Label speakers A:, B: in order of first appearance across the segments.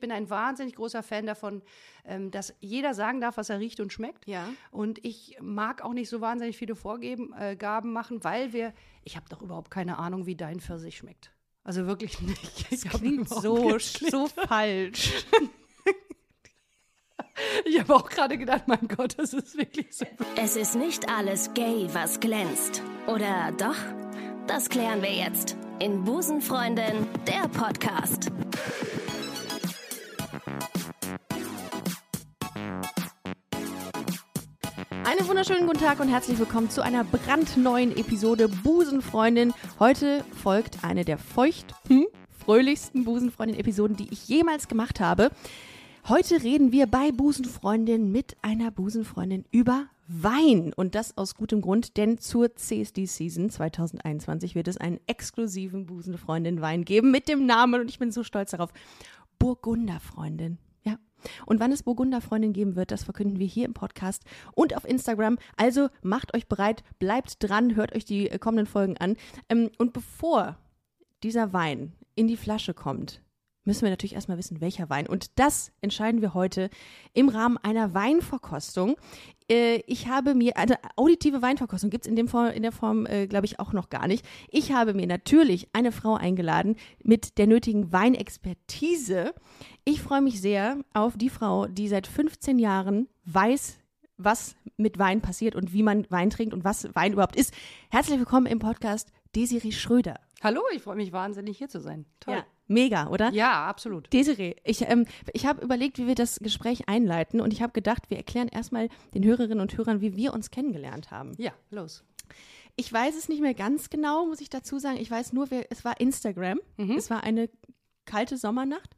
A: bin ein wahnsinnig großer Fan davon, ähm, dass jeder sagen darf, was er riecht und schmeckt.
B: Ja.
A: Und ich mag auch nicht so wahnsinnig viele Vorgaben äh, Gaben machen, weil wir, ich habe doch überhaupt keine Ahnung, wie dein Pfirsich schmeckt. Also wirklich nicht. Ich hab
B: Klingt
A: überhaupt
B: so,
A: keine-
B: so falsch.
A: Ich habe auch gerade gedacht, mein Gott, das ist wirklich so.
C: Es ist nicht alles gay, was glänzt. Oder doch? Das klären wir jetzt in Busenfreundin, der Podcast.
B: Einen wunderschönen guten Tag und herzlich willkommen zu einer brandneuen Episode Busenfreundin. Heute folgt eine der feuchten, fröhlichsten Busenfreundin-Episoden, die ich jemals gemacht habe. Heute reden wir bei Busenfreundin mit einer Busenfreundin über Wein. Und das aus gutem Grund, denn zur CSD-Season 2021 wird es einen exklusiven Busenfreundin-Wein geben mit dem Namen, und ich bin so stolz darauf, Burgunderfreundin. Ja. Und wann es Burgunderfreundin geben wird, das verkünden wir hier im Podcast und auf Instagram. Also macht euch bereit, bleibt dran, hört euch die äh, kommenden Folgen an. Ähm, Und bevor dieser Wein in die Flasche kommt, müssen wir natürlich erstmal wissen, welcher Wein. Und das entscheiden wir heute im Rahmen einer Weinverkostung. Äh, Ich habe mir, eine auditive Weinverkostung gibt es in, dem Form- in der Form, äh, glaube ich, auch noch gar nicht. Ich habe mir natürlich eine Frau eingeladen mit der nötigen Weinexpertise. Ich freue mich sehr auf die Frau, die seit 15 Jahren weiß, was mit Wein passiert und wie man Wein trinkt und was Wein überhaupt ist. Herzlich willkommen im Podcast Desiree Schröder.
A: Hallo, ich freue mich wahnsinnig hier zu sein. Toll.
B: Ja. Mega, oder?
A: ja absolut.
B: Desiree, ich, ähm, ich habe überlegt, wie wir das Gespräch einleiten und ich habe gedacht, wir erklären erstmal den Hörerinnen und Hörern, wie wir uns kennengelernt haben.
A: Ja, los.
B: Ich weiß es nicht mehr ganz genau, muss ich dazu sagen. Ich weiß nur, wir, es war Instagram.
A: Mhm.
B: Es war eine kalte Sommernacht.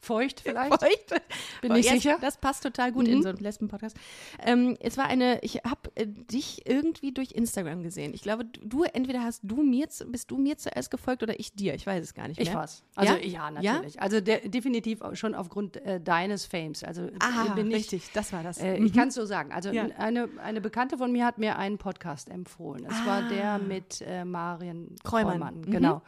A: Feucht vielleicht?
B: Feucht.
A: Bin nicht
B: Jetzt-
A: sicher. Mhm.
B: Das passt total gut in so einem Lesben-Podcast. Ähm, es war eine, ich habe äh, dich irgendwie durch Instagram gesehen. Ich glaube, du, du- entweder hast du mir, zu- bist du mir zuerst gefolgt oder ich dir. Ich weiß es gar nicht mehr.
A: Ich war's. Also
B: Ja?
A: ja,
B: Ja?
A: natürlich. Also de definitiv auch schon aufgrund äh, deines Fames. Also
B: Ah,
A: ich bin nicht,
B: richtig, das war das. Mhm.
A: Äh, Ich kann es so sagen. Also
B: Ja.
A: n- eine, eine Bekannte von mir hat mir einen Podcast empfohlen. Es war der mit äh, Marion
B: Kreumann.
A: Kreumann.
B: Ah. Mhm.
A: Genau.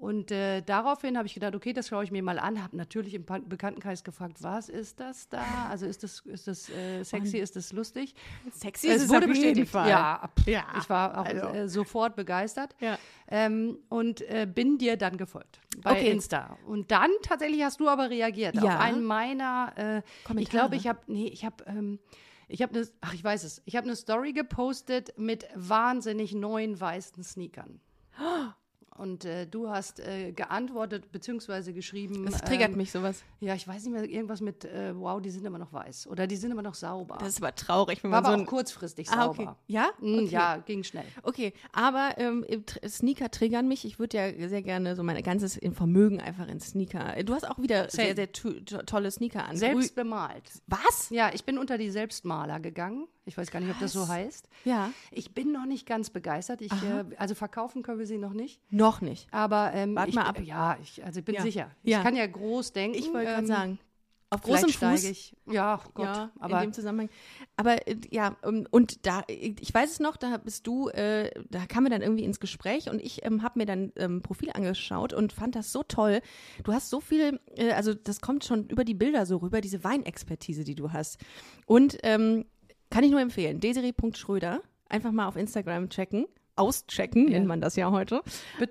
A: Und äh, daraufhin habe ich gedacht, okay, das schaue ich mir mal an. Habe natürlich im Pa- Bekanntenkreis gefragt, was ist das da? Also ist das, ist das äh, sexy, ist das lustig?
B: Sexy ist es auf jeden Fall.
A: Ja, pff,
B: Ja,
A: ich war auch
B: also.
A: äh, sofort begeistert.
B: Ja.
A: Ähm, und äh, bin dir dann gefolgt bei
B: Okay.
A: Insta. Und dann tatsächlich hast du aber reagiert
B: Ja.
A: auf einen meiner äh, Ich
B: Kommentare.
A: glaube, ich habe nee, ich habe ähm, ich habe eine ach ich weiß es. Ich habe eine Story gepostet mit wahnsinnig neuen weißen Sneakern. Und äh, du hast äh, geantwortet bzw. geschrieben.
B: Das triggert
A: ähm,
B: mich sowas.
A: Ja, ich weiß nicht mehr, irgendwas mit, äh, wow, die sind immer noch weiß. Oder die sind immer noch sauber.
B: Das ist aber traurig, wenn
A: War
B: man
A: aber
B: so
A: auch
B: ein
A: kurzfristig
B: Ah,
A: sauber.
B: okay. Ja?
A: Mm,
B: Okay.
A: Ja, ging schnell.
B: Okay, aber ähm, im Tr- Sneaker triggern mich. Ich würde ja sehr gerne so mein ganzes Vermögen einfach in Sneaker. Du hast auch wieder sehr,
A: Same.
B: sehr tu- to tolle Sneaker an.
A: Selbst
B: Ui,
A: bemalt.
B: was?
A: Ja, ich bin unter die Selbstmaler gegangen. Ich weiß gar nicht, ob das so heißt.
B: Ja.
A: Ich bin noch nicht ganz begeistert. Ich, äh, also verkaufen können wir sie noch nicht.
B: Noch nicht.
A: Aber ähm,
B: Wart
A: ich,
B: mal ab.
A: Ja, ich, also ich bin
B: Ja.
A: sicher.
B: Ja.
A: Ich kann ja groß denken.
B: Ich wollte gerade
A: ähm,
B: sagen. Auf
A: vielleicht
B: großem
A: steige
B: Fuß.
A: Ich. Ja, oh Gott.
B: ja, in
A: aber
B: dem Zusammenhang. Aber äh, ja, ähm, und da, äh, ich weiß es noch, da bist du, äh, da kamen wir dann irgendwie ins Gespräch und ich ähm, habe mir dein ähm, Profil angeschaut und fand das so toll. Du hast so viel, äh, also das kommt schon über die Bilder so rüber, diese Weinexpertise, die du hast. Und ähm, kann ich nur empfehlen, desiree.schröder, einfach mal auf Instagram checken. Auschecken, nennt man das ja heute.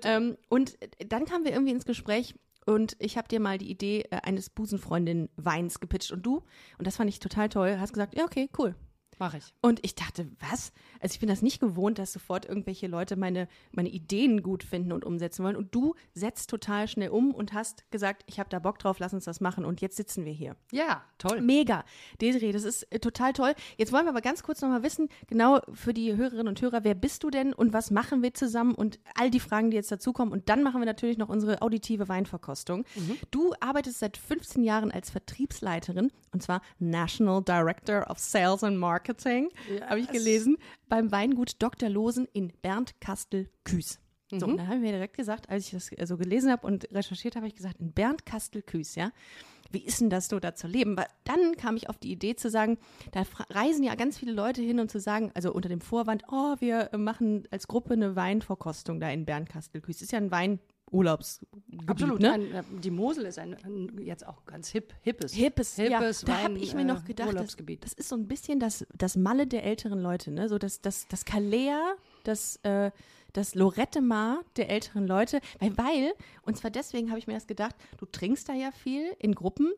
B: Ähm, und äh, dann kamen wir irgendwie ins Gespräch und ich habe dir mal die Idee äh, eines Busenfreundin-Weins gepitcht und du, und das fand ich total toll, hast gesagt, ja, okay, cool.
A: mache ich.
B: Und ich dachte, was? Also ich bin das nicht gewohnt, dass sofort irgendwelche Leute meine, meine Ideen gut finden und umsetzen wollen. Und du setzt total schnell um und hast gesagt, ich habe da Bock drauf, lass uns das machen. Und jetzt sitzen wir hier.
A: Ja, toll.
B: Mega. Desiree, das ist äh, total toll. Jetzt wollen wir aber ganz kurz nochmal wissen, genau für die Hörerinnen und Hörer, wer bist du denn und was machen wir zusammen und all die Fragen, die jetzt dazukommen. Und dann machen wir natürlich noch unsere auditive Weinverkostung. Du arbeitest seit 15 Jahren als Vertriebsleiterin und zwar National Director of Sales and Marketing, habe ich gelesen, beim Weingut Dr. Losen in Berndkastel-Küß. So, und dann haben wir direkt gesagt, als ich das äh, so gelesen habe und recherchiert habe, habe ich gesagt, in Berndkastel-Küß, ja wie ist denn das so da zu leben? Weil dann kam ich auf die Idee zu sagen, da fra- reisen ja ganz viele Leute hin und zu sagen, also unter dem Vorwand, oh, wir äh, machen als Gruppe eine Weinverkostung da in Bernkastelküß. Ist ja ein Wein, Urlaubsgebiet,
A: Absolut.
B: ne?
A: Ein, äh, die Mosel ist ein, ein jetzt auch ganz hip, hippes.
B: Hippes,
A: hippes
B: ja. Da
A: Wein-
B: habe ich mir noch
A: äh,
B: gedacht, das,
A: Urlaubsgebiet.
B: das ist so ein bisschen das, das Malle der älteren Leute, ne? So das, das, das Kalea, das, äh, das Lorette Mar der älteren Leute. Weil, weil, und zwar deswegen habe ich mir das gedacht, du trinkst da ja viel in Gruppen.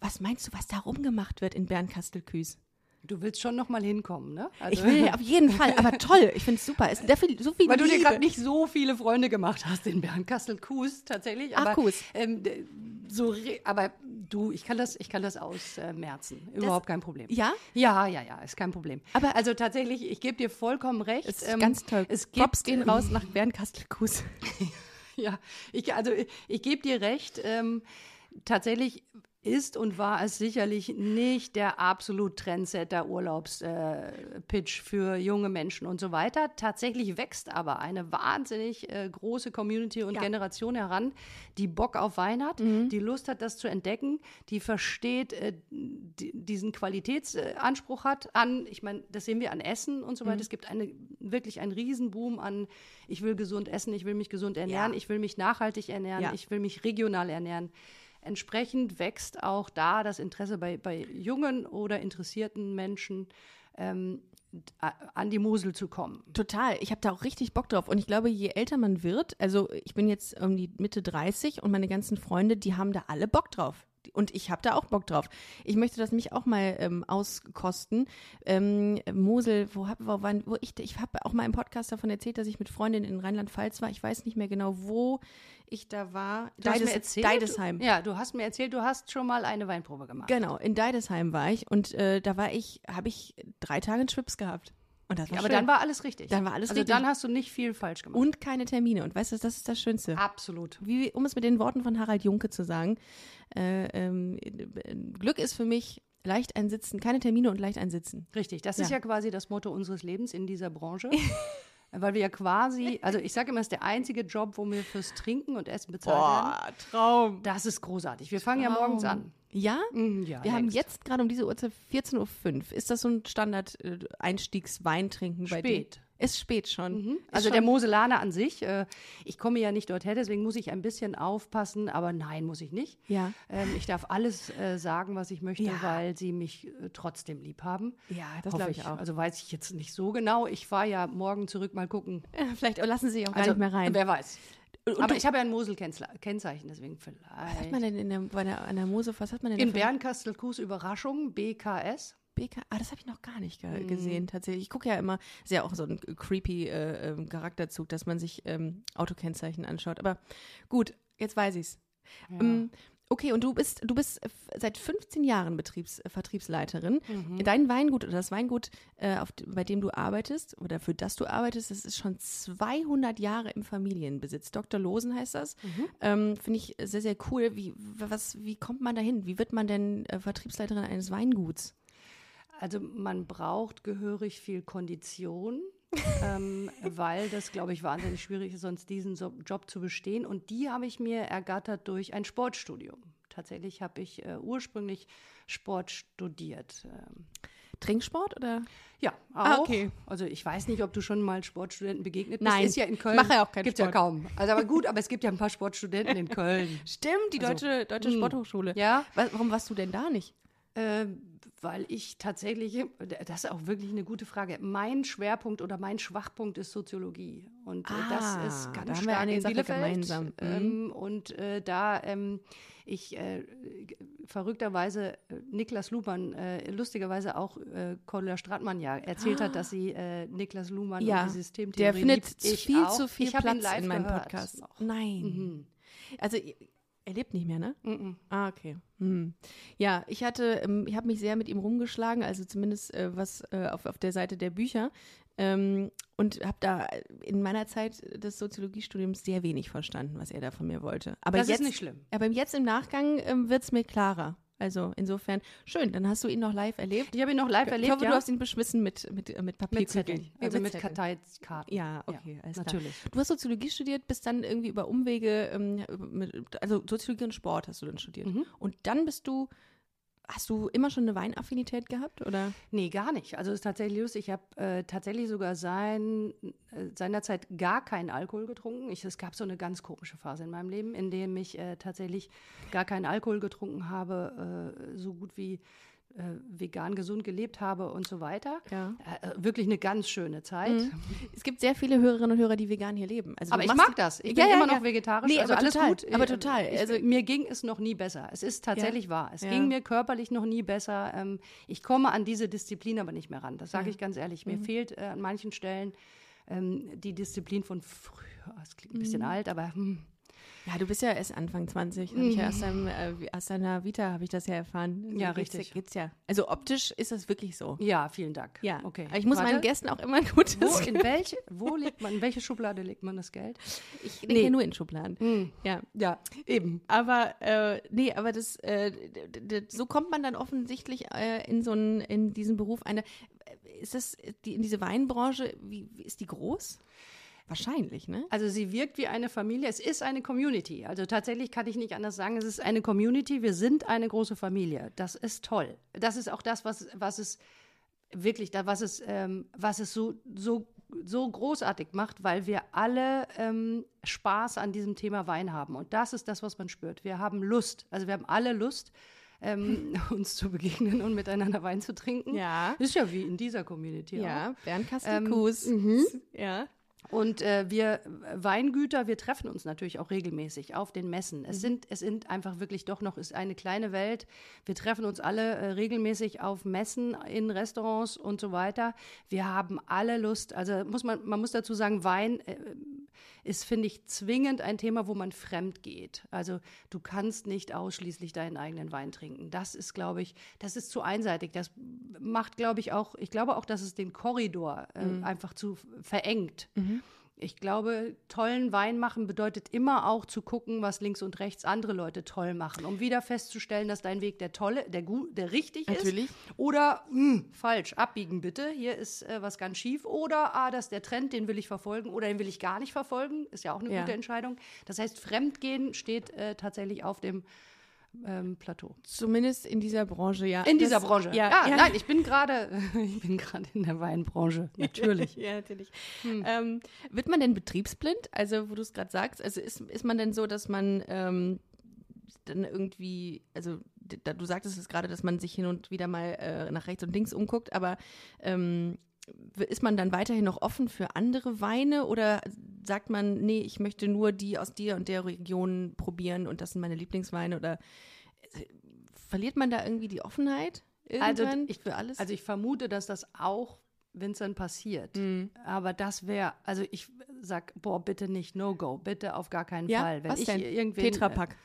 B: Was meinst du, was da rumgemacht wird in Bernkastel-Küß?
A: Du willst schon noch mal hinkommen, ne?
B: Ich will auf jeden Fall, aber toll, ich finde es super. Es Ist sehr viel, so viel
A: Weil du dir
B: Liebe.
A: gerade nicht so viele Freunde gemacht hast in Bernkastel-Kues tatsächlich.
B: Ach,
A: Aber,
B: Kues.
A: Ähm, d- so, re- aber du, ich kann das, ich kann das ausmerzen. Überhaupt kein Problem.
B: Ja?
A: Ja, ja, ja, ist kein Problem.
B: Aber-
A: also tatsächlich, ich gebe dir vollkommen recht.
B: Es ist
A: ähm,
B: ganz toll.
A: Es gibt,
B: Props gehen raus nach Bernkastel-Kues.
A: Ja, ich, also ich, ich gebe dir recht. Ähm, tatsächlich ist und war es sicherlich nicht der absolut Trendsetter Urlaubspitch äh, Pitch für junge Menschen und so weiter. Tatsächlich wächst aber eine wahnsinnig äh, große Community und
B: Ja. Mhm.
A: Generation heran, die Bock auf Wein hat, die Lust hat, das zu entdecken, die versteht, äh, di- diesen Qualitätsanspruch hat an, ich meine, das sehen wir an Essen und so
B: Mhm.
A: weiter. Es gibt eine, wirklich einen Riesenboom an, ich will gesund essen, ich will mich gesund ernähren,
B: Ja.
A: ich will mich nachhaltig ernähren,
B: Ja.
A: ich will mich regional ernähren. Entsprechend wächst auch da das Interesse bei, bei jungen oder interessierten Menschen, ähm, d- a- an die Mosel zu kommen.
B: Total. Ich habe da auch richtig Bock drauf. Und ich glaube, je älter man wird, also ich bin jetzt um die Mitte 30 und meine ganzen Freunde, die haben da alle Bock drauf. Und ich habe da auch Bock drauf. Ich möchte das mich auch mal ähm, auskosten. Ähm, Mosel, wo, hab, wo, waren, wo ich, ich habe auch mal im Podcast davon erzählt, dass ich mit Freundinnen in Rheinland-Pfalz war. Ich weiß nicht mehr genau, wo ich da war.
A: Du hast
B: Deides-
A: mir erzählt,
B: Deidesheim.
A: Ja, du hast mir erzählt, du hast schon mal eine Weinprobe gemacht.
B: Genau, in Deidesheim war ich und äh, da war ich, habe ich drei Tage einen Schwips gehabt. Und das war
A: Aber
B: schön.
A: dann war alles richtig.
B: Dann war alles
A: also
B: richtig.
A: dann hast du nicht viel falsch gemacht.
B: und keine Termine. Und weißt du, das ist das Schönste.
A: Absolut.
B: wie, um es mit den Worten von Harald Junke zu sagen, äh, ähm, Glück ist für mich leicht ein Sitzen, keine Termine und leicht ein Sitzen.
A: Richtig, das ist
B: Ja.
A: ja quasi das Motto unseres Lebens in dieser Branche. Weil wir ja quasi, also ich sage immer, es ist der einzige Job, wo wir fürs Trinken und Essen bezahlt werden.
B: Traum.
A: Das ist großartig. Wir fangen ja morgens an.
B: Mhm, Ja?
A: Mm, ja,
B: Wir haben
A: längst.
B: jetzt gerade um diese Uhrzeit 14.05 Uhr. Ist das so ein Standard-Einstiegsweintrinken bei dir?
A: Spät.
B: Ist spät schon. hm? Ist
A: Also
B: schon
A: der Moselaner an sich, äh, ich komme ja nicht dorthin, deswegen muss ich ein bisschen aufpassen, aber nein, muss ich nicht.
B: Ja.
A: Ähm, ich darf alles äh, sagen, was ich möchte,
B: Ja.
A: weil sie mich äh, trotzdem lieb haben.
B: Ja, das
A: Hoffe
B: glaube ich auch.
A: Also weiß ich jetzt nicht so genau. Ich fahre ja morgen zurück, mal gucken.
B: Vielleicht lassen sie auch gar nicht mehr rein.
A: Also, Wer weiß.
B: Und
A: Aber
B: du-
A: ich habe ja ein Mosel-Kennzeichen, deswegen vielleicht.
B: was hat man denn in der, bei der, an der Mosel, was hat man denn
A: In
B: da für-
A: Bernkastel-Kues Überraschung, BKS.
B: BK, ah, das habe ich noch gar nicht ge gesehen, tatsächlich. Ich gucke ja immer, ist ja auch so ein creepy äh, ähm, Charakterzug, dass man sich ähm, Autokennzeichen anschaut. Aber gut, jetzt weiß ich's. Ähm, okay, und du bist, du bist äh, f- seit 15 Jahren Betriebs äh, Vertriebsleiterin. Dein Weingut oder das Weingut, äh, auf, d- bei dem du arbeitest oder für das du arbeitest, das ist schon 200 Jahre im Familienbesitz. Dr. Losen heißt das. Ähm, Finde ich sehr, sehr cool. Wie, w- was, wie kommt man dahin? Wie wird man denn äh, Vertriebsleiterin eines Weinguts?
A: Also man braucht gehörig viel Kondition, ähm, weil das, glaube ich, wahnsinnig schwierig ist, sonst diesen so Job zu bestehen. Und die habe ich mir ergattert durch ein Sportstudium. Tatsächlich habe ich äh, ursprünglich Sport studiert. Ähm,
B: Trinksport oder?
A: ja, auch.
B: Ah, okay.
A: Also ich weiß nicht, ob du schon mal Sportstudenten begegnet bist.
B: Nein,
A: ist ja in
B: ich
A: Köln.
B: mache ja auch keinen
A: Gibt's
B: Sport.
A: ja kaum. Also aber gut, aber es gibt ja ein paar Sportstudenten in Köln.
B: Stimmt, die
A: Also,
B: deutsche, deutsche Sporthochschule.
A: Ja.
B: hm. Wa- warum warst du denn da nicht?
A: Ähm, weil ich tatsächlich, das ist auch wirklich eine gute Frage. Mein Schwerpunkt oder mein Schwachpunkt ist Soziologie. Und äh,
B: Ah,
A: das ist ganz
B: da haben wir
A: stark
B: eine
A: in
B: Sache
A: Bielefeld.
B: gemeinsam. Mhm.
A: Ähm, und äh, da ähm, ich äh, g- verrückterweise äh, Niklas Luhmann, äh, lustigerweise auch äh, Cordula Stratmann ja erzählt hat, dass sie äh, Niklas Luhmann
B: Ja,
A: und die Systemtheorie
B: Der findet
A: liebt.
B: zu
A: Ich
B: viel
A: auch.
B: zu viel
A: ich hab ihn
B: Platz
A: live
B: in meinem
A: gehört.
B: Podcast.
A: Noch.
B: Nein. Oh. Also ihr- er lebt nicht mehr, ne? Ah, okay. Hm. Ja, ich hatte, ähm, ich habe mich sehr mit ihm rumgeschlagen, also zumindest äh, was äh, auf, auf der Seite der Bücher. Ähm, und habe da in meiner Zeit des Soziologiestudiums sehr wenig verstanden, was er da von mir wollte. Aber
A: Das ist
B: jetzt,
A: nicht schlimm.
B: Aber jetzt im Nachgang ähm, wird es mir klarer. Also insofern, schön, dann hast du ihn noch live erlebt.
A: Ich habe ihn noch live erlebt.
B: ich hoffe,
A: ja.
B: du hast ihn beschmissen mit, mit, äh, mit Papier.
A: mit Zetteln, also mit,
B: Zetteln.
A: Karteikarten.
B: Ja, okay, alles klar.
A: natürlich.
B: Du hast Soziologie studiert, bist dann irgendwie über Mhm. Umwege, ähm, mit, also Soziologie und Sport hast du dann studiert. Und dann bist du Hast du immer schon eine Weinaffinität gehabt? Oder?
A: Nee, gar nicht. Also es ist tatsächlich lustig. Ich habe äh, tatsächlich sogar sein, äh, seinerzeit gar keinen Alkohol getrunken. Ich, es gab so eine ganz komische Phase in meinem Leben, in der ich äh, tatsächlich gar keinen Alkohol getrunken habe, äh, so gut wie äh, vegan gesund gelebt habe und so weiter.
B: Ja.
A: Äh, äh, wirklich eine ganz schöne Zeit.
B: Es gibt sehr viele Hörerinnen und Hörer, die vegan hier leben. Also
A: Aber
B: du
A: ich
B: machst-
A: mag das. Ich
B: Ja,
A: bin
B: ja,
A: immer noch
B: ja.
A: vegetarisch.
B: Nee,
A: also
B: aber
A: alles
B: total.
A: gut.
B: Aber
A: Ich-
B: total.
A: Ich,
B: Also-
A: mir ging es noch nie besser. Es ist tatsächlich wahr. Es
B: Ja.
A: ging mir körperlich noch nie besser. Ähm, Ich komme an diese Disziplin aber nicht mehr ran. Das sage ich ganz ehrlich. Mir fehlt äh, an manchen Stellen ähm, die Disziplin von früher. Es klingt ein bisschen alt, aber hm.
B: Ja, du bist ja erst Anfang 20. Hab Ich ja aus, deinem, äh, aus deiner Vita habe ich das ja erfahren. So
A: Ja,
B: geht's,
A: richtig.
B: Geht's ja. Also optisch ist das wirklich so.
A: ja, vielen Dank.
B: Ja,
A: okay.
B: Aber ich muss
A: Warte.
B: meinen Gästen auch immer ein gutes.
A: wo, in welche, wo legt man, in welche Schublade legt man das Geld?
B: ich denke ja nur in Schubladen. Ja.
A: Ja, eben.
B: Aber äh, nee, aber das äh, d- d- d- so kommt man dann offensichtlich äh, in so einen, in diesen Beruf eine. Ist das die, in diese Weinbranche? Wie, wie ist die groß? Wahrscheinlich, ne?
A: Also sie wirkt wie eine Familie. Es ist eine Community. Also tatsächlich kann ich nicht anders sagen. Es ist eine Community. Wir sind eine große Familie. Das ist toll. Das ist auch das, was, was es wirklich, da, was es, ähm, was es so, so, so großartig macht, weil wir alle ähm, Spaß an diesem Thema Wein haben. Und das ist das, was man spürt. Wir haben Lust. Also wir haben alle Lust, ähm, uns zu begegnen und miteinander Wein zu trinken.
B: Ja.
A: Ist ja wie in dieser Community auch.
B: Ja, Bernd Kastelkus.
A: Mhm.
B: Ja.
A: Und äh, wir Weingüter, wir treffen uns natürlich auch regelmäßig auf den Messen. Es sind es sind einfach wirklich doch noch ist eine kleine Welt. Wir treffen uns alle äh, regelmäßig auf Messen in Restaurants und so weiter. Wir haben alle Lust. Also muss man man muss dazu sagen, Wein äh, ist, finde ich, zwingend ein Thema, wo man fremd geht. Also du kannst nicht ausschließlich deinen eigenen Wein trinken. Das ist, glaube ich, das ist zu einseitig. Das macht, glaube ich, auch, ich glaube auch, dass es den Korridor äh, einfach zu verengt. Ich glaube, tollen Wein machen bedeutet immer auch zu gucken, was links und rechts andere Leute toll machen, um wieder festzustellen, dass dein Weg der tolle, der gut, der richtig
B: Natürlich.
A: ist. Oder mh, falsch, abbiegen bitte, hier ist äh, was ganz schief. Oder ah, das ist der Trend, den will ich verfolgen oder den will ich gar nicht verfolgen, ist ja auch eine
B: Ja.
A: gute Entscheidung. Das heißt, Fremdgehen steht äh, tatsächlich auf dem ähm, Plateau.
B: Zumindest in dieser Branche, ja.
A: In dieser
B: Ah, Das-
A: Branche.
B: Ja,
A: ja,
B: ja.
A: nein, ich bin gerade, ich bin gerade in der Weinbranche, natürlich.
B: ja, natürlich.
A: Hm.
B: Ähm, wird man denn betriebsblind? Also, wo du es gerade sagst, also ist, ist man denn so, dass man ähm, dann irgendwie, also d- da, du sagtest es gerade, dass man sich hin und wieder mal äh, nach rechts und links umguckt, aber ähm, w- ist man dann weiterhin noch offen für andere Weine oder sagt man, nee, ich möchte nur die aus der und der Region probieren und das sind meine Lieblingsweine oder äh, verliert man da irgendwie die Offenheit?
A: Also,
B: Irgendwann
A: ich-
B: für alles?
A: Also ich vermute, dass das auch Winzern passiert.
B: Mhm.
A: Aber das wäre, also ich sag, boah, bitte nicht No-Go, bitte auf gar keinen
B: ja,
A: Fall. Wenn
B: was
A: ich
B: denn?
A: irgendwen, äh,
B: Tetra Pak.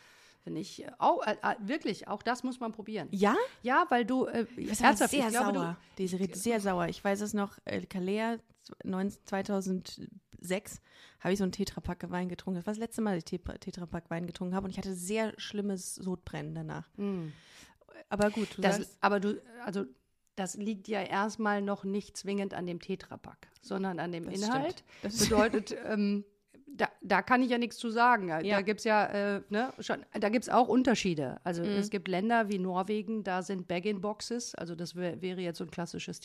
A: Wenn ich, oh, äh, äh, wirklich, auch das muss man probieren.
B: Ja?
A: Ja, weil du, äh,
B: Das war
A: ernsthaft,
B: sehr
A: ich glaube,
B: sauer. Die ist ri- sehr sauer. Ich weiß es noch, äh, Kalea zw- neun- 2006 habe ich so einen Tetrapack Wein getrunken. Das war das letzte Mal, dass ich Tetra- Tetrapack Wein getrunken habe und ich hatte sehr schlimmes Sodbrennen danach.
A: du, Hm.
B: Aber gut, du
A: das,
B: sagst,
A: aber du, also das liegt ja erstmal noch nicht zwingend an dem Tetrapack, sondern an dem
B: Das
A: Inhalt.
B: stimmt. Das
A: Das bedeutet, ähm, da, da kann ich ja nichts zu sagen. Da
B: Ja.
A: gibt es ja, äh, ne, schon, da gibt es auch Unterschiede. Also
B: Mhm.
A: es gibt Länder wie Norwegen, da sind Bag-in-Boxes, also das wär, wäre jetzt so ein klassisches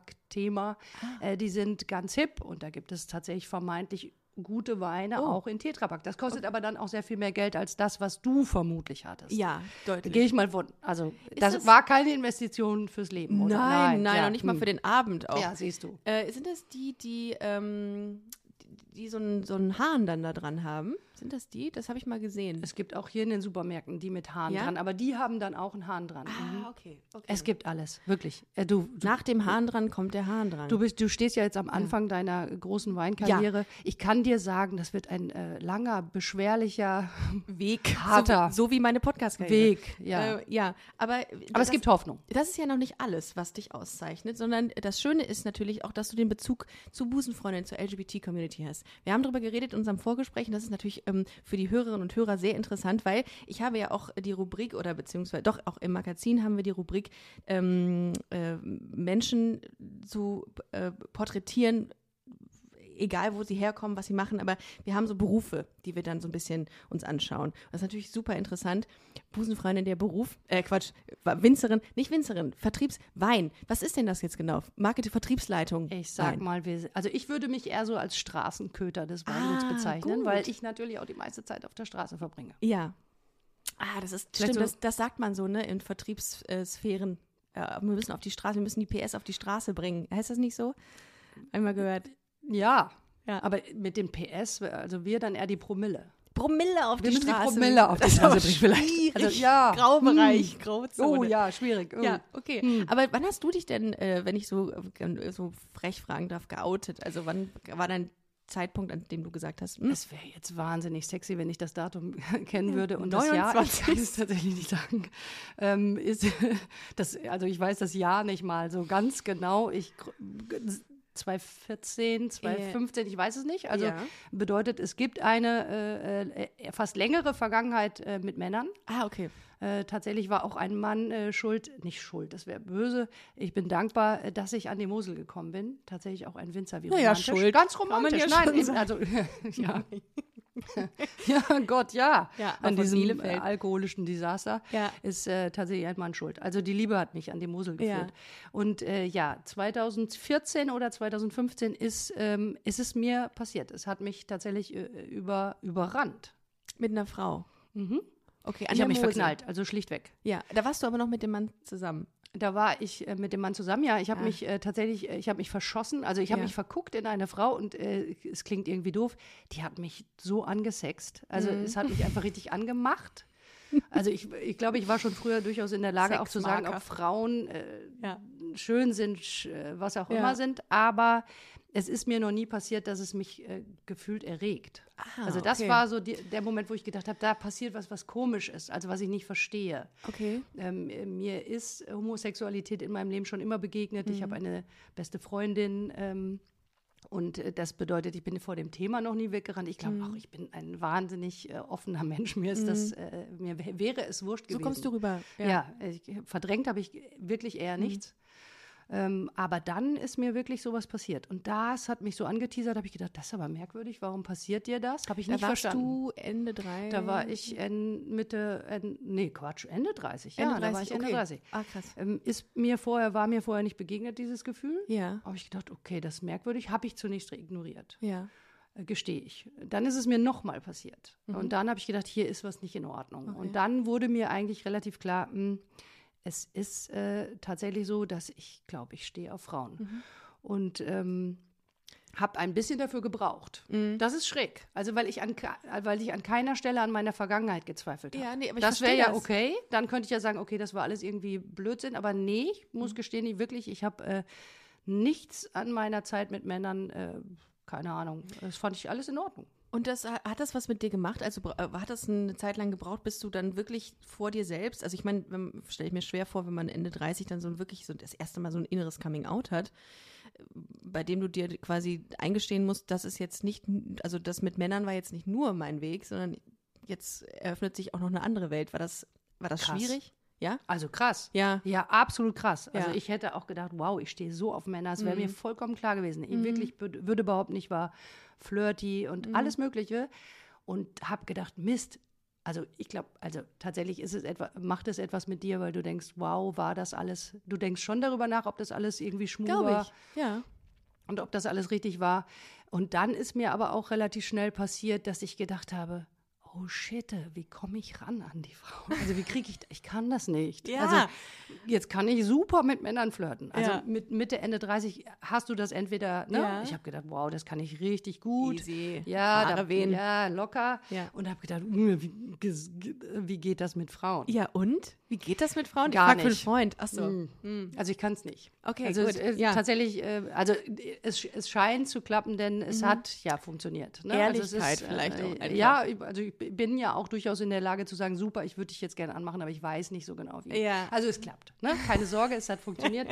A: Tetrapack-Thema.
B: Ah.
A: Äh, die sind ganz hip und da gibt es tatsächlich vermeintlich gute Weine
B: Oh.
A: auch in Tetrapack. Das kostet aber dann auch sehr viel mehr Geld als das, was du vermutlich hattest.
B: ja,
A: Da
B: deutlich.
A: gehe ich mal von. Also, das,
B: das-
A: war keine Investition fürs Leben,
B: nein,
A: oder?
B: nein, nein
A: ja.
B: noch nicht mal
A: Hm.
B: für den Abend auch.
A: Ja, siehst du.
B: Äh, sind das die, die, ähm, die, die so einen so einen Hahn dann da dran haben? Sind das die? Das habe ich mal gesehen.
A: Es gibt auch hier in den Supermärkten die mit Haaren
B: Ja?
A: dran, aber die haben dann auch einen Hahn dran. Mhm.
B: okay.
A: Es gibt alles, wirklich. Äh, Du, du,
B: Nach dem Hahn dran kommt der Hahn dran.
A: du, bist, du stehst ja jetzt am Anfang deiner großen Weinkarriere. Ich kann dir sagen, das wird ein äh, langer, beschwerlicher
B: Weg.
A: Harter.
B: So, so wie meine Podcast-Karriere.
A: Weg. Ja.
B: Äh, ja, aber,
A: aber es gibt Hoffnung.
B: Das ist ja noch nicht alles, was dich auszeichnet, sondern das Schöne ist natürlich auch, dass du den Bezug zu Busenfreundin, zur LGBT-Community hast. Wir haben darüber geredet in unserem Vorgespräch und das ist natürlich ähm, für die Hörerinnen und Hörer sehr interessant, weil ich habe ja auch die Rubrik oder beziehungsweise doch auch im Magazin haben wir die Rubrik ähm, äh, Menschen zu äh, porträtieren, egal wo sie herkommen, was sie machen, aber wir haben so Berufe, die wir dann so ein bisschen uns anschauen. Das ist natürlich super interessant. Busenfreundin, der Beruf, äh Quatsch, Winzerin, nicht Winzerin, Vertriebswein. Was ist denn das jetzt genau? Marketing, Vertriebsleitung.
A: Ich sag
B: Wein.
A: mal, wir, also ich würde mich eher so als Straßenköter des Weinguts
B: Ah,
A: bezeichnen,
B: gut.
A: weil ich natürlich auch die meiste Zeit auf der Straße verbringe.
B: Ja. Ah, das ist stimmt,
A: so-
B: das, das sagt man so, ne, in Vertriebssphären. Ja, wir müssen auf die Straße, wir müssen die PS auf die Straße bringen. Heißt das nicht so? Einmal gehört.
A: Ja,
B: Ja.
A: aber mit dem PS, also wir dann eher die Promille.
B: Promille auf
A: Wir
B: die
A: müssen die
B: Straße.
A: Promille auf die
B: Das ist
A: Straße
B: aber
A: bringen vielleicht.
B: Schwierig.
A: Also, ja.
B: Graubereich, Grauzone.
A: Oh ja, schwierig. Oh.
B: Ja, okay. Aber wann hast du dich denn, äh, wenn ich so, äh, so frech fragen darf, geoutet? Also wann war dein Zeitpunkt, an dem du gesagt hast, hm,
A: Es wäre jetzt wahnsinnig sexy, wenn ich das Datum kennen würde und das Jahr. Ich
B: 29.
A: kann es tatsächlich nicht sagen. Ähm, ist, das, also ich weiß das Jahr nicht mal so ganz genau. Ich gr- 2014, 2015, ich weiß es nicht. Also
B: Ja.
A: bedeutet, es gibt eine äh, äh, fast längere Vergangenheit äh, mit Männern.
B: ah, okay.
A: Äh, tatsächlich war auch ein Mann äh, schuld, nicht schuld, das wäre böse. Ich bin dankbar, äh, dass ich an die Mosel gekommen bin. Tatsächlich auch ein Winzer wie
B: Naja,
A: romantisch.
B: schuld
A: Ganz
B: kann man
A: romantisch.
B: ja
A: Nein,
B: schon
A: eben,
B: sagen.
A: also ja. ja, Gott, ja.
B: Ja, aber
A: an
B: von
A: diesem äh,
B: Bielefeld.
A: alkoholischen Desaster
B: Ja.
A: ist äh, tatsächlich ein Mann schuld. Also die Liebe hat mich an die Mosel
B: Ja.
A: geführt. Und äh, ja, 2014 oder 2015 ist, ähm, ist es mir passiert. Es hat mich tatsächlich äh, über, überrannt.
B: Mit einer Frau. Okay, an
A: Mhm. ich
B: der
A: habe mich
B: Mosel.
A: verknallt, also schlichtweg.
B: Ja, da warst du aber noch mit dem Mann zusammen.
A: Da war ich äh, mit dem Mann zusammen. Ja, ich habe
B: Ja.
A: mich äh, tatsächlich, äh, ich habe mich verschossen. Also ich habe
B: Ah. Ja.
A: mich verguckt in eine Frau und äh, es klingt irgendwie doof. Die hat mich so angesext. Also
B: Mhm.
A: es hat mich einfach richtig angemacht. Also ich, ich glaube, ich war schon früher durchaus in der Lage, auch zu sagen,
B: Sexmarker.
A: ob Frauen äh,
B: Ja.
A: schön sind, sch, äh, was auch
B: Ja.
A: immer sind. Aber es ist mir noch nie passiert, dass es mich äh, gefühlt erregt.
B: Ah,
A: also das
B: okay.
A: war so die, der Moment, wo ich gedacht habe, da passiert was, was komisch ist, also was ich nicht verstehe.
B: Okay.
A: Ähm, äh, mir ist Homosexualität in meinem Leben schon immer begegnet. Ich habe
B: Mhm.
A: eine beste Freundin. Ähm, und äh, das bedeutet, ich bin vor dem Thema noch nie weggerannt. Ich
B: Mhm.
A: glaube auch, ich bin ein wahnsinnig äh, offener Mensch. Mir ist das, äh, mir wä- wäre es wurscht
B: So
A: gewesen.
B: kommst du rüber. Mhm.
A: Ja, ich, verdrängt habe ich wirklich eher nichts. Ähm, aber dann ist mir wirklich sowas passiert. Und das hat mich so angeteasert, habe ich gedacht, das ist aber merkwürdig. Warum passiert dir das? Habe ich
B: Da
A: nicht
B: warst
A: verstanden.
B: du Ende drei.
A: Da war ich en, Mitte, en, nee, Quatsch, Ende 30.
B: Ende
A: ja,
B: 30,
A: da war ich Ende
B: okay.
A: 30.
B: Ah, krass.
A: Ähm, ist mir vorher, war mir vorher nicht begegnet, dieses Gefühl.
B: Ja.
A: Habe ich gedacht, okay, das ist merkwürdig, habe ich zunächst ignoriert,
B: Ja.
A: äh, gestehe ich. Dann ist es mir nochmal passiert. Und dann habe ich gedacht, hier ist was nicht in Ordnung.
B: Mhm. Okay.
A: Und dann wurde mir eigentlich relativ klar, hm, mh, es ist äh, tatsächlich so, dass ich glaube, ich stehe auf Frauen.
B: Mhm.
A: Und ähm, habe ein bisschen dafür gebraucht.
B: Mhm.
A: Das ist schräg. Also, weil ich, an, ke- weil ich an keiner Stelle an meiner Vergangenheit gezweifelt habe.
B: Ja, nee, aber ich
A: das wäre
B: verstehe
A: ja
B: das.
A: okay. Dann könnte ich ja sagen, okay, das war alles irgendwie Blödsinn. Aber nee, ich muss
B: Mhm.
A: gestehen, ich wirklich, ich habe äh, nichts an meiner Zeit mit Männern, äh, keine Ahnung. Das fand ich alles in Ordnung.
B: Und das hat das was mit dir gemacht? Also bra- äh, hat das eine Zeit lang gebraucht, bis du dann wirklich vor dir selbst? Also ich meine, stelle ich mir schwer vor, wenn man Ende 30 dann so ein wirklich so das erste Mal so ein inneres Coming Out hat, äh, bei dem du dir quasi eingestehen musst, das ist jetzt nicht, n- also das mit Männern war jetzt nicht nur mein Weg, sondern jetzt eröffnet sich auch noch eine andere Welt. War das war das
A: Krass.
B: schwierig? Ja.
A: Also krass.
B: Ja.
A: Ja, absolut krass. Also
B: ne? Ja. Mhm.
A: ich hätte auch gedacht, wow, ich stehe so auf Männer. Es wäre mir vollkommen klar gewesen. Ich wirklich bü- würde überhaupt nicht war flirty und
B: Mhm.
A: alles Mögliche. Und habe gedacht, Mist. Also ich glaube, also tatsächlich ist es etwa, macht es etwas mit dir, weil du denkst, wow, war das alles. Du denkst schon darüber nach, ob das alles irgendwie schmur
B: Glaube
A: war
B: ich. Ja.
A: und ob das alles richtig war. Und dann ist mir aber auch relativ schnell passiert, dass ich gedacht habe, oh shit, wie komme ich ran an die Frau? Also wie kriege ich, ich kann das nicht.
B: Ja.
A: Also jetzt kann ich super mit Männern flirten. Also
B: Ja.
A: mit Mitte, Ende 30 hast du das entweder, ne?
B: Ja.
A: Ich habe gedacht, wow, das kann ich richtig gut.
B: Easy.
A: Ja,
B: Haare
A: da,
B: wehen.
A: ja, locker.
B: Ja.
A: Und habe gedacht, mh, wie, ges- ge- wie geht das mit Frauen?
B: Ja und? Wie geht das mit Frauen?
A: Gar
B: ich frag für einen
A: nicht.
B: Freund. Ach so. Mhm.
A: Also ich kann es nicht.
B: Okay,
A: also
B: gut,
A: Es, es,
B: ja.
A: Tatsächlich, äh, also äh, es, sch- es scheint zu klappen, denn es hat ja funktioniert. Ne? also
B: Mhm. Ehrlichkeit
A: es ist,
B: vielleicht auch einfach.
A: Ja, ich- also ich b- bin ja auch durchaus in der Lage zu sagen, super, ich würde dich jetzt gerne anmachen, aber ich weiß nicht so genau wie.
B: Ja.
A: Also es klappt. Ne? Keine Sorge, es hat funktioniert.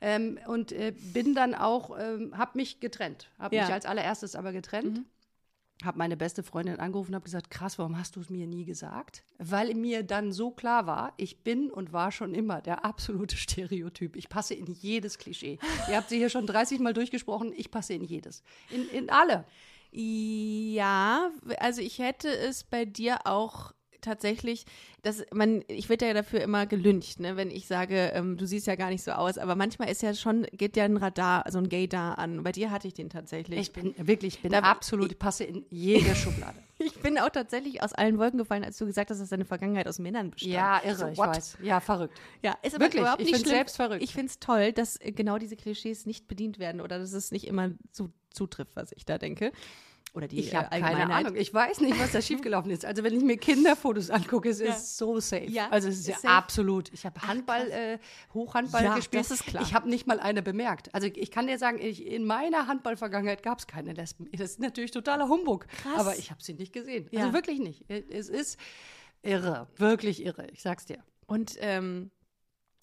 A: ähm, und äh, bin dann auch, ähm, habe mich getrennt, habe
B: Ja.
A: Mhm. mich als allererstes aber getrennt. habe meine beste Freundin angerufen und habe gesagt, krass, warum hast du es mir nie gesagt? Weil mir dann so klar war, ich bin und war schon immer der absolute Stereotyp. Ich passe in jedes Klischee. Ihr habt sie hier schon 30 Mal durchgesprochen, ich passe in jedes. In, in alle.
B: Ja, also ich hätte es bei dir auch tatsächlich, dass man, ich werde ja dafür immer gelüncht, ne, wenn ich sage, ähm, du siehst ja gar nicht so aus, aber manchmal ist ja schon, geht ja ein Radar, so ein Gaydar an. Bei dir hatte ich den tatsächlich.
A: Ich bin wirklich, ich bin
B: Da-
A: absolut, ich passe in jede Schublade.
B: Ich bin auch tatsächlich aus allen Wolken gefallen, als du gesagt hast, dass deine Vergangenheit aus Männern bestand.
A: ja, irre, ich
B: what?
A: weiß. Ja, verrückt.
B: Ja, ist aber
A: Wirklich,
B: überhaupt
A: ich
B: nicht
A: find's
B: schlimm.
A: selbst verrückt.
B: Ich finde es toll, dass äh, genau diese Klischees nicht bedient werden oder dass es nicht immer zu, zutrifft, was ich da denke. Oder die
A: Ich
B: äh,
A: habe keine
B: Allgemeinheit.
A: Ahnung. Ich weiß nicht, was da schiefgelaufen ist. Also wenn ich mir Kinderfotos angucke, es
B: Ja.
A: ist so safe.
B: Ja,
A: also es ist
B: ist
A: ja
B: safe.
A: absolut. Ich habe Handball, äh, Hochhandball
B: Ja,
A: gespielt.
B: das ist klar.
A: Ich habe nicht mal eine bemerkt. Also ich kann dir sagen, ich, in meiner Handballvergangenheit gab es keine Lesben. Das ist natürlich totaler Humbug.
B: Krass.
A: Aber ich habe sie nicht gesehen.
B: Ja.
A: Also wirklich nicht. Es ist irre, wirklich irre. Ich sag's dir.
B: Und ähm,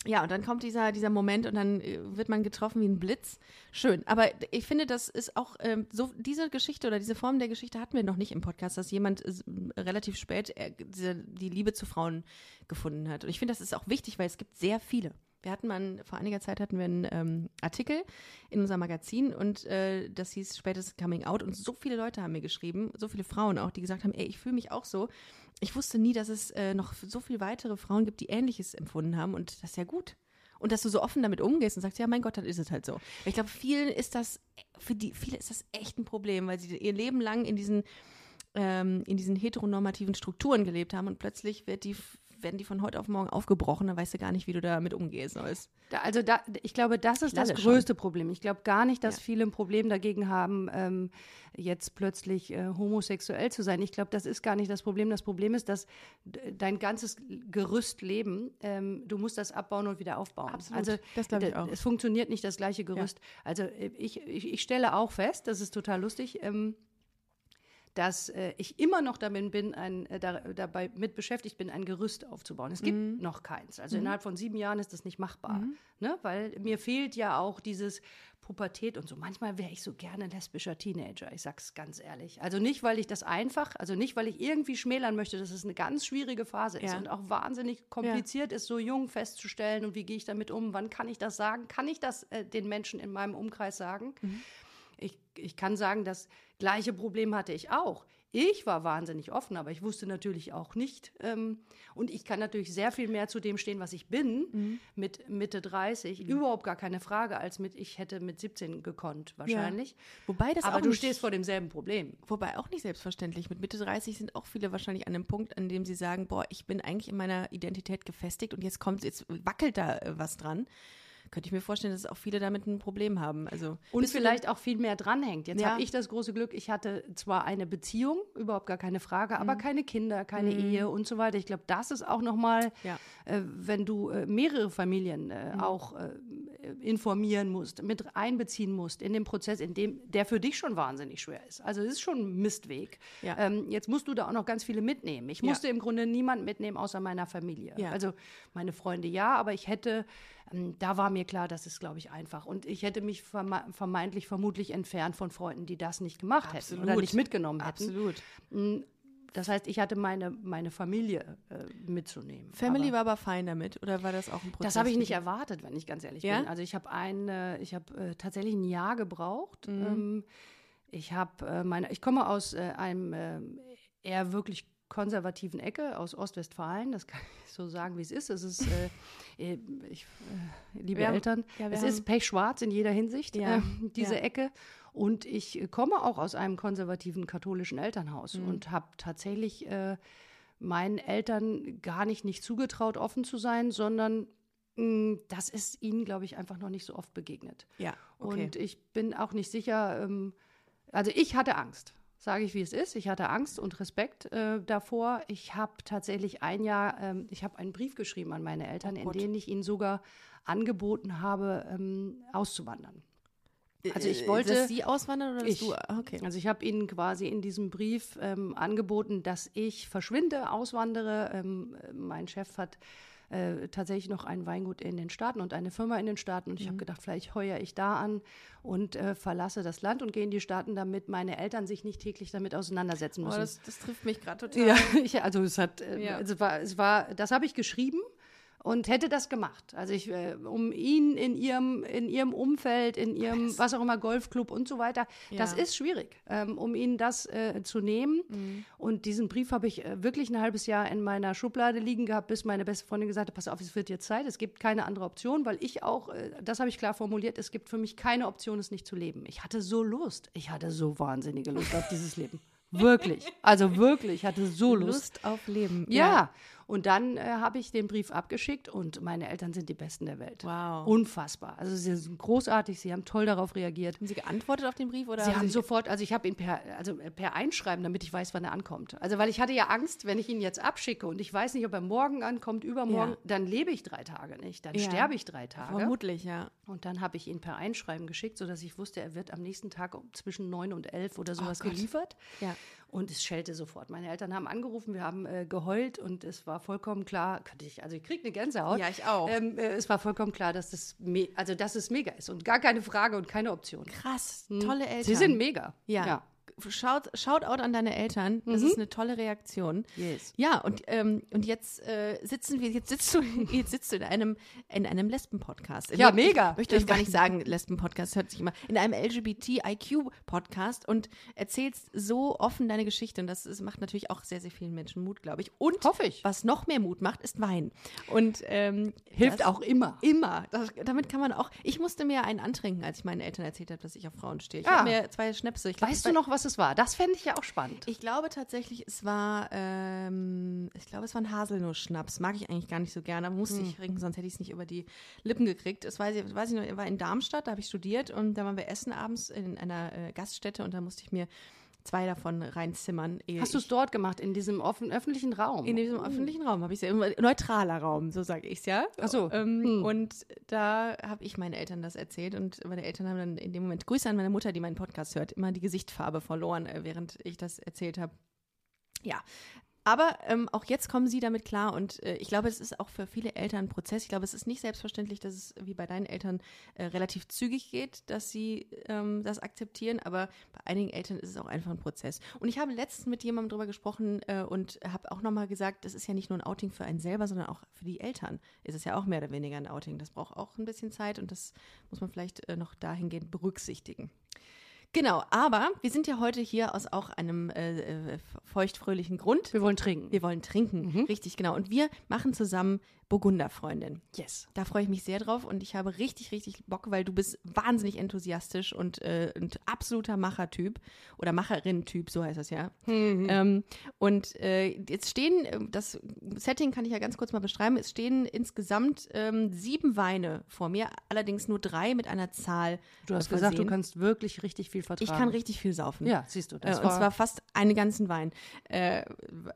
B: ja, und dann kommt dieser, dieser Moment und dann äh, wird man getroffen wie ein Blitz. Schön. Aber d- ich finde, das ist auch ähm, so, diese Geschichte oder diese Form der Geschichte hatten wir noch nicht im Podcast, dass jemand äh, s- relativ spät äh, diese, die Liebe zu Frauen gefunden hat. Und ich finde, das ist auch wichtig, weil es gibt sehr viele. Wir hatten mal, ein- vor einiger Zeit hatten wir einen ähm, Artikel in unserem Magazin und äh, das hieß spätes Coming Out und so viele Leute haben mir geschrieben, so viele Frauen auch, die gesagt haben, ey, ich fühle mich auch so. Ich wusste nie, dass es äh, noch so viele weitere Frauen gibt, die Ähnliches empfunden haben und das ist ja gut. Und dass du so offen damit umgehst und sagst, ja, mein Gott, dann ist es halt so. Weil ich glaube, vielen ist das, für die, viele ist das echt ein Problem, weil sie ihr Leben lang in diesen, ähm, in diesen heteronormativen Strukturen gelebt haben und plötzlich wird die, werden die von heute auf morgen aufgebrochen, dann weißt du gar nicht, wie du damit umgehen sollst.
A: Da, also da, ich glaube, das ist das
B: lalle schon.
A: größte Problem. Ich glaube gar nicht, dass
B: Ja.
A: viele ein Problem dagegen haben, ähm, jetzt plötzlich äh, homosexuell zu sein. Ich glaube, das ist gar nicht das Problem. Das Problem ist, dass d- dein ganzes Gerüst leben, ähm, du musst das abbauen und wieder aufbauen.
B: Absolut.
A: Also
B: Das glaub ich
A: d-
B: auch.
A: Es funktioniert nicht das gleiche Gerüst. Also äh, ich, ich, ich stelle auch fest, das ist total lustig. Ähm, dass äh, ich immer noch damit bin, ein, äh, da, dabei mit beschäftigt bin, ein Gerüst aufzubauen. Es gibt
B: Mhm.
A: noch keins. Also innerhalb von sieben Jahren ist das nicht machbar. Ne? Weil mir fehlt ja auch dieses Pubertät und so. Manchmal wäre ich so gerne lesbischer Teenager, ich sag's ganz ehrlich. Also nicht, weil ich das einfach, also nicht, weil ich irgendwie schmälern möchte, dass es eine ganz schwierige Phase ist
B: Ja.
A: und auch wahnsinnig kompliziert ist, so jung festzustellen und wie gehe ich damit um, wann kann ich das sagen, kann ich das äh, den Menschen in meinem Umkreis sagen?
B: Mhm.
A: ich, ich kann sagen, das gleiche Problem hatte ich auch. Ich war wahnsinnig offen, aber ich wusste natürlich auch nicht. Ähm, und ich kann natürlich sehr viel mehr zu dem stehen, was ich bin,
B: Mhm.
A: mit Mitte 30. Überhaupt gar keine Frage, als mit, ich hätte mit 17 gekonnt, wahrscheinlich.
B: Wobei das
A: Aber
B: auch
A: du
B: nicht,
A: stehst vor demselben Problem.
B: Wobei auch nicht selbstverständlich. Mit Mitte 30 sind auch viele wahrscheinlich an dem Punkt, an dem sie sagen, boah, ich bin eigentlich in meiner Identität gefestigt und jetzt kommt, jetzt wackelt da äh, was dran. Könnte ich mir vorstellen, dass auch viele damit ein Problem haben. Also
A: Und
B: bist du
A: vielleicht auch viel mehr dranhängt. Jetzt
B: Ja.
A: habe ich das große Glück, ich hatte zwar eine Beziehung, überhaupt gar keine Frage,
B: Mhm.
A: aber keine Kinder, keine Ehe und so weiter. Ich glaube, das ist auch nochmal,
B: Ja.
A: äh, wenn du äh, mehrere Familien äh,
B: Mhm.
A: auch äh, informieren musst, mit einbeziehen musst in den Prozess, in dem der für dich schon wahnsinnig schwer ist. Also es ist schon ein Mistweg.
B: Ja.
A: Ähm, jetzt musst du da auch noch ganz viele mitnehmen. Ich
B: Ja.
A: musste im Grunde niemanden mitnehmen außer meiner Familie.
B: Ja.
A: Also meine Freunde ja, aber ich hätte, ähm, da war mir klar, das ist, glaube ich, einfach. Und ich hätte mich verme vermeintlich, vermutlich entfernt von Freunden, die das nicht gemacht hätten oder
B: Absolut.
A: nicht mitgenommen hätten.
B: Absolut.
A: Das heißt, ich hatte meine, meine Familie äh, mitzunehmen.
B: Family
A: Aber-
B: war aber fein damit oder war das auch ein Prozess?
A: das habe ich
B: für
A: nicht
B: dich?
A: erwartet, wenn ich ganz ehrlich
B: Ja?
A: bin. Also ich habe ein, äh, ich habe äh, tatsächlich ein Jahr gebraucht.
B: Mhm.
A: Ähm, ich habe äh, meine, ich komme aus äh, einem ähm, eher wirklich konservativen Ecke aus Ostwestfalen. Das kann ich so sagen, wie es ist. Es ist, äh, äh, ich, äh, liebe
B: Wir haben-
A: Eltern,
B: ja, wir
A: es
B: haben-
A: ist pechschwarz in jeder Hinsicht
B: Ja,
A: ähm, diese
B: ja.
A: Ecke. Und ich äh, komme auch aus einem konservativen katholischen Elternhaus
B: Mhm.
A: und habe tatsächlich äh, meinen Eltern gar nicht nicht zugetraut, offen zu sein, sondern mh, das ist ihnen, glaube ich, einfach noch nicht so oft begegnet.
B: Ja, okay.
A: Und ich bin auch nicht sicher, ähm, also ich hatte Angst, sage ich, wie es ist. Ich hatte Angst und Respekt äh, davor. Ich habe tatsächlich ein Jahr, ähm, ich habe einen Brief geschrieben an meine Eltern,
B: Oh
A: in
B: Gott.
A: dem ich ihnen sogar angeboten habe, ähm, auszuwandern. also ich
B: Äh,
A: wollte-
B: Dass sie auswandern oder dass
A: Ich.
B: du? Ah, Okay.
A: Also ich habe ihnen quasi in diesem Brief ähm, angeboten, dass ich verschwinde, auswandere. Ähm, mein Chef hat äh, tatsächlich noch ein Weingut in den Staaten und eine Firma in den Staaten. Und ich
B: Mhm.
A: habe gedacht, vielleicht heuer ich da an und äh, verlasse das Land und gehe in die Staaten, damit meine Eltern sich nicht täglich damit auseinandersetzen
B: Oh,
A: müssen.
B: das, das trifft mich gerade total.
A: Ja, ich, also es hat, äh,
B: Ja.
A: es war, es war, das habe ich geschrieben und hätte das gemacht. Also ich, äh, um ihn in ihrem, in ihrem Umfeld, in ihrem, was auch immer, Golfclub und so weiter, das
B: Ja.
A: ist schwierig, ähm, um ihnen das äh, zu nehmen. Und diesen Brief habe ich äh, wirklich ein halbes Jahr in meiner Schublade liegen gehabt, bis meine beste Freundin gesagt hat, pass auf, es wird jetzt Zeit, es gibt keine andere Option, weil ich auch, äh, das habe ich klar formuliert, es gibt für mich keine Option, es nicht zu leben. Ich hatte so Lust, ich hatte so wahnsinnige Lust auf dieses Leben. Wirklich, also wirklich, ich hatte so Lust.
B: auf Leben.
A: Ja.
B: Ja.
A: Und dann äh, habe ich den Brief abgeschickt und meine Eltern sind die Besten der Welt.
B: Wow.
A: Unfassbar. Also sie sind großartig, sie haben toll darauf reagiert.
B: Haben Sie geantwortet auf den Brief oder?
A: Sie haben sofort, also ich habe ihn per, also per Einschreiben, damit ich weiß, wann er ankommt. Also weil ich hatte ja Angst, wenn ich ihn jetzt abschicke und ich weiß nicht, ob er morgen ankommt, übermorgen,
B: Ja.
A: dann lebe ich drei Tage nicht, dann
B: Ja.
A: sterbe ich drei Tage.
B: Vermutlich, ja.
A: Und dann habe ich ihn per Einschreiben geschickt, sodass ich wusste, er wird am nächsten Tag um zwischen neun und elf oder sowas
B: Oh Gott.
A: geliefert.
B: Ja.
A: Und es schellte sofort. Meine Eltern haben angerufen, wir haben äh, geheult und es war vollkommen klar, könnte ich, also ich kriege eine Gänsehaut.
B: Ja, ich auch.
A: Ähm, äh, es war vollkommen klar, dass das, me also, dass es mega ist und gar keine Frage und keine Option.
B: Krass, tolle Eltern.
A: Hm. Mhm. Sie sind mega.
B: Ja. Schaut, Shoutout an deine Eltern. Das ist eine tolle Reaktion.
A: Mhm. Yes.
B: Ja, und, ähm, und jetzt äh, sitzen wir, jetzt sitzt du, jetzt sitzt du in einem, in einem Lesben-Podcast. In
A: Ja,
B: einem-
A: mega.
B: Ich möchte euch gar nicht sagen, Lesben-Podcast hört sich immer. In einem LGBTIQ-Podcast und erzählst so offen deine Geschichte. Und das ist, macht natürlich auch sehr, sehr vielen Menschen Mut, glaube ich. Und
A: Hoffe ich.
B: was noch mehr Mut macht, ist Wein. Und ähm,
A: Hilft
B: das-
A: auch immer.
B: Immer. Das, damit kann man auch. Ich musste mir einen antrinken, als ich meinen Eltern erzählt habe, dass ich auf Frauen stehe. Ich
A: Ah.
B: habe mir zwei Schnäpse. Ich glaub,
A: Weißt
B: das
A: du
B: war-
A: noch, was es war? Das fände ich ja auch spannend.
B: Ich glaube tatsächlich, es war, ähm, ich glaube, es war ein Haselnuss-Schnaps. Mag ich eigentlich gar nicht so gerne, aber
A: Hm.
B: musste ich trinken, sonst hätte ich es nicht über die Lippen gekriegt. Das weiß ich, weiß ich noch, ich war in Darmstadt, da habe ich studiert und da waren wir essen abends in einer äh, Gaststätte und da musste ich mir zwei davon reinzimmern. ehe
A: Hast du
B: ich-
A: es dort gemacht, in diesem offen, öffentlichen Raum?
B: in diesem öffentlichen Raum habe ich ja immer neutraler Raum, so sage ich es ja.
A: Ach so. Hm.
B: Ähm, Und da habe ich meinen Eltern das erzählt und meine Eltern haben dann in dem Moment Grüße an meine Mutter, die meinen Podcast hört, immer die Gesichtsfarbe verloren, äh, während ich das erzählt habe. Ja. Aber ähm, auch jetzt kommen sie damit klar und äh, ich glaube, es ist auch für viele Eltern ein Prozess. Ich glaube, es ist nicht selbstverständlich, dass es wie bei deinen Eltern äh, relativ zügig geht, dass sie ähm, das akzeptieren. Aber bei einigen Eltern ist es auch einfach ein Prozess. Und ich habe letztens mit jemandem drüber gesprochen äh, und habe auch nochmal gesagt, das ist ja nicht nur ein Outing für einen selber, sondern auch für die Eltern ist es ja auch mehr oder weniger ein Outing. Das braucht auch ein bisschen Zeit und das muss man vielleicht äh, noch dahingehend berücksichtigen. Genau, aber wir sind ja heute hier aus auch einem äh, äh, feuchtfröhlichen Grund.
A: Wir wollen trinken. Mhm.
B: Wir wollen trinken, richtig genau. Und wir machen zusammen Burgunderfreundin.
A: Yes.
B: Da freue ich mich sehr drauf und ich habe richtig, richtig Bock, weil du bist wahnsinnig enthusiastisch und, äh, und absoluter Machertyp oder Macherin-Typ, so heißt das ja.
A: Mhm.
B: Ähm, und äh, jetzt stehen, äh, das Setting kann ich ja ganz kurz mal beschreiben, es stehen insgesamt ähm, sieben Weine vor mir, allerdings nur drei mit einer Zahl.
A: Du hast
B: äh,
A: gesagt, du
B: versehen.
A: kannst wirklich richtig viel vertragen.
B: Ich kann richtig viel saufen.
A: Ja, siehst du.
B: Äh,
A: Das
B: und
A: war,
B: zwar fast einen ganzen Wein, äh,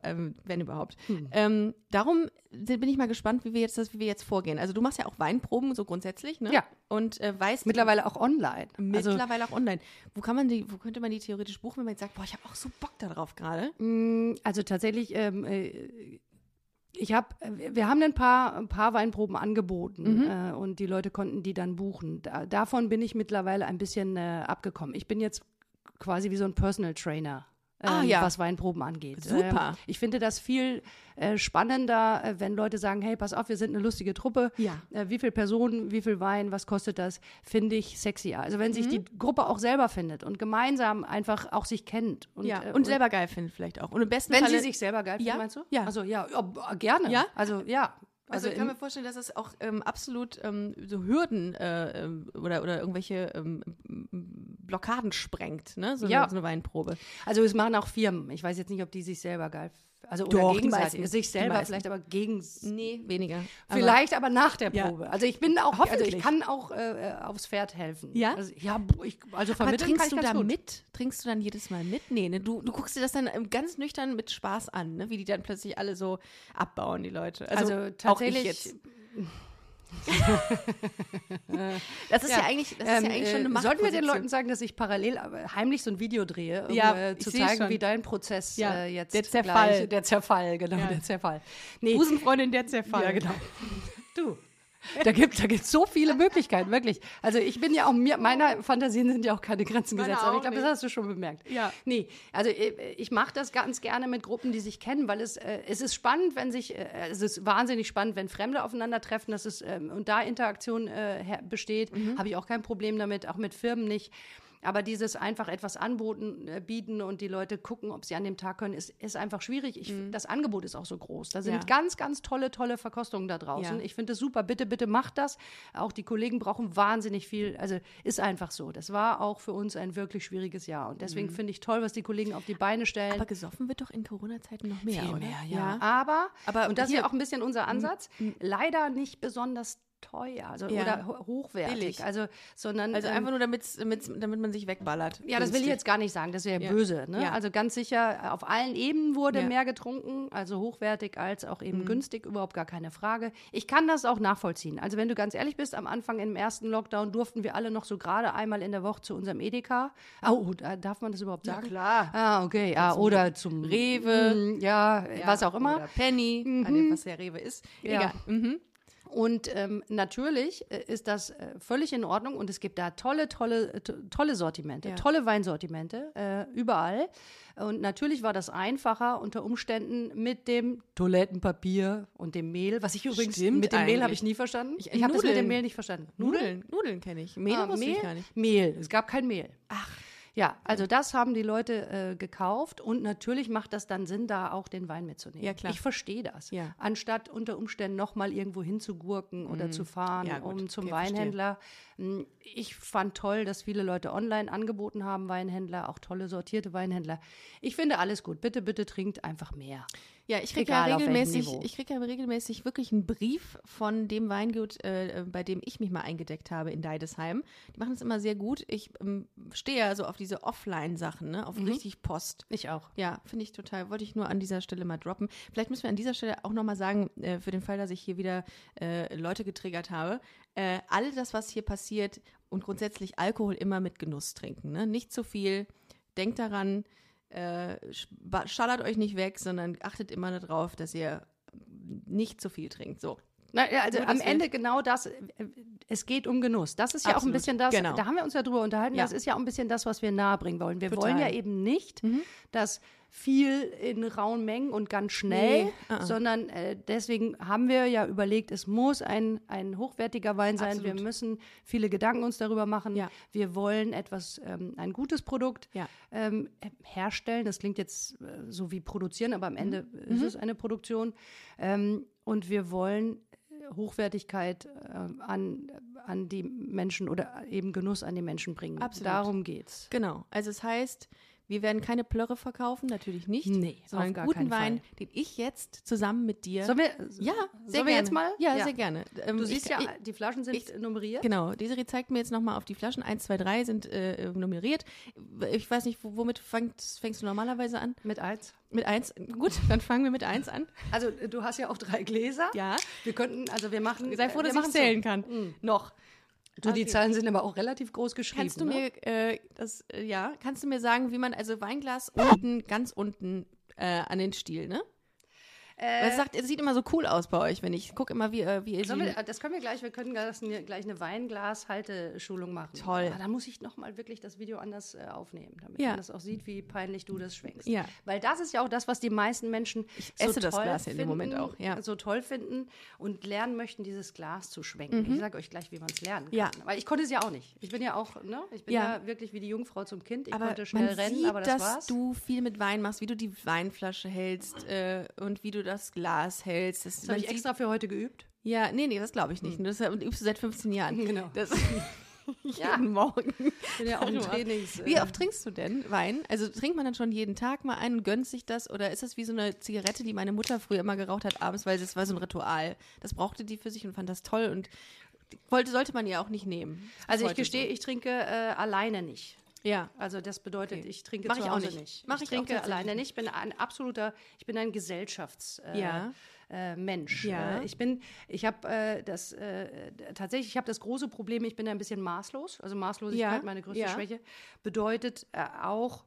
B: ähm, wenn überhaupt. Ähm, darum bin ich mal gespannt, wie wir jetzt das, wie wir jetzt vorgehen. Also du machst ja auch Weinproben so grundsätzlich, ne?
A: Ja.
B: Und äh, weißt
A: mittlerweile auch online. Also,
B: mittlerweile auch online. Wo kann man die, wo könnte man die theoretisch buchen, wenn man jetzt sagt, boah, ich habe auch so Bock darauf gerade?
A: Mm, Also tatsächlich, ähm, äh, ich habe, wir haben ein paar, ein paar Weinproben angeboten
B: Mhm.
A: äh, und die Leute konnten die dann buchen. Da, davon bin ich mittlerweile ein bisschen äh, abgekommen. Ich bin jetzt quasi wie so ein Personal Trainer. Ähm,
B: Ah, ja.
A: Was Weinproben angeht.
B: Super.
A: Ähm, ich finde das viel äh, spannender, äh, wenn Leute sagen, hey, pass auf, wir sind eine lustige Truppe.
B: Ja.
A: Äh, wie viel Personen, wie viel Wein, was kostet das? Finde ich sexier. Also wenn sich
B: Mhm.
A: die Gruppe auch selber findet und gemeinsam einfach auch sich kennt. Und,
B: ja.
A: äh,
B: und selber geil finden vielleicht auch. Und im besten
A: wenn
B: Falle,
A: sie sich selber geil
B: Ja,
A: finden, meinst du?
B: ja.
A: Also ja, ja, b- gerne.
B: Ja?
A: Also ja.
B: Also,
A: Also,
B: ich kann
A: im,
B: mir vorstellen, dass es auch ähm, absolut ähm, so Hürden äh, ähm, oder, oder irgendwelche ähm, Blockaden sprengt, ne? So,
A: Ja.
B: eine, so eine Weinprobe.
A: also es machen auch Firmen. Ich weiß jetzt nicht, ob die sich selber geil, f- also
B: Doch,
A: oder
B: die meisten.
A: gegenseitig,
B: Die
A: sich selber
B: meisten.
A: vielleicht, aber gegen
B: Nee, weniger. Aber-
A: vielleicht, aber nach der
B: Ja.
A: Probe. Also ich bin auch, also
B: Hoffentlich.
A: ich kann auch äh, aufs Pferd helfen.
B: Ja?
A: also, ja, bo- ich, also
B: Aber
A: vermitteln
B: trinkst
A: kann
B: du
A: ich
B: da
A: ganz gut.
B: mit? Trinkst du dann jedes Mal mit? Nee, ne? du, du guckst dir das dann ähm, ganz nüchtern mit Spaß an, ne? wie die dann plötzlich alle so abbauen, die Leute.
A: Also
B: Also, auch ich
A: tatsächlich-
B: jetzt. Das ist ja, ähm, äh, eigentlich, das ist ja eigentlich schon eine
A: Ähm,
B: Macht.
A: äh, Sollten wir den Leuten sagen, dass ich parallel äh, heimlich so ein Video drehe, um
D: Ja,
A: äh,
D: ich
A: zu
D: seh's
A: zeigen,
D: schon.
A: wie dein Prozess
D: Ja,
A: äh, jetzt
D: der Zerfall.
A: Gleich, der Zerfall, genau,
D: Ja.
A: der Zerfall. Nee,
D: Busenfreundin der Zerfall.
A: ja, genau. Du. Da gibt da gibt's so viele Möglichkeiten, wirklich. Also ich bin ja auch mir, meiner Fantasien sind ja auch keine Grenzen
D: Meiner
A: gesetzt, aber ich
D: auch
A: glaube, das
D: nicht.
A: hast du schon bemerkt.
D: Ja.
A: Nee, also ich, ich mache das ganz gerne mit Gruppen, die sich kennen, weil es, äh, es ist spannend, wenn sich, äh, es ist wahnsinnig spannend, wenn Fremde aufeinandertreffen, das ist, ähm, und da Interaktion äh, her- besteht,
D: Mhm.
A: habe ich auch kein Problem damit, auch mit Firmen nicht. Aber dieses einfach etwas anboten, äh, bieten und die Leute gucken, ob sie an dem Tag können, ist, ist einfach schwierig. Ich,
D: Mhm.
A: Das Angebot ist auch so groß. Da sind
B: Ja.
A: ganz, ganz tolle, tolle Verkostungen da draußen.
B: Ja.
A: Ich finde das super. Bitte, bitte macht das. Auch die Kollegen brauchen wahnsinnig viel. Also ist einfach so. Das war auch für uns ein wirklich schwieriges Jahr. Und deswegen finde ich toll, was die Kollegen auf die Beine stellen.
B: Mhm. Aber gesoffen wird doch in Corona-Zeiten noch mehr,
A: Viel
B: oder?
A: mehr, ja. Aber,
B: Aber
A: und das ist
B: hier- mhm.
A: ja auch ein bisschen unser Ansatz, leider nicht besonders teuer also,
B: Ja.
A: oder ho- hochwertig.
B: Billig.
A: Also, sondern,
B: Also
A: ähm,
B: einfach nur, damit's, damit's, damit man sich wegballert.
A: ja, das will ich
B: Günstig.
A: jetzt gar nicht sagen, das wäre ja
B: Ja.
A: böse. Ne?
B: Ja.
A: Also ganz sicher, auf allen Ebenen wurde
B: Ja. Mhm.
A: mehr getrunken, also hochwertig als auch eben günstig, überhaupt gar keine Frage. Ich kann das auch nachvollziehen. Also wenn du ganz ehrlich bist, am Anfang im ersten Lockdown durften wir alle noch so gerade einmal in der Woche zu unserem Edeka. Oh, da darf man das überhaupt sagen?
B: klar.
A: Ah, okay. Ah, oder zum
B: Rewe.
A: Mm, Ja,
B: Ja,
A: was auch immer.
B: Oder Penny, an dem, was der Rewe ist.
A: Ja.
B: Egal. Mhm.
A: Und ähm, natürlich äh, ist das äh, völlig in Ordnung und es gibt da tolle, tolle, äh, to- tolle Sortimente,
B: Ja.
A: tolle Weinsortimente äh, überall. Und natürlich war das einfacher unter Umständen mit dem Toilettenpapier und dem Mehl, was ich übrigens
B: Stimmt
A: mit dem Mehl habe
B: eigentlich.
A: ich nie verstanden. Ich,
B: Ich-
A: habe das mit dem
B: Nudeln.
A: Mehl nicht verstanden.
B: Nudeln, Nudeln kenne ich. Mehl
A: Ah,
B: wusste
A: Mehl?
B: ich gar nicht.
A: Mehl. Es gab kein Mehl. Ach. Ja, also das haben die Leute äh, gekauft und natürlich macht das dann Sinn, da auch den Wein mitzunehmen.
B: Ja, klar.
A: Ich verstehe das.
B: Ja. Mhm.
A: Anstatt unter Umständen nochmal irgendwo hinzugurken oder zu fahren,
B: Ja, gut.
A: um zum
B: Okay,
A: Weinhändler. Mm, Ich fand toll, dass viele Leute online angeboten haben, Weinhändler, auch tolle sortierte Weinhändler. Ich finde alles gut. Bitte, bitte trinkt einfach mehr.
B: Ja, ich kriege ja
A: Egal, auf welchem
B: regelmäßig,
A: Niveau.
B: ich kriege ja regelmäßig wirklich einen Brief von dem Weingut, äh, bei dem ich mich mal eingedeckt habe in Deidesheim. Die machen es immer sehr gut. Ich ähm, stehe ja so auf diese Offline-Sachen, ne? auf
A: Mhm.
B: richtig Post.
A: Ich auch.
B: Ja, finde ich total. Wollte ich nur an dieser Stelle mal droppen. Vielleicht müssen wir an dieser Stelle auch nochmal sagen, äh, für den Fall, dass ich hier wieder äh, Leute getriggert habe, äh, all das, was hier passiert und grundsätzlich Alkohol immer mit Genuss trinken. Ne? Nicht zu viel. Denkt daran, äh, spa- schallert euch nicht weg, sondern achtet immer darauf, dass ihr nicht zu viel trinkt. So.
A: Na, ja, also
B: Nur,
A: am
B: dass wir-
A: Ende genau das, äh, es geht um Genuss. Das ist ja auch ein
B: Absolut,
A: bisschen das,
B: genau.
A: da haben wir uns ja drüber unterhalten,
B: Ja.
A: das ist ja auch ein bisschen das, was wir nahebringen wollen. Wir
B: Total. Mhm.
A: wollen ja eben nicht, dass viel in rauen Mengen und ganz schnell,
B: Nee, ah, ah.
A: sondern äh, deswegen haben wir ja überlegt, es muss ein, ein hochwertiger Wein sein.
B: Absolut.
A: Wir müssen viele Gedanken uns darüber machen.
B: Ja.
A: Wir wollen etwas, ähm, ein gutes Produkt
B: Ja.
A: ähm, herstellen. Das klingt jetzt äh, so wie produzieren, aber am Ende ist es eine Produktion. Ähm, und wir wollen Hochwertigkeit äh, an, an die Menschen oder eben Genuss an die Menschen bringen.
B: Absolut.
A: Darum geht's.
B: Genau. Also es heißt, wir werden keine Plörre verkaufen, natürlich nicht.
A: Nee, auf
B: sondern
A: gar
B: guten
A: keinen
B: Wein,
A: Fall.
B: den ich jetzt zusammen mit dir.
A: Sollen wir, äh,
B: ja, sehr
A: sollen
B: gerne.
A: wir jetzt mal?
B: Ja, sehr gerne. Ähm,
A: Du
B: ich-
A: siehst ja,
B: ich-
A: die Flaschen sind
B: ich-
A: nummeriert.
B: Genau, Desiree zeigt mir jetzt nochmal auf die Flaschen. 1, 2, 3 sind äh, nummeriert. Ich weiß nicht, wo- womit fängst, fängst du normalerweise an?
A: Mit eins.
B: Mit 1? Gut, dann fangen wir mit 1 an.
A: Also äh, du hast ja auch drei Gläser.
B: Ja.
A: Wir könnten, also wir machen.
B: Sei froh,
A: äh, wir
B: dass ich
A: machen's so. Mhm. Also
B: zählen kann. Noch.
A: Du, die
B: Okay.
A: Zahlen sind aber auch relativ groß geschrieben.
B: Kannst du
A: ne?
B: mir, äh, das, äh, ja, kannst du mir sagen, wie man, also Weinglas unten, ganz unten äh, an den Stiel, ne? Weil es, sagt, es sieht immer so cool aus bei euch, wenn ich gucke immer, wie, äh, wie ihr
A: Äh. Sollen
B: die-
A: wir, das können wir gleich, wir können das, ne- gleich eine Weinglas-Halteschulung machen.
B: Toll.
A: Aber da muss ich nochmal wirklich das Video anders äh, aufnehmen, damit
B: Ja.
A: man das auch sieht, wie peinlich du das schwenkst.
B: Ja.
A: Weil das ist ja auch das, was die meisten Menschen ich
B: esse
A: so
B: das
A: toll
B: Glas ja
A: finden,
B: in dem Moment auch, ja.
A: so toll finden und lernen möchten, dieses Glas zu schwenken. Ich sage euch gleich, wie man es lernen kann.
B: Mhm. Ja.
A: Weil ich konnte es ja auch nicht. Ich bin ja auch, ne? Ich bin
B: Ja.
A: ja, wirklich wie die Jungfrau zum Kind. Ich
B: aber
A: konnte schnell
B: man
A: rennen,
B: sieht,
A: aber das
B: dass
A: war's.
B: du viel mit Wein machst, wie du die Weinflasche hältst äh, und wie du das Glas hältst. Das,
A: das habe
B: man
A: ich
B: sieht-
A: extra für heute geübt.
B: Ja, nee, nee, das glaube ich nicht. Das äh, übst du seit 15 Jahren.
A: Genau.
B: Das jeden Morgen.
A: bin ja auch im
B: Sag mal.
A: Trainings-
B: Wie oft trinkst du denn Wein? Also trinkt man dann schon jeden Tag mal einen, gönnt sich das? Oder ist das wie so eine Zigarette, die meine Mutter früher immer geraucht hat abends, weil das war so ein Ritual. Das brauchte die für sich und fand das toll und wollte, sollte man ja auch nicht nehmen. Das
A: Also ich
B: wollte
A: gestehe, ich trinke äh, alleine nicht.
B: so. Ja.
A: Also das bedeutet,
B: Okay.
A: ich trinke
B: Mach
A: zu
B: ich auch
A: Hause
B: nicht.
A: nicht.
B: Mach
A: ich
B: ich auch
A: trinke
B: tatsächlich
A: alleine nicht. Ich bin ein absoluter, ich bin ein Gesellschafts. Äh,
B: Ja.
A: äh, Mensch.
B: Ja.
A: Äh, ich bin, ich habe äh, das äh, d- tatsächlich, ich habe das große Problem, ich bin ein bisschen maßlos. Also Maßlosigkeit,
B: Ja,
A: meine größte
B: ja.
A: Schwäche, bedeutet äh, auch,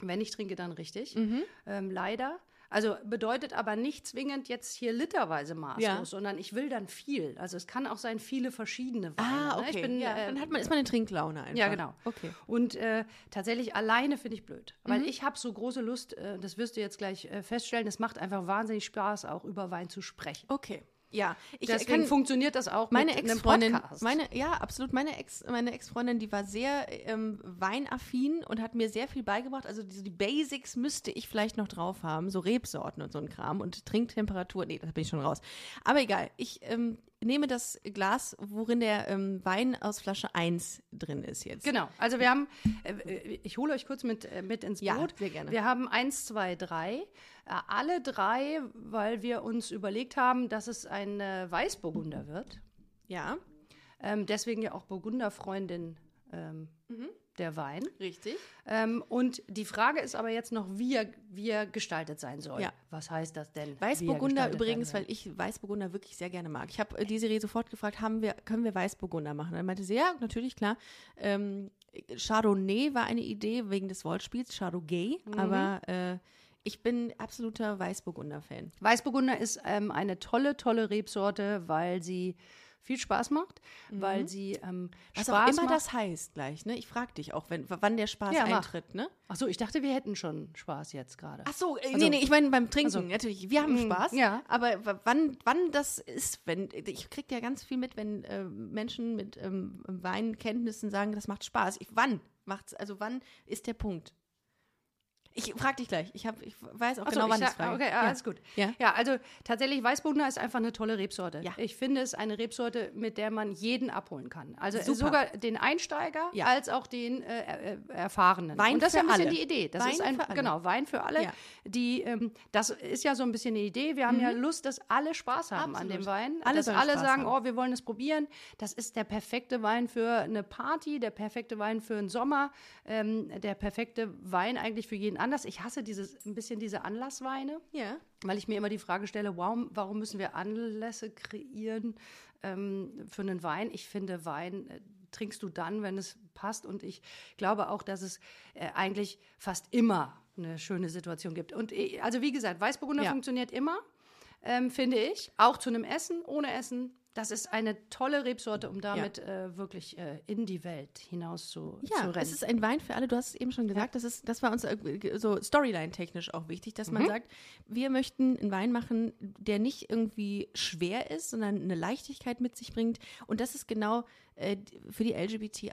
A: wenn ich trinke, dann richtig.
B: Mhm.
A: Ähm, leider. Also bedeutet aber nicht zwingend jetzt hier literweise maßlos,
B: Ja.
A: sondern ich will dann viel. Also es kann auch sein, viele verschiedene Weine. ne?
B: Ah, okay.
A: Ich bin,
B: ja,
A: äh,
B: dann hat man, ist man eine Trinklaune einfach.
A: ja, genau.
B: Okay. Mhm.
A: Und äh, tatsächlich alleine finde ich blöd. Weil ich habe so große Lust, äh, das wirst du jetzt gleich äh, feststellen, es macht einfach wahnsinnig Spaß, auch über Wein zu sprechen.
B: Okay. Ja, ich
A: Deswegen
B: kann
A: funktioniert das auch
B: meine
A: mit einem
B: Ex-Freundin,
A: Podcast.
B: meine ja absolut, meine Ex, meine Ex-Freundin, die war sehr ähm, weinaffin und hat mir sehr viel beigebracht. Also die, die Basics müsste ich vielleicht noch drauf haben, so Rebsorten und so ein Kram und Trinktemperatur. Nee, da bin ich schon raus. Aber egal, ich ähm, nehme das Glas, worin der ähm, Wein aus Flasche 1 drin ist jetzt.
A: Genau, also wir haben, äh, äh, ich hole euch kurz mit, äh, mit ins
B: Ja,
A: Boot.
B: sehr gerne.
A: Wir haben eins, zwei, drei. Äh, alle drei, weil wir uns überlegt haben, dass es ein äh, Weißburgunder wird.
B: Ja,
A: Ähm, deswegen ja auch Burgunderfreundin ähm,
B: Mhm.
A: der Wein.
B: richtig.
A: Ähm, und die Frage ist aber jetzt noch, wie er, wie er gestaltet sein soll.
B: Ja.
A: Was heißt das denn? wie er
B: Weißburgunder
A: gestaltet
B: übrigens,
A: werden
B: weil ich Weißburgunder wirklich sehr gerne mag. Ich habe Desiree sofort gefragt, haben wir, können wir Weißburgunder machen? Dann meinte sie, ja, natürlich, klar. Ähm, Chardonnay war eine Idee wegen des Wortspiels, Chardonnay,
A: Mhm.
B: aber äh, ich bin absoluter
A: soll.
B: Weißburgunder-Fan.
A: Weißburgunder ist ähm, eine tolle, tolle Rebsorte, weil sie viel Spaß macht, weil sie ähm,
B: Was
A: Spaß
B: auch immer
A: macht.
B: das heißt gleich, ne? Ich frage dich auch, wenn, wann der Spaß
A: Ja, mach.
B: eintritt, ne?
A: Ach so, ich dachte, wir hätten schon Spaß jetzt gerade.
B: Ach so, äh, nee,
A: Also-
B: nee, ich meine beim Trinken,
A: Also-
B: natürlich. Wir haben Spaß.
A: ja.
B: Aber w- wann, wann das ist, wenn, ich kriege ja ganz viel mit, wenn äh, Menschen mit ähm, Weinkenntnissen sagen, das macht Spaß. Ich, wann macht's, also wann ist der Punkt? Ich frage dich gleich. Ich, hab, ich weiß auch
A: Ach so,
B: genau,
A: ich
B: wann ich
A: sag-
B: frage.
A: Okay, ah, alles gut.
B: Ja.
A: Ja. also tatsächlich, Weißburgunder ist einfach eine tolle Rebsorte.
B: Ja.
A: Ich finde es eine Rebsorte, mit der man jeden abholen kann. Also
B: Super.
A: sogar den Einsteiger
B: Ja.
A: als auch den äh, äh, Erfahrenen.
B: Wein
A: Und das ist
B: für
A: ja ein bisschen
B: alle.
A: die Idee. Das
B: Wein
A: ist ein,
B: für alle.
A: Genau, Wein für alle.
B: Ja. Mhm.
A: Die, ähm, das ist ja so ein bisschen die Idee. Wir haben ja Lust, dass alle Spaß haben an
B: Absolut.
A: dem Wein.
B: Alle
A: dass
B: sollen
A: alle
B: Spaß
A: sagen,
B: haben.
A: oh, wir wollen es probieren. Das ist der perfekte Wein für eine Party, der perfekte Wein für einen Sommer, ähm, der perfekte Wein eigentlich für jeden anders. Ich hasse dieses, ein bisschen diese Anlassweine
B: Ja.
A: weil ich mir immer die Frage stelle, warum, warum müssen wir Anlässe kreieren ähm, für einen Wein? Ich finde, Wein äh, trinkst du dann, wenn es passt. Und ich glaube auch, dass es äh, eigentlich fast immer eine schöne Situation gibt. Und äh, also wie gesagt, Weißburgunder
B: Ja.
A: funktioniert immer, ähm, finde ich. Auch zu einem Essen, ohne Essen. Das ist eine tolle Rebsorte, um damit äh, wirklich äh, in die Welt hinaus zu, zu
B: Ja,
A: rennen.
B: es ist ein Wein für alle. Du hast es eben schon gesagt. Das, ist, das war uns äh, ge- so Storyline-technisch auch wichtig, dass
A: Mhm.
B: man sagt, wir möchten einen Wein machen, der nicht irgendwie schwer ist, sondern eine Leichtigkeit mit sich bringt. Und das ist genau äh, für die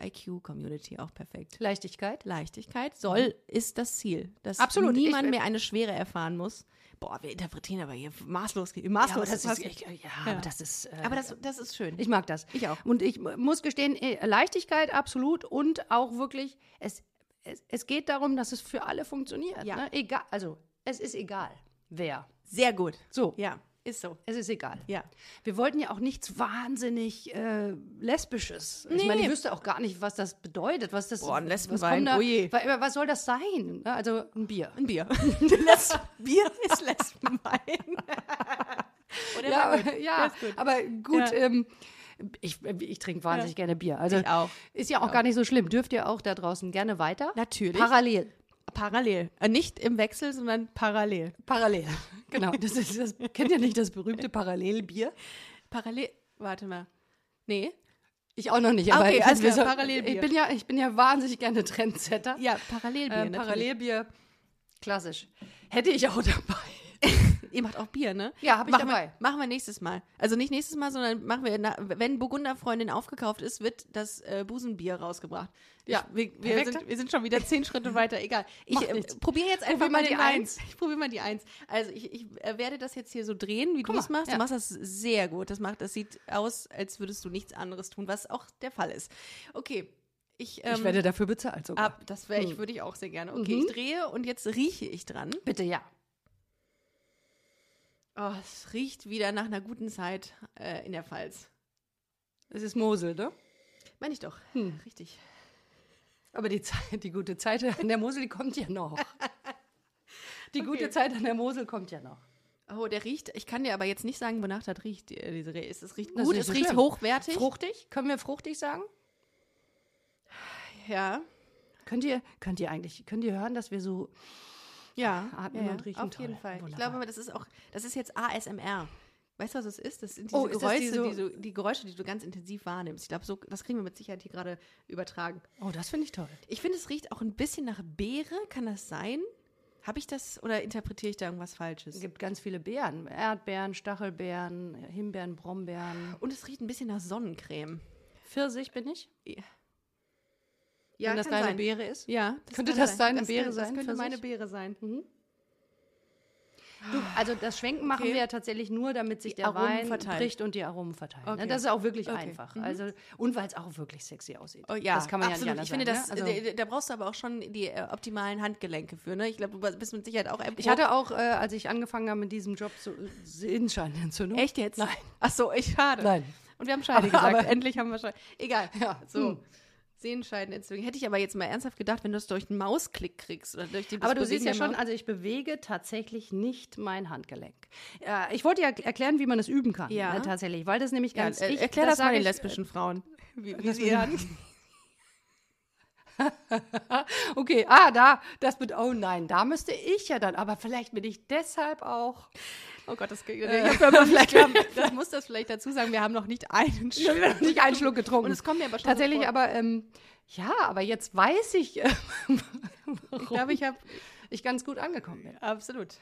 B: LGBTIQ-Community auch perfekt.
A: Leichtigkeit.
B: Leichtigkeit soll, ist das Ziel. Dass
A: Mhm. Absolut. Ich-
B: niemand mehr eine Schwere erfahren muss. Boah, wir interpretieren aber hier maßlos. maßlos
A: Ja, aber das ist,
B: echt-
A: ich, ja, aber das ist, äh,
B: aber das, das ist schön.
A: Ich mag das.
B: Ich auch.
A: Und ich mu- muss gestehen, eh, Leichtigkeit absolut und auch wirklich, es, es, es geht darum, dass es für alle funktioniert.
B: Ja.
A: Ne? Egal, also es ist egal, wer.
B: Sehr gut.
A: So,
B: Ja, ist so.
A: es ist egal.
B: Ja.
A: Wir wollten ja auch nichts wahnsinnig äh, Lesbisches. Ich
B: Nee.
A: meine, ich wüsste auch gar nicht, was das bedeutet. Was das,
B: Boah, ein
A: was
B: Lesbenwein,
A: kommt da-
B: oh je.
A: wa- Was soll das sein? Ne? Also ein Bier.
B: Ein Bier. Les Bier ist Lesbenwein.
A: Ja,
B: Oder ja,
A: aber, ja, aber gut,
B: Ja.
A: ähm, ich, ich trinke wahnsinnig gerne Bier. Also
B: Ich auch.
A: ist ja auch gar nicht so schlimm. Dürft ihr auch da draußen gerne weiter?
B: Natürlich.
A: Parallel.
B: parallel. Äh, Nicht im Wechsel, sondern parallel.
A: Parallel. Genau. Das ist das, kennt ihr nicht das berühmte Parallelbier?
B: Parallel. Warte mal. Nee.
A: Ich auch noch nicht.
B: Ah,
A: Aber
B: okay,
A: ich,
B: alles
A: wir
B: klar,
A: so-
B: Parallelbier.
A: Ich bin ja, ich bin ja wahnsinnig gerne Trendsetter.
B: Ja, Ähm, Parallelbier.
A: äh,
B: natürlich.
A: Parallelbier, klassisch. Hätte ich auch dabei.
B: Ihr macht auch Bier, ne?
A: Ja, hab ich
B: machen
A: dabei.
B: Wir, machen wir nächstes Mal. Also nicht nächstes Mal, sondern machen wir, na, wenn Burgunderfreundin aufgekauft ist, wird das äh, Busenbier rausgebracht.
A: Ja,
B: Ich, wir, wir,
A: perfekt.
B: sind, wir sind schon wieder zehn Schritte weiter. Egal. Ich
A: Macht
B: äh,
A: nichts.
B: probiere jetzt einfach
A: Probier
B: mal
A: mal die
B: die Eins. Ich probiere mal die Eins. Also ich, ich äh, werde das jetzt hier so drehen, wie du
A: mal,
B: es machst.
A: ja.
B: Du machst das sehr gut. Das, macht, das sieht aus, als würdest du nichts anderes tun, was auch der Fall ist. Okay. Ich, ähm,
A: ich werde dafür bezahlt sogar.
B: ab. Das wäre ich, würde ich auch sehr gerne. Okay,
A: Mhm.
B: ich drehe und jetzt rieche ich dran.
A: Bitte, ja.
B: Oh, es riecht wieder nach einer guten Zeit äh, in der Pfalz.
A: Es ist Mosel, ne?
B: Meine ich doch.
A: Hm.
B: Richtig.
A: Aber die, Zeit, die gute Zeit an der Mosel, die kommt ja noch. Die
B: Okay.
A: gute Zeit an der Mosel kommt ja noch.
B: Oh, der riecht. Ich kann dir aber jetzt nicht sagen, wonach das riecht, äh, diese Reh. Es, es riecht
A: Das ist
B: gut,
A: nicht
B: es
A: so
B: riecht
A: schlimm.
B: hochwertig.
A: Fruchtig? Können wir fruchtig sagen?
B: Ja.
A: Könnt ihr, könnt ihr eigentlich, könnt ihr hören, dass wir so,
B: Ja.
A: Atmen
B: ja,
A: und riechen
B: Auf
A: toll.
B: jeden Fall. Ich
A: Wunderbar.
B: glaube, das ist auch, das ist jetzt ASMR. Weißt du, was das ist? Das sind diese
A: Oh, ist das
B: Geräusche,
A: die
B: die,
A: so-
B: du, die Geräusche, die du ganz intensiv wahrnimmst. Ich glaube, so, das kriegen wir mit Sicherheit hier gerade übertragen.
A: oh, das finde ich toll.
B: Ich finde, es riecht auch ein bisschen nach Beere. Kann das sein? Habe ich das oder interpretiere ich da irgendwas Falsches?
A: Es gibt ganz viele Beeren. Erdbeeren, Stachelbeeren, Himbeeren, Brombeeren.
B: Und es riecht ein bisschen nach Sonnencreme.
A: Pfirsich bin ich,
B: Ja,
A: wenn das
B: kann
A: deine
B: sein.
A: Beere ist.
B: Ja,
A: Könnte
B: kann
A: das deine Beere
B: kann-
A: sein
B: Das könnte
A: für
B: meine
A: sich?
B: Beere sein.
A: Mhm. Du, also das Schwenken machen
B: Okay.
A: wir ja tatsächlich nur, damit sich
B: Die
A: der
B: Aromen
A: Wein
B: verteilen.
A: bricht und die Aromen verteilen.
B: Okay.
A: Ne? Das ist auch wirklich
B: Okay.
A: einfach.
B: Mhm.
A: Also, und weil es auch wirklich sexy aussieht.
B: Oh, ja,
A: das kann man
B: absolut.
A: ja
B: ich
A: nicht anders
B: finde, das, äh,
A: sagen, ne? also,
B: da, da brauchst du aber auch schon die äh, optimalen Handgelenke für. Ne? Ich glaube, du bist mit Sicherheit auch
A: Ich hatte auch, äh, als ich angegenfangen habe mit diesem Job, so äh, Sehenscheinentzündung.
B: Echt jetzt?
A: Nein.
B: Ach so, ich schade.
A: Nein.
B: Und wir haben Scheide
A: Aber-
B: gesagt.
A: aber-
B: endlich haben wir Scheide. Egal.
A: Ja,
B: So.
A: hm.
B: Sehenscheidenentzündung. Hätte ich aber jetzt mal ernsthaft gedacht, wenn du es durch einen Mausklick kriegst oder durch die
A: Aber du
B: das
A: siehst ja
B: Bewegen
A: schon,
B: der Maus-
A: also ich bewege tatsächlich nicht mein Handgelenk. Äh, ich wollte ja erklären, wie man es üben kann.
B: Ja.
A: äh, tatsächlich, weil das nämlich
B: Ja,
A: ganz.
B: äh,
A: ich-
B: erklär das, mal
A: sage
B: den
A: ich-
B: lesbischen Frauen. Wie, wie
A: das
B: sie
A: mit-
B: ihr Hand-
A: Okay, ah, da, das mit, oh nein, da müsste ich ja dann, aber vielleicht bin ich deshalb auch.
B: Oh Gott, das, ich hab ja mal vielleicht, das muss das vielleicht dazu sagen, wir haben noch nicht einen Schluck.
A: nicht einen Schluck getrunken.
B: Und es kommt mir aber schon so
A: Tatsächlich,
B: vor.
A: aber ähm, ja, aber jetzt weiß ich, äh,
B: Ich glaube, ich habe
A: ich ganz gut angekommen bin.
B: absolut.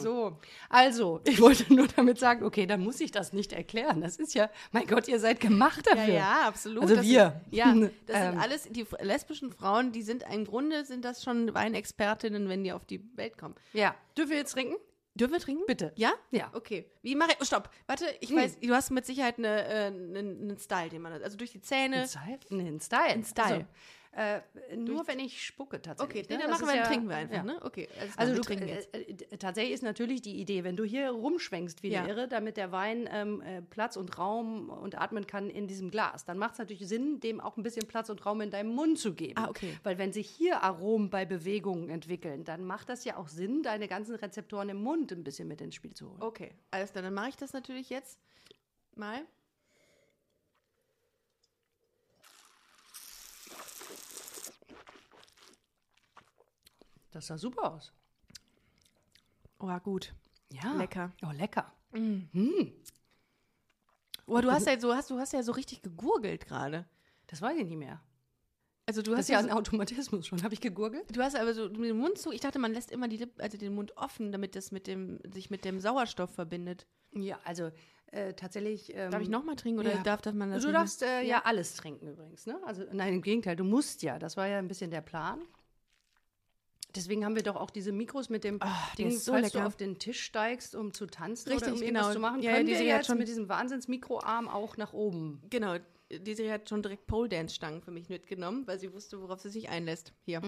B: So.
A: Also, ich wollte nur damit sagen, okay, dann muss ich das nicht erklären. Das ist ja, mein Gott, ihr seid gemacht
B: Ja,
A: dafür.
B: ja, absolut.
A: Also
B: das
A: wir.
B: Sind, ja, das
A: Ähm.
B: sind alles die f- lesbischen Frauen, die sind im Grunde sind das schon Weinexpertinnen, wenn die auf die Welt kommen.
A: ja. Dürfen wir jetzt trinken?
B: Dürfen wir trinken?
A: Bitte.
B: Ja?
A: Ja.
B: Okay. Wie mache ich. Oh, stopp. Warte, ich weiß, du hast mit Sicherheit eine, äh, einen einen Style, den man. Also durch die Zähne.
A: Ein Style? Nee, ein Style.
B: Ein Style.
A: Also, äh, nur wenn ich spucke tatsächlich.
B: Okay, nee,
A: ne?
B: dann
A: Das
B: machen
A: ist
B: wir,
A: ja-
B: dann trinken wir einfach,
A: ja.
B: ne? Okay.
A: Also
B: wir
A: du,
B: trinken jetzt.
A: äh, äh, tatsächlich ist natürlich die Idee, wenn du hier rumschwenkst wie
B: Ja.
A: eine Irre, damit der Wein ähm, äh, Platz und Raum und atmen kann in diesem Glas, dann macht es natürlich Sinn, dem auch ein bisschen Platz und Raum in deinem Mund zu geben.
B: Ah, okay.
A: Weil wenn sich hier Aromen bei Bewegungen entwickeln, dann macht das ja auch Sinn, deine ganzen Rezeptoren im Mund ein bisschen mit ins Spiel zu holen.
B: Okay, alles klar, dann mache ich das natürlich jetzt mal.
A: Das sah super aus.
B: Oh, gut.
A: Ja.
B: Lecker.
A: Oh, lecker.
B: Oh, du hast ja so, hast, du hast ja so richtig gegurgelt gerade.
A: Das weiß ich nicht mehr.
B: Also du
A: Das
B: hast
A: ist ja
B: ja,
A: ein
B: so,
A: Automatismus schon. Habe ich gegurgelt?
B: du hast aber so mit dem Mund zu. Ich dachte, man lässt immer die Lippen, also den Mund offen, damit das mit dem, sich mit dem Sauerstoff verbindet.
A: Ja, also äh, tatsächlich. Ähm,
B: Darf ich nochmal trinken oder
A: ja.
B: darf das man das
A: Du
B: nicht mehr-
A: darfst äh, ja. alles trinken übrigens, ne? Also nein, im Gegenteil, du musst ja. Das war ja ein bisschen der Plan. Deswegen haben wir doch auch diese Mikros mit dem Ding,
B: Ah, ist so
A: falls du
B: lecker.
A: auf den Tisch steigst, um zu tanzen
B: Richtig,
A: oder um
B: genau.
A: irgendwas zu machen,
B: Ja,
A: können
B: die
A: wir
B: sehe ich jetzt
A: jetzt
B: schon.
A: mit diesem Wahnsinns-Mikroarm auch nach oben.
B: Genau, Desiree hat schon direkt Pole Dance Stangen für mich mitgenommen, weil sie wusste, worauf sie sich einlässt. Hier.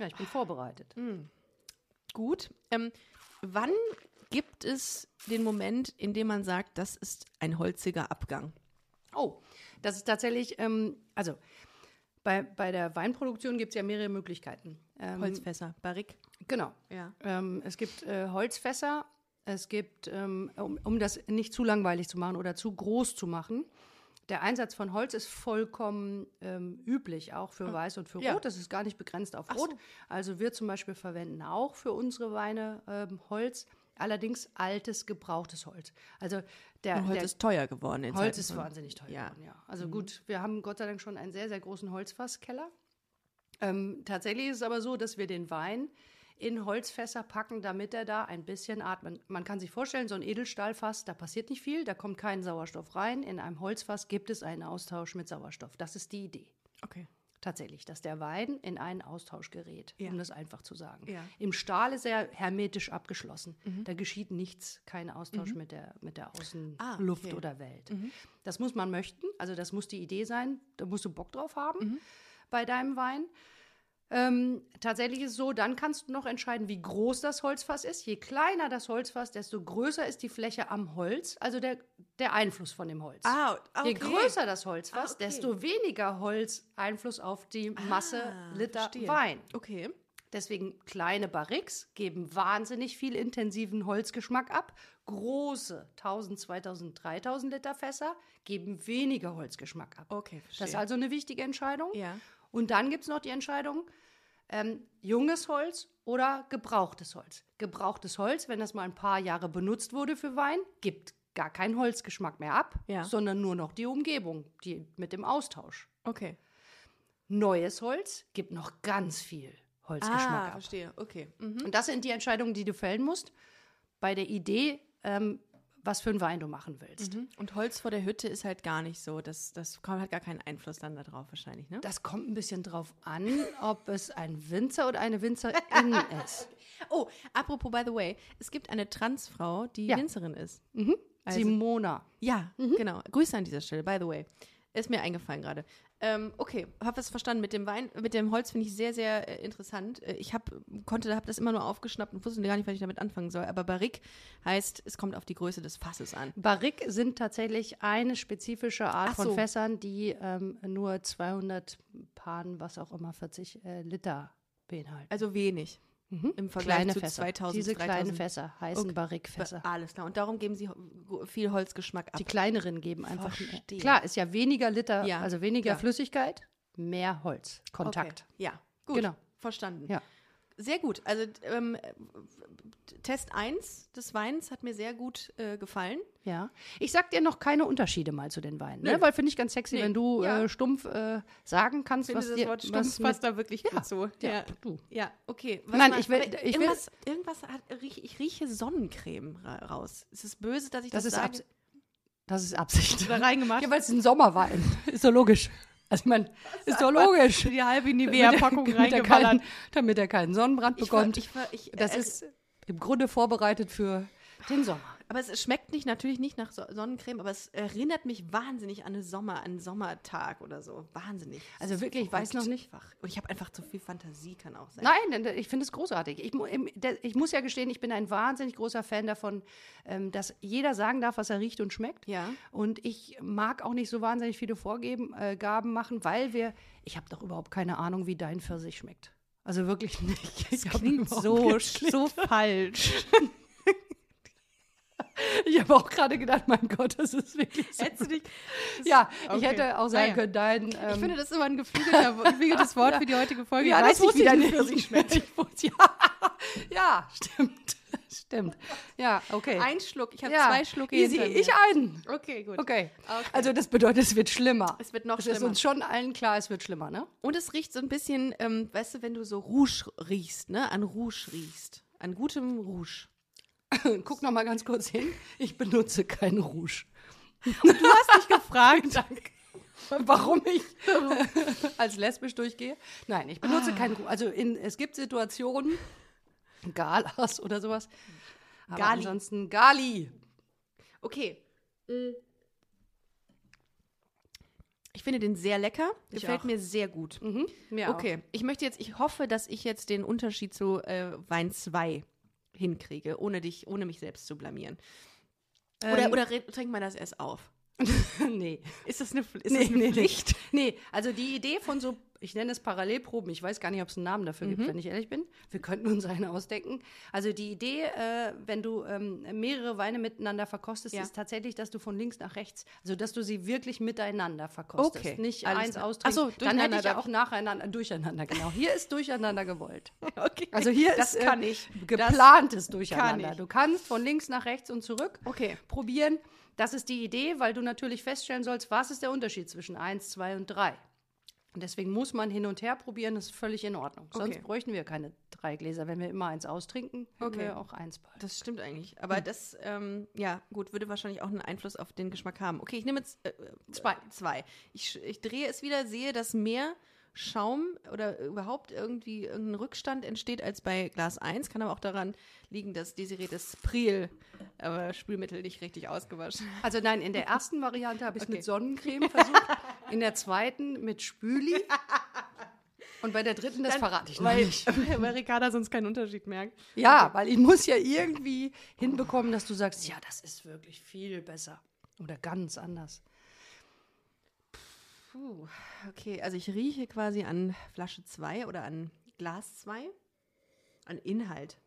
A: Ja, ich bin vorbereitet.
B: Hm. Gut. Ähm, wann gibt es den Moment, in dem man sagt, das ist ein holziger Abgang?
A: Oh, das ist tatsächlich, ähm, also bei, bei der Weinproduktion gibt es ja mehrere Möglichkeiten. Ähm,
B: Holzfässer, Barrique.
A: Genau.
B: Ja.
A: Ähm, es gibt äh, Holzfässer, es gibt, ähm, um, um das nicht zu langweilig zu machen oder zu groß zu machen, der Einsatz von Holz ist vollkommen ähm, üblich, auch für Weiß und für
B: Hm. Ja.
A: Rot. Das ist gar nicht begrenzt auf
B: Ach
A: Rot.
B: so.
A: Also wir zum Beispiel verwenden auch für unsere Weine ähm, Holz, allerdings altes, gebrauchtes Holz. Also der,
B: Holz
A: der
B: ist teuer geworden. In
A: Holz
B: Zeiten
A: ist
B: von-
A: wahnsinnig teuer.
B: Ja. Mhm.
A: Ja. Geworden, ja. Also gut, wir haben Gott sei Dank schon einen sehr, sehr großen Holzfasskeller. Ähm, tatsächlich ist es aber so, dass wir den Wein in Holzfässer packen, damit er da ein bisschen atmet. Man kann sich vorstellen, so ein Edelstahlfass, da passiert nicht viel, da kommt kein Sauerstoff rein. In einem Holzfass gibt es einen Austausch mit Sauerstoff. Das ist die Idee.
B: Okay.
A: Tatsächlich, dass der Wein in einen Austausch gerät,
B: Ja.
A: um das einfach zu sagen.
B: Ja. Mhm.
A: Im Stahl ist er hermetisch abgeschlossen. Da geschieht nichts, kein Austausch mit, der, mit der
B: Ah,
A: Außenluft
B: okay. Mhm.
A: oder Welt. Das muss man möchten, also das muss die Idee sein, da musst du Bock drauf haben
B: Mhm.
A: bei deinem Wein. Ähm, tatsächlich ist es so, dann kannst du noch entscheiden, wie groß das Holzfass ist. Je kleiner das Holzfass, desto größer ist die Fläche am Holz, also der, der Einfluss von dem Holz.
B: Ah, okay.
A: Je größer das Holz
B: Ah,
A: war,
B: okay.
A: desto weniger Holz Einfluss auf die Masse
B: Ah,
A: Liter
B: verstehe.
A: Wein.
B: Okay.
A: Deswegen kleine Barriques geben wahnsinnig viel intensiven Holzgeschmack ab. Große 1000, 2000, 3000 Liter Fässer geben weniger Holzgeschmack ab.
B: Okay,
A: Das ist also eine wichtige Entscheidung.
B: Oh, Ja.
A: Und dann gibt es noch die Entscheidung, ähm, junges Holz oder gebrauchtes Holz. Gebrauchtes Holz, wenn das mal ein paar Jahre benutzt wurde für Wein, gibt gar keinen Holzgeschmack mehr ab,
B: Ja.
A: sondern nur noch die Umgebung, die mit dem Austausch.
B: Okay.
A: Neues Holz gibt noch ganz viel Holzgeschmack ab.
B: Ah, verstehe. Okay. Mhm.
A: Und das sind die Entscheidungen, die du fällen musst bei der Idee, ähm, was für einen Wein du machen willst.
B: Hm? Und Holz vor der Hütte ist halt gar nicht so, das, das kommt- hat gar keinen Einfluss dann da drauf wahrscheinlich, ne?
A: Das kommt ein bisschen drauf an, ob es ein Winzer oder eine Winzerin ist.
B: Oh, apropos, by the way, es gibt eine Transfrau, die
A: Ja. Mhm.
B: Winzerin ist. Also-
A: Simona.
B: Ja,
A: Mhm.
B: genau. Grüße an dieser Stelle, by the way. Ist mir eingefallen gerade. Ähm, okay, habe es verstanden. Mit dem Wein, mit dem Holz finde ich sehr, sehr äh, interessant. Äh, Ich hab, konnte, habe das immer nur aufgeschnappt und wusste gar nicht, was ich damit anfangen soll. Aber Barrique heißt, es kommt auf die Größe des Fasses an.
A: Barrique sind tatsächlich eine spezifische Art
B: Ach
A: von
B: so.
A: Fässern, die ähm, nur 200 Paaren, was auch immer, 40 äh, Liter beinhalten.
B: Also wenig im Vergleich
A: Mhm. Kleine
B: zu
A: Fässer.
B: 2000,
A: Diese kleine
B: 3000.
A: Fässer heißen
B: Okay.
A: Barrique-Fässer.
B: Alles klar. Und darum geben sie ho- viel Holzgeschmack ab.
A: Die kleineren geben einfach
B: Verstehe.
A: mehr. Klar, ist ja weniger Liter,
B: Ja,
A: also weniger
B: klar.
A: Flüssigkeit, mehr Holzkontakt.
B: Okay. Ja, gut.
A: Genau.
B: Verstanden.
A: Ja.
B: Sehr gut. Also d- ähm, äh, Test 1 des Weins hat mir sehr gut äh, gefallen.
A: Ja. Ich sag dir noch keine Unterschiede mal zu den Weinen, ne?
B: Nö.
A: weil finde ich ganz sexy,
B: Nee.
A: wenn du
B: Ja.
A: äh, stumpf äh, sagen kannst,
B: Ich finde
A: was
B: das
A: dir
B: Wort
A: was
B: stumpf
A: mit-
B: passt da wirklich
A: Ja,
B: gut zu.
A: ja,
B: ja.
A: du.
B: Ja, okay.
A: Nein, ich will-
B: aber
A: ich will-
B: irgendwas, irgendwas hat, riech, ich rieche Sonnencreme ra- raus. Es ist böse, dass ich das,
A: Das ist,
B: sage.
A: Abs das ist Absicht.
B: Da reingemacht?
A: Ja, weil es ein Sommerwein ist. doch logisch. Also ich meine, ist doch logisch.
B: Die halbe
A: Mit der- damit er, keinen, damit er keinen Sonnenbrand
B: Ich ver-
A: bekommt.
B: ich ver- ich-
A: das
B: äh,
A: ist im Grunde vorbereitet für den Sommer.
B: Aber es schmeckt nicht natürlich nicht nach So- Sonnencreme, aber es erinnert mich wahnsinnig an eine Sommer, an einen Sommertag oder so. Wahnsinnig. Es
A: Also
B: ist
A: wirklich, ich weiß
B: verrückt
A: noch nicht.
B: Einfach. Und ich habe einfach zu viel Fantasie, kann auch sein.
A: Nein, denn ich finde es großartig. Ich, mu- im- der- ich muss ja gestehen, ich bin ein wahnsinnig großer Fan davon, ähm, dass jeder sagen darf, was er riecht und schmeckt.
B: Ja.
A: Und ich mag auch nicht so wahnsinnig viele Vorgaben äh, Gaben machen, weil wir, ich habe doch überhaupt keine Ahnung, wie dein Pfirsich schmeckt. Also wirklich nicht. Das
B: Klingt so, so falsch.
A: Ich habe auch gerade gedacht, mein Gott, das ist wirklich so.
B: Hättest du dich,
A: Ja, ich
B: Okay.
A: hätte auch sagen
B: Naja.
A: können, dein. Ähm,
B: ich finde, das ist immer ein geflügelter- geflügeltes Wort für die heutige Folge.
A: ja, das wusste ich
B: wie dein
A: nicht.
B: Pfirsich schmeckt.
A: Ich wusste, ja. ja, stimmt. Stimmt. Ja, okay.
B: Ein Schluck, ich habe
A: ja.
B: zwei Schlucke
A: Easy,
B: hinter mir.
A: ich einen.
B: Okay, gut.
A: Okay.
B: Okay.
A: Also das bedeutet, es wird schlimmer.
B: Es wird noch
A: es ist
B: schlimmer.
A: uns schon allen klar, es wird schlimmer, ne?
B: Und es riecht so ein bisschen, ähm, weißt du, wenn du so Rouge riechst, ne? An Rouge riechst. An gutem Rouge.
A: Guck noch mal ganz kurz hin. Ich benutze keinen Rouge.
B: Du hast mich gefragt.
A: Warum ich als lesbisch durchgehe? Nein, ich benutze keinen Rouge. Also in, es gibt Situationen, Galas oder sowas. Aber
B: Gali.
A: ansonsten Gali.
B: Okay.
A: Mhm.
B: Ich finde den sehr lecker.
A: Ich
B: Gefällt
A: auch. Mhm.
B: mir sehr gut.
A: Mir
B: Okay. Ich möchte jetzt, ich hoffe, dass ich jetzt den Unterschied zu äh, Wein 2 hinkriege, ohne dich, ohne mich selbst zu blamieren. Oder,
A: Ähm,
B: oder re- trink mal das erst auf.
A: Auch. nee.
B: Ist das eine, Pfl- ist
A: Nee,
B: das eine
A: nee, nee.
B: Pflicht?
A: Nee, also die Idee von so, ich nenne es Parallelproben, ich weiß gar nicht, ob es einen Namen dafür
B: Mhm.
A: gibt, wenn ich ehrlich bin. Wir könnten uns einen ausdenken. Also die Idee, äh, wenn du ähm, mehrere Weine miteinander verkostest,
B: Ja.
A: ist tatsächlich, dass du von links nach rechts, also dass du sie wirklich miteinander verkostest.
B: Okay,
A: Nicht
B: alles
A: eins
B: klar.
A: austrinken.
B: Ach so,
A: Dann hätte ich
B: durcheinander
A: ja auch nacheinander, durcheinander, genau. Hier ist durcheinander gewollt.
B: Okay.
A: Also hier
B: das
A: ist
B: kann
A: äh,
B: ich.
A: geplantes Durcheinander.
B: ich.
A: Du kannst von links nach rechts und zurück
B: Okay.
A: probieren. Das ist die Idee, weil du natürlich feststellen sollst, was ist der Unterschied zwischen 1, 2 und 3. Und deswegen muss man hin und her probieren, das ist völlig in Ordnung.
B: Okay.
A: Sonst bräuchten wir keine drei Gläser. Wenn wir immer eins austrinken, hätten
B: Okay.
A: wir auch eins bald.
B: Das stimmt eigentlich. Aber das, ähm, ja, gut, würde wahrscheinlich auch einen Einfluss auf den Geschmack haben. Okay, ich nehme jetzt äh, äh,
A: Zwei.
B: Zwei. Ich, sch- ich drehe es wieder, sehe, dass mehr Schaum oder äh, überhaupt irgendwie irgendein Rückstand entsteht als bei Glas 1. Kann aber auch daran liegen, dass Desiree das Pril-Spülmittel nicht richtig ausgewaschen hat.
A: Also nein, in der ersten Variante habe ich es
B: Okay.
A: mit Sonnencreme versucht, in der zweiten mit Spüli und bei der dritten, das verrate ich noch
B: weil,
A: nicht.
B: weil Ricarda sonst keinen Unterschied merkt.
A: Ja, weil ich muss ja irgendwie hinbekommen, dass du sagst, ja, das ist wirklich viel besser oder ganz anders.
B: Puh, okay, also ich rieche quasi an Flasche 2 oder an Glas 2. an Inhalt.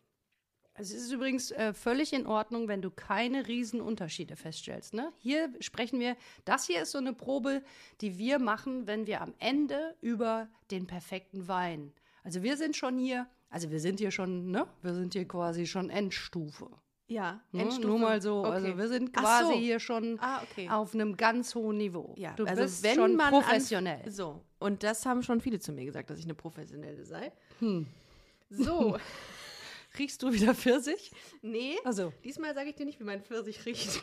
A: Es ist übrigens äh, völlig in Ordnung, wenn du keine Riesenunterschiede feststellst. Ne? Hier sprechen wir, das hier ist so eine Probe, die wir machen, wenn wir am Ende über den perfekten Wein. Also wir sind schon hier, also wir sind hier schon, ne? Wir sind hier quasi schon Endstufe.
B: Ja,
A: Ne? Nur mal so. Also wir sind
B: Ach
A: quasi
B: so.
A: hier schon
B: Ah, okay.
A: auf einem ganz hohen Niveau.
B: Ja,
A: du
B: also
A: bist
B: wenn
A: schon
B: man
A: professionell.
B: anf- So, und das haben schon viele zu mir gesagt, dass ich eine professionelle sei.
A: Hm.
B: So,
A: Riechst du wieder Pfirsich?
B: nee,
A: Also.
B: diesmal sage ich dir nicht, wie mein Pfirsich riecht.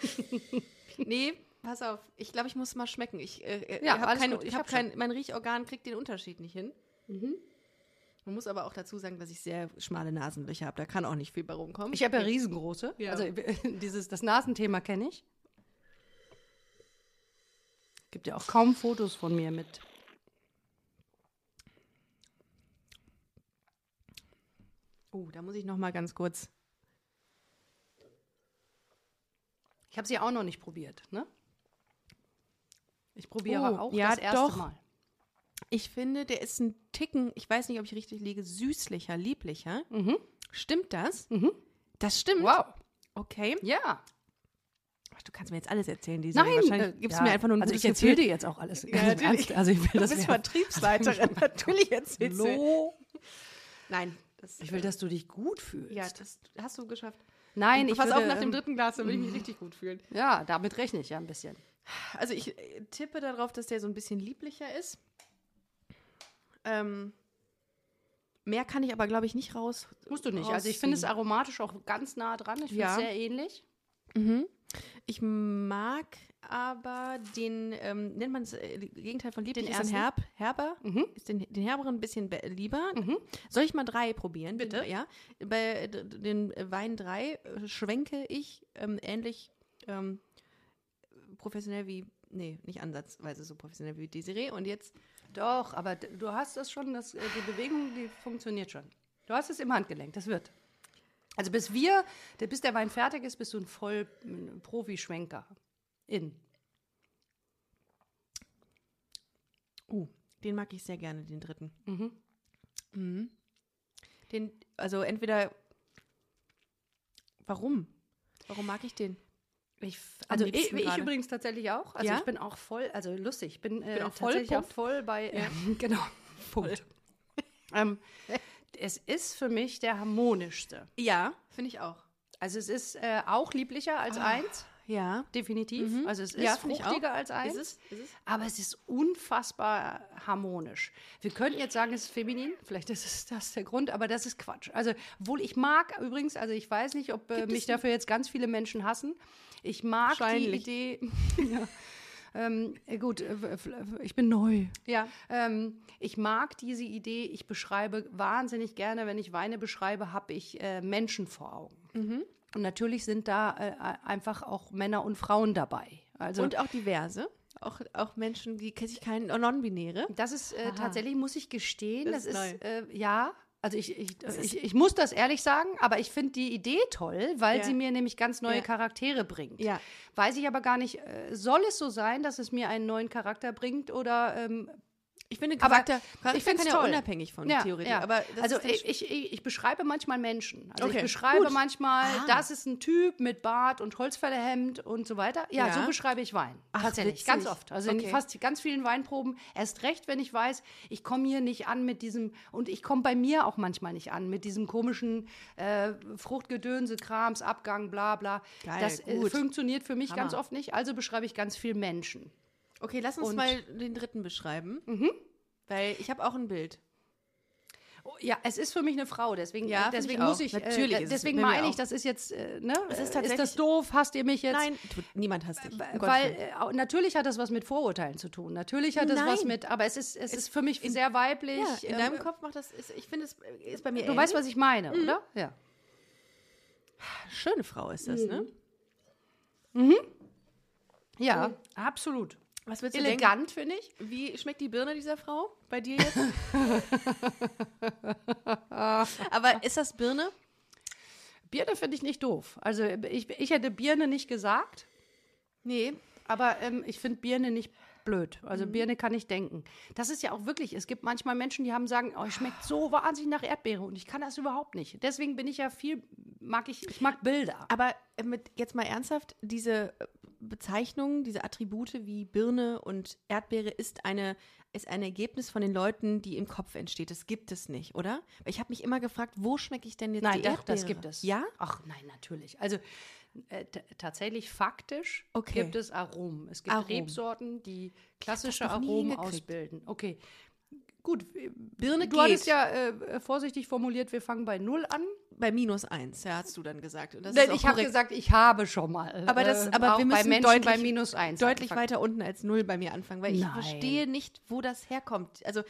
B: nee, pass auf, ich glaube, ich muss mal schmecken. Ich, äh,
A: Ja,
B: ja, hab
A: alles
B: kein,
A: gut,
B: ich
A: ich hab
B: hab
A: Mhm.
B: kein, mein Riechorgan kriegt den Unterschied nicht hin. Man muss aber auch dazu sagen, dass ich sehr schmale Nasenlöcher habe. Da kann auch nicht viel bei rumkommen.
A: Ich habe ja riesengroße.
B: Ja.
A: Also dieses, das Nasenthema kenne ich. Gibt ja auch kaum Fotos von mir mit.
B: oh, da muss ich noch mal ganz kurz.
A: Ich habe sie auch noch nicht probiert, ne? Ich probiere
B: Oh,
A: auch
B: ja,
A: das erste
B: doch.
A: Mal.
B: Ich finde, der ist ein Ticken, ich weiß nicht, ob ich richtig liege, süßlicher, lieblicher. Stimmt das? Das stimmt.
A: Mhm. Wow.
B: Okay.
A: Ja.
B: Ach, du kannst mir jetzt alles erzählen, diese.
A: Nein.
B: Wahrscheinlich
A: äh,
B: gibst
A: ja.
B: du mir einfach nur ein
A: Also
B: gutes
A: ich erzähle dir
B: Gefühl.
A: jetzt auch alles.
B: Ja,
A: ganz im
B: natürlich.
A: Ernst. Also ich will
B: Du
A: das
B: bist
A: ja- Also
B: Vertriebsleiterin. Natürlich erzählst du.
A: Hallo.
B: Nein. Das, äh,
A: Ich will, dass du dich gut fühlst.
B: Ja, das hast du geschafft.
A: Nein, ich
B: Pass
A: würde,
B: auf, nach dem
A: ähm,
B: dritten Glas, dann würde ich mich richtig gut fühlen.
A: Ja, damit rechne ich ja ein bisschen.
B: Also ich äh, tippe darauf, dass der so ein bisschen lieblicher ist. Ähm, mehr kann ich aber, glaube ich, nicht raus.
A: Musst du nicht. Also ich finde es
B: rausziehen.
A: aromatisch auch ganz nah dran. Ich finde
B: Ja.
A: es sehr ähnlich.
B: Mhm. Ich mag aber den, ähm, nennt man es äh, Gegenteil von lieblich,
A: Den
B: ist ein
A: ersten?
B: herb, herber,
A: Mhm.
B: ist den, den herberen ein bisschen be- lieber. Soll ich mal drei probieren?
A: Bitte.
B: ja, bei äh, d- d- den Wein drei äh, schwenke ich ähm, ähnlich ähm, professionell wie, nee, nicht ansatzweise so professionell wie Desiree und jetzt,
A: Doch, aber d- du hast das schon, das, äh, die Bewegung, die funktioniert schon. Du hast es im Handgelenk, das wird. Also bis wir, d- bis der Wein fertig ist, bist du ein voll ein Profi-Schwenker. In.
B: uh, den mag ich sehr gerne, den dritten. Mhm. Den, also entweder, warum? Warum mag ich den?
A: Ich, f- also ich,
B: liebsten
A: ich
B: gerade.
A: übrigens tatsächlich auch. Also
B: Ja?
A: ich bin auch voll, also lustig, ich bin, äh,
B: bin auch voll,
A: tatsächlich
B: Punkt.
A: auch voll bei, ähm, genau, Punkt. ähm, es ist für mich der harmonischste.
B: Ja, finde ich auch.
A: Also es ist äh, auch lieblicher als eins,
B: Ja.
A: definitiv. Also es ist
B: Mhm. Ja, finde ich auch.
A: fruchtiger als eins.
B: Ist es? Ist es?
A: Aber es ist unfassbar harmonisch. Wir könnten jetzt sagen, es ist feminin. Vielleicht ist es das der Grund, aber das ist Quatsch. Also, obwohl ich mag übrigens, also ich weiß nicht, ob äh,
B: Gibt es
A: mich dafür jetzt ganz viele Menschen hassen. Ich mag die
B: Wahrscheinlich.
A: Idee. ja. ähm, äh, gut, äh, f- f- ich bin neu.
B: Ja.
A: Ähm, ich mag diese Idee. Ich beschreibe wahnsinnig gerne, wenn ich Weine beschreibe, habe ich äh, Menschen vor Augen.
B: Mhm.
A: Und natürlich sind da äh, einfach auch Männer und Frauen dabei. Also
B: Und auch diverse. Auch, auch Menschen, die kennen sich keinen Non-Binäre.
A: Das ist äh,
B: Aha.
A: tatsächlich, muss ich gestehen,
B: Das
A: das,
B: ist
A: ist, äh, ja. Also ich, ich, ich, ich muss das ehrlich sagen, aber ich finde die Idee toll, weil
B: Ja.
A: sie mir nämlich ganz neue
B: Ja.
A: Charaktere bringt.
B: Ja.
A: Weiß ich aber gar nicht, äh, soll es so sein, dass es mir einen neuen Charakter bringt oder ähm,
B: Ich finde,
A: Aber
B: Charakter, Charakter
A: ich find's
B: kann ja
A: toll.
B: unabhängig von
A: ja,
B: Theorie.
A: ja.
B: Aber das
A: also
B: ist dann
A: ich, ich, ich ich beschreibe manchmal Menschen. Also
B: Okay,
A: ich beschreibe
B: gut.
A: manchmal,
B: Ah.
A: das ist ein Typ mit Bart und Holzfällerhemd und so weiter. Ja,
B: Ja.
A: so beschreibe ich Wein.
B: Ach,
A: Tatsächlich,
B: witzig.
A: ganz oft. Also
B: Okay.
A: in fast ganz vielen Weinproben. Erst recht, wenn ich weiß, ich komme hier nicht an mit diesem, und ich komme bei mir auch manchmal nicht an, mit diesem komischen äh, Fruchtgedönse, Krams, Abgang, bla bla.
B: Geil,
A: das äh,
B: gut.
A: funktioniert für mich ganz
B: Hammer.
A: oft nicht. Also beschreibe ich ganz viel Menschen.
B: okay, lass uns
A: und-
B: mal den dritten beschreiben. Weil ich habe auch ein Bild.
A: Oh, Ja, es ist für mich eine Frau, deswegen,
B: Ja,
A: äh,
B: find ich
A: deswegen
B: auch.
A: muss ich,
B: Natürlich ist
A: äh,
B: es
A: deswegen
B: bei mir
A: meine
B: auch.
A: ich, das ist jetzt, äh, ne,
B: Es ist
A: Äh, ist
B: tatsächlich-
A: das doof, hasst ihr mich jetzt?
B: Nein, tut, niemand hasst dich. um Gottes
A: Weil
B: Willen.
A: äh, au- natürlich hat das was mit Vorurteilen zu tun. Natürlich hat das was
B: Nein.
A: mit, aber es ist, es ist für mich sehr weiblich.
B: ja, in
A: ähm,
B: deinem Mhm. Kopf macht das, ist, ich finde, es äh, ist bei mir
A: du weißt, was ich meine, oder? Ja.
B: Schöne Frau ist das, ne?
A: Ja, absolut.
B: Was willst du denken?
A: Elegant, finde ich.
B: Wie schmeckt die Birne dieser Frau bei dir jetzt? Aber ist das Birne?
A: Birne finde ich nicht doof. Also ich, ich hätte Birne nicht gesagt,
B: Nee.
A: aber ähm, ich finde Birne nicht blöd. Also Birne kann ich denken. Das ist ja auch wirklich, es gibt manchmal Menschen, die haben sagen, oh, es schmeckt so wahnsinnig nach Erdbeere und ich kann das überhaupt nicht. Deswegen bin ich ja viel, mag ich, ich mag Bilder.
B: Aber äh, mit, jetzt mal ernsthaft, diese äh, Bezeichnungen, diese Attribute wie Birne und Erdbeere ist, eine, ist ein Ergebnis von den Leuten, die im Kopf entsteht. Das gibt es nicht, oder? Weil Ich habe mich immer gefragt, wo schmecke ich denn jetzt
A: Nein,
B: die
A: doch,
B: Erdbeere?
A: das gibt es.
B: Ja?
A: Ach nein, natürlich. Also äh, t- tatsächlich faktisch
B: Okay.
A: gibt es Aromen. Es gibt
B: Aromen.
A: Rebsorten, die klassische
B: noch nie
A: Aromen
B: hingekriegt.
A: ausbilden. Okay. Gut, äh,
B: Birne
A: du hattest
B: geht.
A: ja äh, vorsichtig formuliert, wir fangen bei Null an.
B: Bei minus eins, ja, hast du dann gesagt. Und das
A: Denn
B: ist auch
A: ich habe
B: korrekt.
A: gesagt, ich habe schon mal. äh,
B: Aber das- aber
A: Ähm, auch bei
B: wir müssen
A: Menschen
B: deutlich-
A: bei minus eins.
B: deutlich
A: anfangen.
B: weiter unten als null bei mir anfangen, weil ich
A: Nein.
B: verstehe nicht, wo das herkommt. Also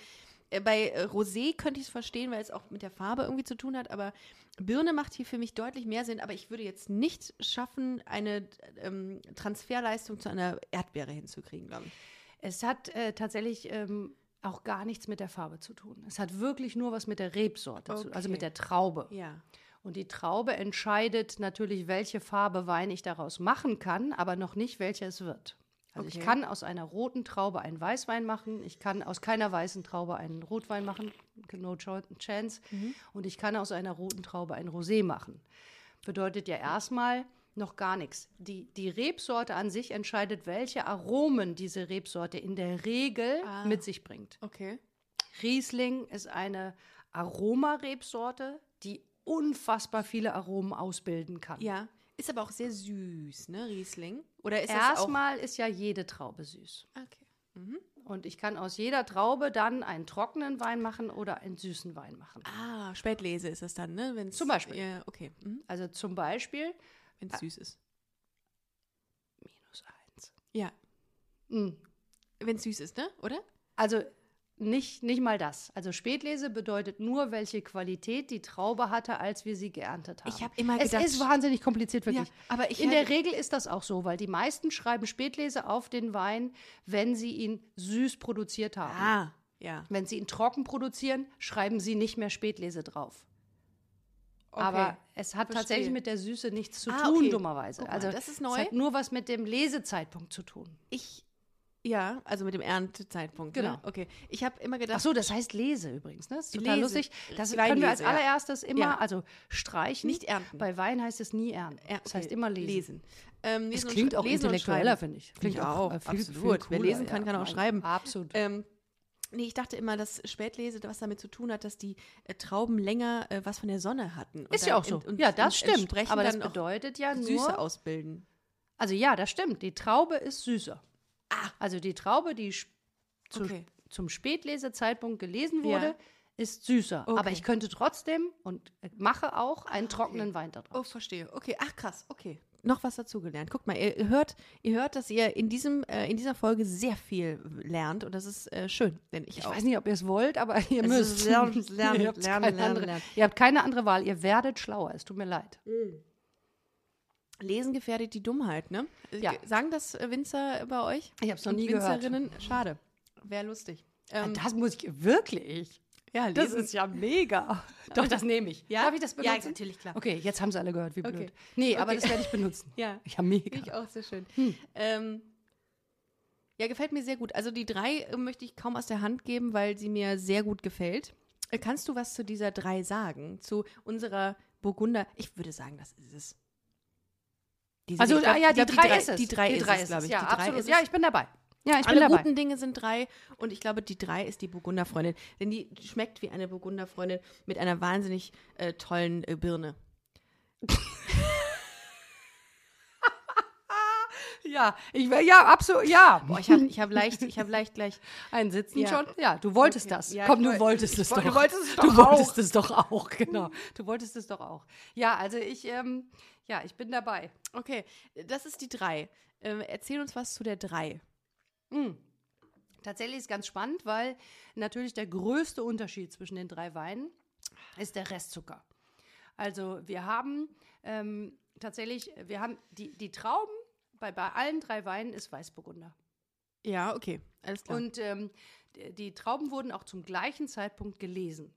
B: äh, bei äh, Rosé könnte ich es verstehen, weil es auch mit der Farbe irgendwie zu tun hat, aber Birne macht hier für mich deutlich mehr Sinn, aber ich würde jetzt nicht schaffen, eine ähm, Transferleistung zu einer Erdbeere hinzukriegen, glaube ich.
A: Es hat äh, tatsächlich ähm, auch gar nichts mit der Farbe zu tun. Es hat wirklich nur was mit der Rebsorte zu tun, also
B: Okay.
A: mit der Traube.
B: Ja.
A: Und die Traube entscheidet natürlich, welche Farbe Wein ich daraus machen kann, aber noch nicht, welche es wird. Also ich
B: Okay.
A: kann aus einer roten Traube einen Weißwein machen, ich kann aus keiner weißen Traube einen Rotwein machen, no cho- chance,
B: Mhm.
A: und ich kann aus einer roten Traube ein Rosé machen. Bedeutet ja erstmal noch gar nichts. Die, die Rebsorte an sich entscheidet, welche Aromen diese Rebsorte in der Regel
B: Ah.
A: mit sich bringt.
B: Okay.
A: Riesling ist eine Aromarebsorte, die unfassbar viele Aromen ausbilden kann.
B: Ja. Ist aber auch sehr süß, ne, Riesling? Oder ist
A: Erstmal ist ja jede Traube süß.
B: das auch... Okay.
A: Und ich kann aus jeder Traube dann einen trockenen Wein machen oder einen süßen Wein machen.
B: Ah, Spätlese ist es dann, ne? Wenn's,
A: Zum Beispiel.
B: Ja, okay. Mhm. Ah.
A: Also zum Beispiel
B: Wenn es süß ist.
A: minus eins.
B: Ja. Hm.
A: Mm.
B: Wenn es süß ist, ne? Oder?
A: Also nicht, nicht mal das. Also Spätlese bedeutet nur, welche Qualität die Traube hatte, als wir sie geerntet haben.
B: Ich hab immer
A: es
B: gedacht-
A: ist wahnsinnig kompliziert, wirklich.
B: Ja, aber ich
A: In
B: hätte-
A: der Regel ist das auch so, weil die meisten schreiben Spätlese auf den Wein, wenn sie ihn süß produziert haben.
B: Ah, ja.
A: Wenn sie ihn trocken produzieren, schreiben sie nicht mehr Spätlese drauf. Aber es hat
B: verstehe.
A: tatsächlich mit der Süße nichts zu
B: Ah,
A: tun,
B: okay.
A: dummerweise.
B: Guck mal,
A: also
B: das ist
A: es
B: neu.
A: hat nur was mit dem Lesezeitpunkt zu tun.
B: ich ja, also mit dem Erntezeitpunkt.
A: Genau.
B: Ne? Okay. Ich habe immer
A: Ach
B: gedacht,
A: so, das heißt Lese übrigens, ne? Das ist total
B: Lese.
A: lustig. Das
B: Weinlese,
A: können wir als
B: ja.
A: allererstes immer,
B: Ja.
A: also streichen.
B: Nicht ernten.
A: Bei Wein heißt es nie ernten.
B: er-
A: Das
B: okay,
A: heißt immer lesen.
B: lesen. Ähm,
A: Es
B: lesen und
A: klingt
B: sch-
A: auch
B: lesen und
A: intellektueller,
B: schreiben.
A: finde ich. Klingt
B: Ja, auch,
A: äh, viel,
B: absolut.
A: Viel
B: Wer
A: cooler,
B: lesen kann,
A: ja.
B: kann auch
A: Nein,
B: schreiben.
A: Absolut.
B: Ähm, Nee, ich dachte immer, dass Spätlese was damit zu tun hat, dass die äh, Trauben länger äh, was von der Sonne hatten. Und
A: ist
B: dann
A: ja auch so.
B: ent- und-
A: ja,
B: und
A: das stimmt.
B: entsprechend
A: Aber das
B: dann auch
A: bedeutet ja
B: Süße
A: nur,
B: ausbilden.
A: also ja, das stimmt. Die Traube ist süßer. Also die Traube, die sch- zu,
B: Ah. Okay.
A: zum Spätlesezeitpunkt gelesen
B: Ja.
A: wurde, ist süßer.
B: Okay. Ah,
A: Aber ich könnte trotzdem und äh, mache auch einen trockenen Wein daraus.
B: Oh, verstehe. Okay, ach krass, okay. Noch was dazugelernt. Guckt mal, ihr ihr hört, ihr hört, dass ihr in, diesem, äh, in dieser Folge sehr viel lernt und das ist äh, schön, denn ich,
A: Ich
B: auch.
A: weiß nicht, ob ihr es wollt, aber ihr
B: Es ist
A: müsst.
B: lernen, lernen,
A: ihr, habt
B: lernen,
A: keine
B: lernen,
A: andere,
B: lernen.
A: ihr habt keine andere Wahl. Ihr werdet schlauer. Es tut mir leid.
B: Lesen gefährdet die Dummheit, ne? Äh,
A: Ja.
B: ge- Sagen das äh, Winzer bei euch?
A: Ich hab's noch
B: Und
A: nie gehört.
B: Winzerinnen? Schade. Wäre lustig. Ähm,
A: das muss ich wirklich.
B: ja,
A: Das
B: lesen-
A: ist ja mega. Doch, das nehme ich.
B: Ja?
A: Darf ich das
B: Ja,
A: benutzen?
B: natürlich, klar.
A: Okay, jetzt haben sie alle gehört, wie blöd.
B: Okay.
A: Nee, aber
B: Okay.
A: das werde ich benutzen.
B: Ja.
A: Ja, mega.
B: Finde ich auch sehr schön. Ähm, ja, gefällt mir sehr gut. Also die drei äh, möchte ich kaum aus der Hand geben, weil sie mir sehr gut gefällt. Äh, Kannst du was zu dieser drei sagen? Zu unserer Burgunder? Ich würde sagen, das ist es. Diese-
A: also,
B: ich glaub-
A: ah, ja,
B: ich
A: die,
B: glaub,
A: drei ist es.
B: Die drei, ist es, glaube ich.
A: Ja,
B: die drei
A: absolut.
B: Ist es.
A: ja, ich bin dabei. Ja, ich
B: Alle
A: bin dabei.
B: guten Dinge sind drei und ich glaube, die drei ist die Burgunderfreundin, denn die schmeckt wie eine Burgunderfreundin mit einer wahnsinnig äh, tollen äh, Birne.
A: Ja, ich wär, ja, absolut, ja.
B: Boah, ich habe ich hab leicht, ich habe leicht gleich
A: Einen sitzen
B: Ja.
A: schon? Ja, du wolltest
B: Ja,
A: das.
B: ja,
A: Komm,
B: ich
A: du
B: woll-
A: wolltest es doch.
B: woll- du wolltest es
A: du
B: doch
A: wolltest es doch auch, genau. Du wolltest es doch auch. Ja, also ich, ähm, ja, ich bin dabei.
B: Okay, das ist die 3. Ähm, erzähl uns was zu der 3.
A: Tatsächlich ist ganz spannend, weil natürlich der größte Unterschied zwischen den drei Weinen ist der Restzucker. Also wir haben ähm, tatsächlich, wir haben die, die Trauben bei, bei allen drei Weinen ist Weißburgunder.
B: Ja, okay, alles klar.
A: Und ähm, die- die Trauben wurden auch zum gleichen Zeitpunkt gelesen.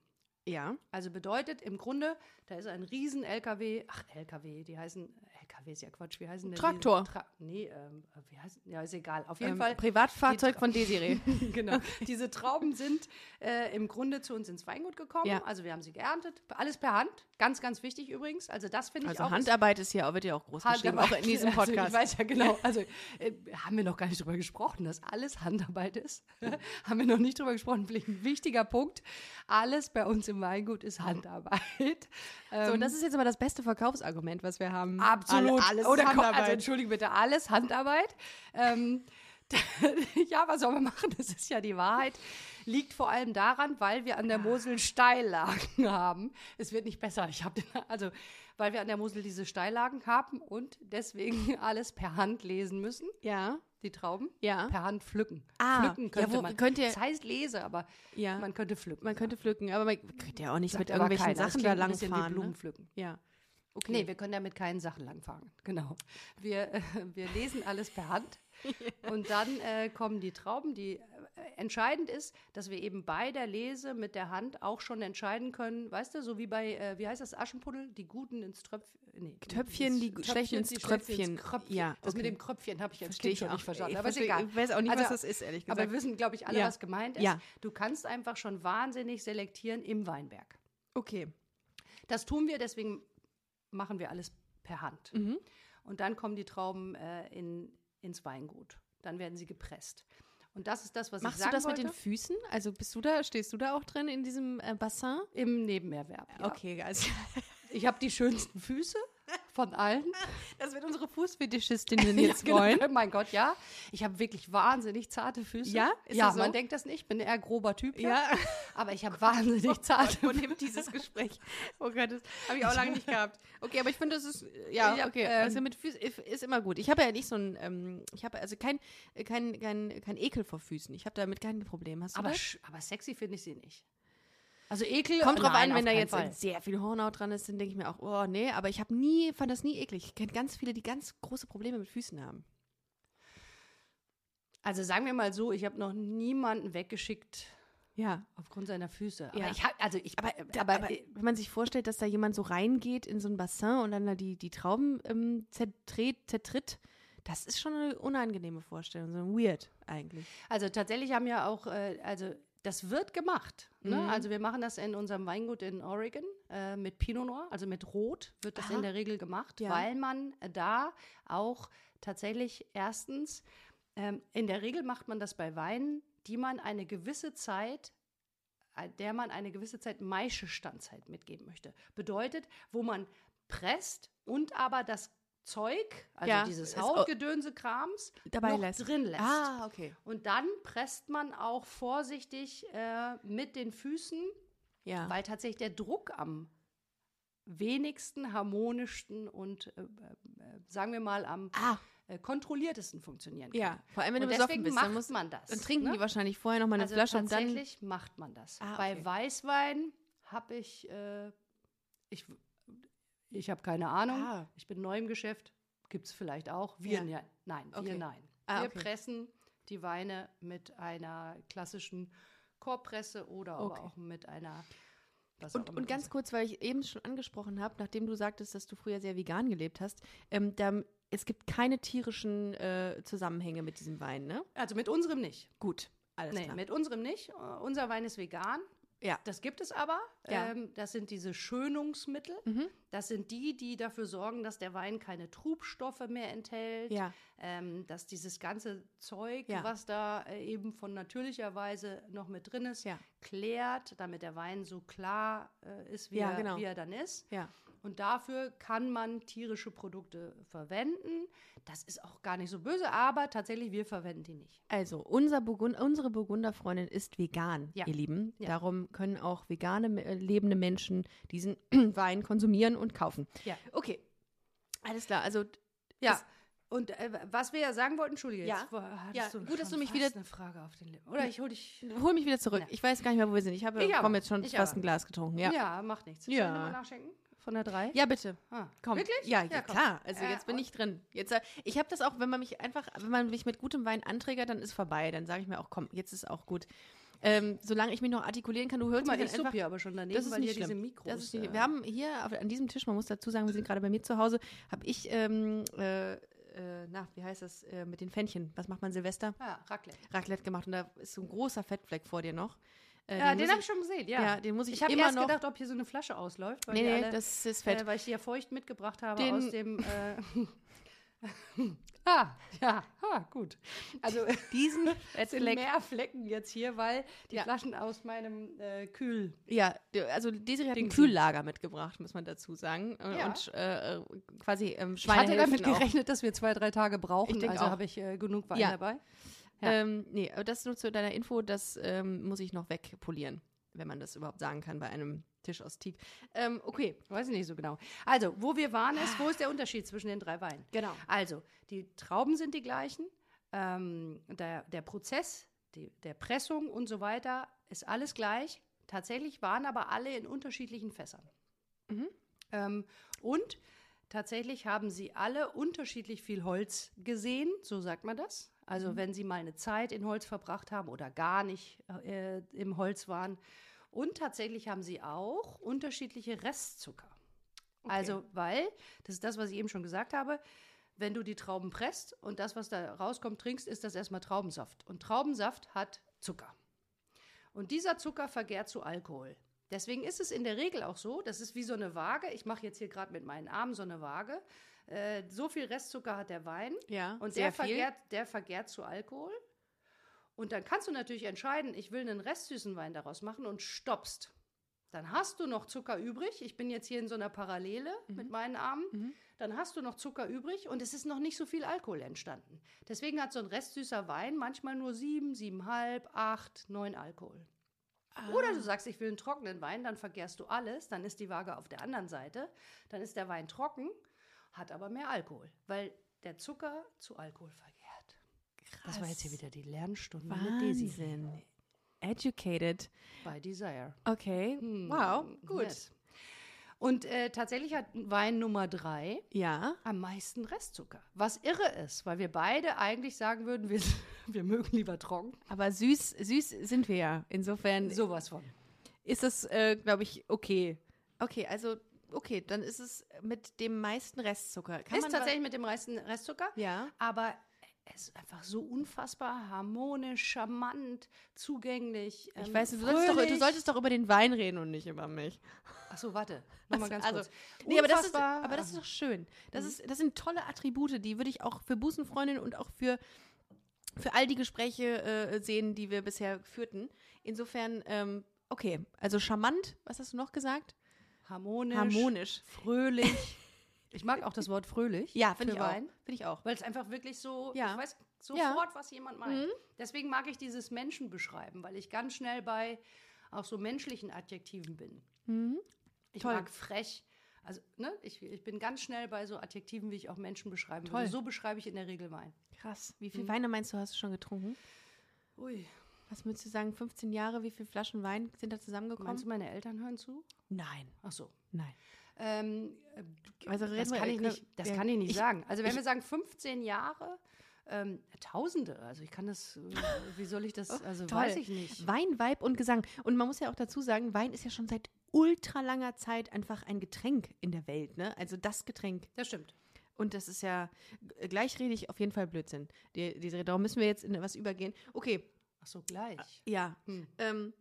B: ja,
A: Also bedeutet im Grunde, da ist ein riesen LKW, ach LKW, die heißen LKW, Ach, ist ja Quatsch, wie heißen denn
B: Traktor.
A: Die, Tra nee, ähm, wie heißt, ja, ist egal. Auf jeden
B: Ähm,
A: Fall.
B: Privatfahrzeug
A: die-
B: von Desiree.
A: genau. Diese Trauben sind äh, im Grunde zu uns ins Weingut gekommen.
B: Ja.
A: Also wir haben sie geerntet. Alles per Hand. Ganz, ganz wichtig übrigens. Also das finde ich
B: Also
A: auch. ist-
B: Handarbeit ist ja auch, wird ja auch groß geschrieben, auch
A: Handarbeit.
B: in diesem
A: Also
B: Podcast.
A: ich weiß ja genau. Also äh, haben wir noch gar nicht drüber gesprochen, dass alles Handarbeit ist. haben wir noch nicht drüber gesprochen. Vielleicht ein wichtiger Punkt. Alles bei uns im Weingut ist Handarbeit.
B: so,
A: Ähm,
B: und das ist jetzt aber das beste Verkaufsargument, was wir haben.
A: Absolut.
B: Alle, alles
A: Oder Handarbeit. Also
B: Handarbeit.
A: entschuldige bitte, alles Handarbeit. Ähm, ja, was soll man machen? Das ist ja die Wahrheit. Liegt vor allem daran, weil wir an der Mosel Steillagen haben. Es wird nicht besser. Ich habe den, also, weil wir an der Mosel diese Steillagen haben und deswegen alles per Hand lesen müssen.
B: ja,
A: Die Trauben
B: ja,
A: per Hand pflücken.
B: Ah, ja,
A: pflücken könnte
B: wo-
A: man.
B: könnt ihr-
A: das heißt lese, aber
B: ja. Man,
A: man könnte pflücken.
B: könnte pflücken, aber man könnte ja auch nicht
A: Sagt
B: mit
A: aber
B: irgendwelchen
A: keiner. Das
B: Sachen
A: klingt
B: da
A: ein bisschen wie
B: langfahren.
A: Blumen
B: Ne?
A: pflücken.
B: Ja. Okay.
A: Nee, wir können damit keinen Sachen langfahren. Genau. Wir, äh, wir lesen alles per Hand. Und dann äh, kommen die Trauben, die äh, entscheidend ist, dass wir eben bei der Lese mit der Hand auch schon entscheiden können, weißt du, so wie bei, äh, wie heißt das, Aschenputtel, die Guten ins Tröpfchen. Nee,
B: Töpfchen, die gu- schlechten ins
A: die schlechten
B: Kröpfchen. Ja,
A: Das mit
B: okay.
A: dem Kröpfchen habe ich als
B: Verstehe
A: Kind
B: ich
A: schon
B: auch.
A: nicht verstanden.
B: Ich
A: aber ist
B: verstehe-
A: egal. Also,
B: ich weiß auch nicht, was das ist, ehrlich
A: Aber
B: gesagt.
A: wir wissen, glaube ich, alle,
B: Ja.
A: was gemeint ist.
B: Ja.
A: Du kannst einfach schon wahnsinnig selektieren im Weinberg.
B: Okay.
A: Das tun wir, deswegen machen wir alles per Hand.
B: Mhm.
A: Und dann kommen die Trauben äh, in, ins Weingut. Dann werden sie gepresst. Und das ist das, was ich
B: Machst du
A: sagen
B: das mit
A: wollte.
B: den Füßen? Also bist du da, stehst du da auch drin in diesem äh, Bassin?
A: Im Nebenerwerb. Ja.
B: Okay, also
A: Ich habe die schönsten Füße von allen.
B: das wird unsere Fußfetischistinnen jetzt
A: Ja,
B: wollen.
A: genau. Mein Gott, ja. Ich habe wirklich wahnsinnig zarte Füße.
B: Ja? Ist
A: ja,
B: das so?
A: man denkt das nicht. Ich bin eher grober Typ. hier.
B: Ja. Oh
A: Aber ich habe wahnsinnig zarte
B: Wo nimmt dieses Gespräch? Oh Gott, das habe ich auch lange nicht gehabt. Okay, aber ich finde, das ist, äh, ja,
A: Ja,
B: okay,
A: ähm,
B: also mit Füßen if- ist immer gut. Ich habe ja nicht so ein, ähm, ich habe also kein, äh, kein, kein, kein Ekel vor Füßen. Ich habe damit kein Problem. Hast du
A: aber,
B: das?
A: sch- aber sexy finde ich sie nicht. Also ekel.
B: Kommt drauf
A: nein,
B: an, wenn
A: auf
B: da
A: keinen
B: jetzt
A: Fall.
B: sehr viel Hornhaut dran ist, dann denke ich mir auch, oh nee, aber ich habe nie, fand das nie eklig. Ich kenne ganz viele, die ganz große Probleme mit Füßen haben.
A: Also sagen wir mal so, ich habe noch niemanden weggeschickt
B: Ja.
A: aufgrund seiner Füße. Aber
B: Ja.
A: ich hab, also ich,
B: Aber,
A: äh,
B: aber, wenn man sich vorstellt, dass da jemand so reingeht in so ein Bassin und dann da die, die Trauben ähm, zertritt, zertritt, das ist schon eine unangenehme Vorstellung, so weird eigentlich.
A: also tatsächlich haben ja auch, äh, also das wird gemacht. Ne?
B: Mhm.
A: Also wir machen das in unserem Weingut in Oregon äh, mit Pinot Noir, also mit Rot wird das
B: Aha.
A: in der Regel gemacht,
B: Ja.
A: weil man da auch tatsächlich erstens, ähm, in der Regel macht man das bei Weinen, die man eine gewisse Zeit äh, der man eine gewisse Zeit Maische Standzeit mitgeben möchte. Bedeutet, wo man presst und aber das Zeug, also
B: Ja,
A: dieses
B: ist-
A: Hautgedönse-Krams,
B: Dabei
A: noch
B: lässt.
A: drin lässt.
B: Ah, okay.
A: Und dann presst man auch vorsichtig äh, mit den Füßen,
B: Ja.
A: weil tatsächlich der Druck am wenigsten harmonischsten und, äh, äh, sagen wir mal, am
B: ah,
A: äh, kontrolliertesten funktionieren kann.
B: ja. Vor allem, wenn
A: Und
B: du besoffen
A: deswegen
B: bist,
A: macht
B: dann, muss,
A: man das.
B: dann trinken
A: ne?
B: die wahrscheinlich vorher nochmal eine
A: also
B: Flasche und dann.
A: tatsächlich macht man das.
B: Ah, okay.
A: Bei Weißwein habe ich, äh, ich, ich habe keine Ahnung.
B: Ah.
A: Ich bin neu im Geschäft. Gibt es vielleicht auch. Wir
B: Ja.
A: ja. nein, wir
B: Okay.
A: nein.
B: Ah,
A: wir
B: okay.
A: pressen die Weine mit einer klassischen Korbpresse oder
B: Okay.
A: aber auch mit einer. was
B: Und,
A: auch immer
B: und ganz
A: das-
B: kurz, weil ich eben schon angesprochen habe, nachdem du sagtest, dass du früher sehr vegan gelebt hast, ähm, da, es gibt keine tierischen äh, Zusammenhänge mit diesem Wein, ne?
A: Also mit unserem nicht.
B: Gut, alles
A: Nee,
B: klar.
A: mit unserem nicht. Äh, Unser Wein ist vegan.
B: Ja.
A: Das gibt es aber.
B: Ja.
A: Ähm, das sind diese Schönungsmittel.
B: Mhm.
A: Das sind die, die dafür sorgen, dass der Wein keine Trubstoffe mehr enthält.
B: Ja,
A: Ähm, dass dieses ganze Zeug,
B: Ja.
A: was da äh, eben von natürlicher Weise noch mit drin ist,
B: Ja.
A: klärt, damit der Wein so klar äh, ist, wie,
B: Ja,
A: er,
B: genau.
A: wie er dann ist.
B: ja.
A: Und dafür kann man tierische Produkte verwenden. Das ist auch gar nicht so böse, aber tatsächlich, wir verwenden die nicht.
B: Also, unser Burgund, unsere Burgunderfreundin ist vegan,
A: Ja.
B: ihr Lieben.
A: Ja.
B: Darum können auch vegane äh, lebende Menschen diesen Wein konsumieren und kaufen.
A: Ja.
B: Okay. Alles klar. Also,
A: Ja.
B: Es-
A: Und äh, was wir ja sagen wollten, Entschuldige,
B: Ja.
A: jetzt war- hattest
B: Ja, gut, dass
A: schon
B: du mich
A: fast
B: wieder-
A: eine Frage auf den Lippen. Oder ich hol dich.
B: hol mich wieder zurück.
A: Ja.
B: Ich weiß gar nicht mehr, wo wir sind. Ich habe
A: Ich
B: komm,
A: aber.
B: jetzt schon
A: Ich
B: fast
A: aber.
B: ein Glas getrunken. Ja.
A: Ja,
B: Ja,
A: macht nichts.
B: Ja.
A: Soll ich nochmal nachschenken? Von der drei?
B: bitte.
A: Ah,
B: Komm.
A: Wirklich?
B: Ja, ja
A: komm.
B: klar. Also
A: Äh,
B: jetzt bin
A: und-
B: ich drin. Jetzt, äh, ich habe das auch, wenn man mich einfach, wenn man mich mit gutem Wein anträgert, dann ist vorbei. Dann sage ich mir auch, komm, jetzt ist auch gut. Ähm, solange ich mich noch artikulieren kann, du hörst
A: Guck mal,
B: mich
A: ich
B: dann einfach.
A: suppe hier aber schon daneben,
B: Das ist
A: weil
B: nicht
A: hier diese
B: schlimm.
A: Mikros.
B: Das ist nicht,
A: äh,
B: wir haben hier auf, an diesem Tisch, man muss dazu sagen, wir sind gerade bei mir zu Hause, habe ich, ähm, äh, äh, na, wie heißt das, äh, mit den Fännchen, was macht man Silvester?
A: ah, Raclette.
B: Raclette gemacht und da ist so ein großer Fettfleck vor dir noch. Äh,
A: Ja,
B: den
A: den
B: muss
A: habe ich schon gesehen, ja.
B: Ja, den muss ich
A: ich habe
B: immer
A: erst
B: noch-
A: gedacht, ob hier so eine Flasche ausläuft, weil,
B: Nee,
A: die
B: nee,
A: alle,
B: das ist fett.
A: Äh, weil ich die ja feucht mitgebracht habe
B: Den-
A: aus dem. Äh, ah, ja, ah, gut. Also diesen sind
B: Fleck.
A: mehr Flecken jetzt hier, weil die
B: Ja.
A: Flaschen aus meinem äh, Kühl.
B: Ja, d- also Desiree hat
A: Den
B: ein Kühllager mitgebracht, muss man dazu sagen. Äh,
A: Ja.
B: Und äh, äh, quasi ähm,
A: Ich hatte damit
B: Schweinehälften auch.
A: gerechnet, dass wir zwei, drei Tage brauchen.
B: Ich denk
A: also
B: auch.
A: habe ich äh, genug Wein
B: Ja.
A: dabei. Ja.
B: Ähm, nee, aber das nur zu deiner Info, das ähm, muss ich noch wegpolieren, wenn man das überhaupt sagen kann bei einem Tisch aus Teak. Ähm, okay,
A: Weiß ich nicht so genau. Also, wo wir waren, ist, wo ist der Unterschied zwischen den drei Weinen?
B: genau.
A: Also, die Trauben sind die gleichen. Ähm, der, der Prozess die, der Pressung und so weiter ist alles gleich. Tatsächlich waren aber alle in unterschiedlichen Fässern. Ähm, und tatsächlich haben sie alle unterschiedlich viel Holz gesehen, so sagt man das. Also wenn sie mal eine Zeit in Holz verbracht haben oder gar nicht äh, im Holz waren. Und tatsächlich haben sie auch unterschiedliche Restzucker. Also, weil, das ist das, was ich eben schon gesagt habe, wenn du die Trauben presst und das, was da rauskommt, trinkst, ist das erstmal Traubensaft. Und Traubensaft hat Zucker. Und dieser Zucker vergärt zu Alkohol. Deswegen ist es in der Regel auch so, das ist wie so eine Waage. Ich mache jetzt hier gerade mit meinen Armen so eine Waage. Äh, so viel Restzucker hat der Wein.
B: Ja,
A: Und
B: sehr
A: der
B: viel.
A: vergärt, der vergärt zu Alkohol. Und dann kannst du natürlich entscheiden, ich will einen restsüßen Wein daraus machen und stoppst. Dann hast du noch Zucker übrig. Ich bin jetzt hier in so einer Parallele
B: Mhm.
A: mit meinen Armen. Dann hast du noch Zucker übrig und es ist noch nicht so viel Alkohol entstanden. Deswegen hat so ein restsüßer Wein manchmal nur sieben, siebenhalb, acht, neun Alkohol. Oder du sagst, ich will einen trockenen Wein, dann vergehrst du alles, dann ist die Waage auf der anderen Seite, dann ist der Wein trocken, hat aber mehr Alkohol, weil der Zucker zu Alkohol vergärt. Das war jetzt hier wieder die Lernstunde mit Desi
B: Wahnsinn. Educated.
A: bei Desire.
B: Okay, wow, gut.
A: Nett. Und äh, tatsächlich hat Wein Nummer drei
B: Ja,
A: am meisten Restzucker. Was irre ist, weil wir beide eigentlich sagen würden, wir, wir mögen lieber trocken.
B: aber süß, süß sind wir ja. Insofern
A: Sowas von.
B: ist das, äh, glaube ich, okay. Okay, also, okay, dann ist es mit dem meisten Restzucker. Kann
A: ist
B: man
A: tatsächlich mit dem meisten Restzucker.
B: Ja.
A: Aber es ist einfach so unfassbar harmonisch, charmant, zugänglich.
B: Ich
A: ähm,
B: weiß, du solltest, doch, du
A: fröhlich.
B: solltest doch über den Wein reden und nicht über mich.
A: Ach so, warte. Nochmal ganz
B: also,
A: kurz.
B: Nee, aber das, ist,
A: Unfassbar- Mhm.
B: aber das ist doch schön. Das, ist, das sind tolle Attribute, die würde ich auch für Busenfreundinnen und auch für, für all die Gespräche äh, sehen, die wir bisher führten. Insofern, ähm, okay, also charmant, was hast du noch gesagt?
A: harmonisch,
B: Harmonisch.
A: fröhlich. ich mag auch das Wort fröhlich.
B: Ja, finde
A: für
B: ich, auch.
A: Wein.
B: Finde ich auch.
A: Weil es einfach wirklich so,
B: Ja.
A: ich weiß
B: Ja.
A: sofort, was jemand meint. Deswegen mag ich dieses Menschen beschreiben, weil ich ganz schnell bei auch so menschlichen Adjektiven bin. Mhm. Ich
B: Toll.
A: mag frech. Also, ne, ich, ich bin ganz schnell bei so Adjektiven, wie ich auch Menschen beschreiben
B: Toll.
A: würde. So beschreibe ich in der Regel Wein.
B: Krass. Wie
A: Mhm.
B: viel Weine meinst du, hast du schon getrunken?
A: Ui.
B: Was würdest du sagen, 15 Jahre, wie viele Flaschen Wein sind da zusammengekommen?
A: Meinst du, meine Eltern hören zu?
B: Nein,
A: Ach so.
B: nein.
A: Ähm,
B: Also reden
A: das
B: wir
A: kann ich
B: ne-
A: nicht, das
B: ja,
A: kann ich nicht
B: ich-
A: sagen. Also wenn wir sagen 15 Jahre, ähm, Tausende, also ich kann das, äh, wie soll ich das, also
B: Toll.
A: weiß ich nicht.
B: Wein, Weib und Gesang. Und man muss ja auch dazu sagen, Wein ist ja schon seit ultra langer Zeit einfach ein Getränk in der Welt, ne? Also das Getränk.
A: Das stimmt.
B: Und das ist ja g- gleichredig auf jeden Fall Blödsinn. Die, diese, darum müssen wir jetzt in was übergehen. Okay,
A: Ach so, gleich.
B: ja.
A: Hm.
B: Ähm,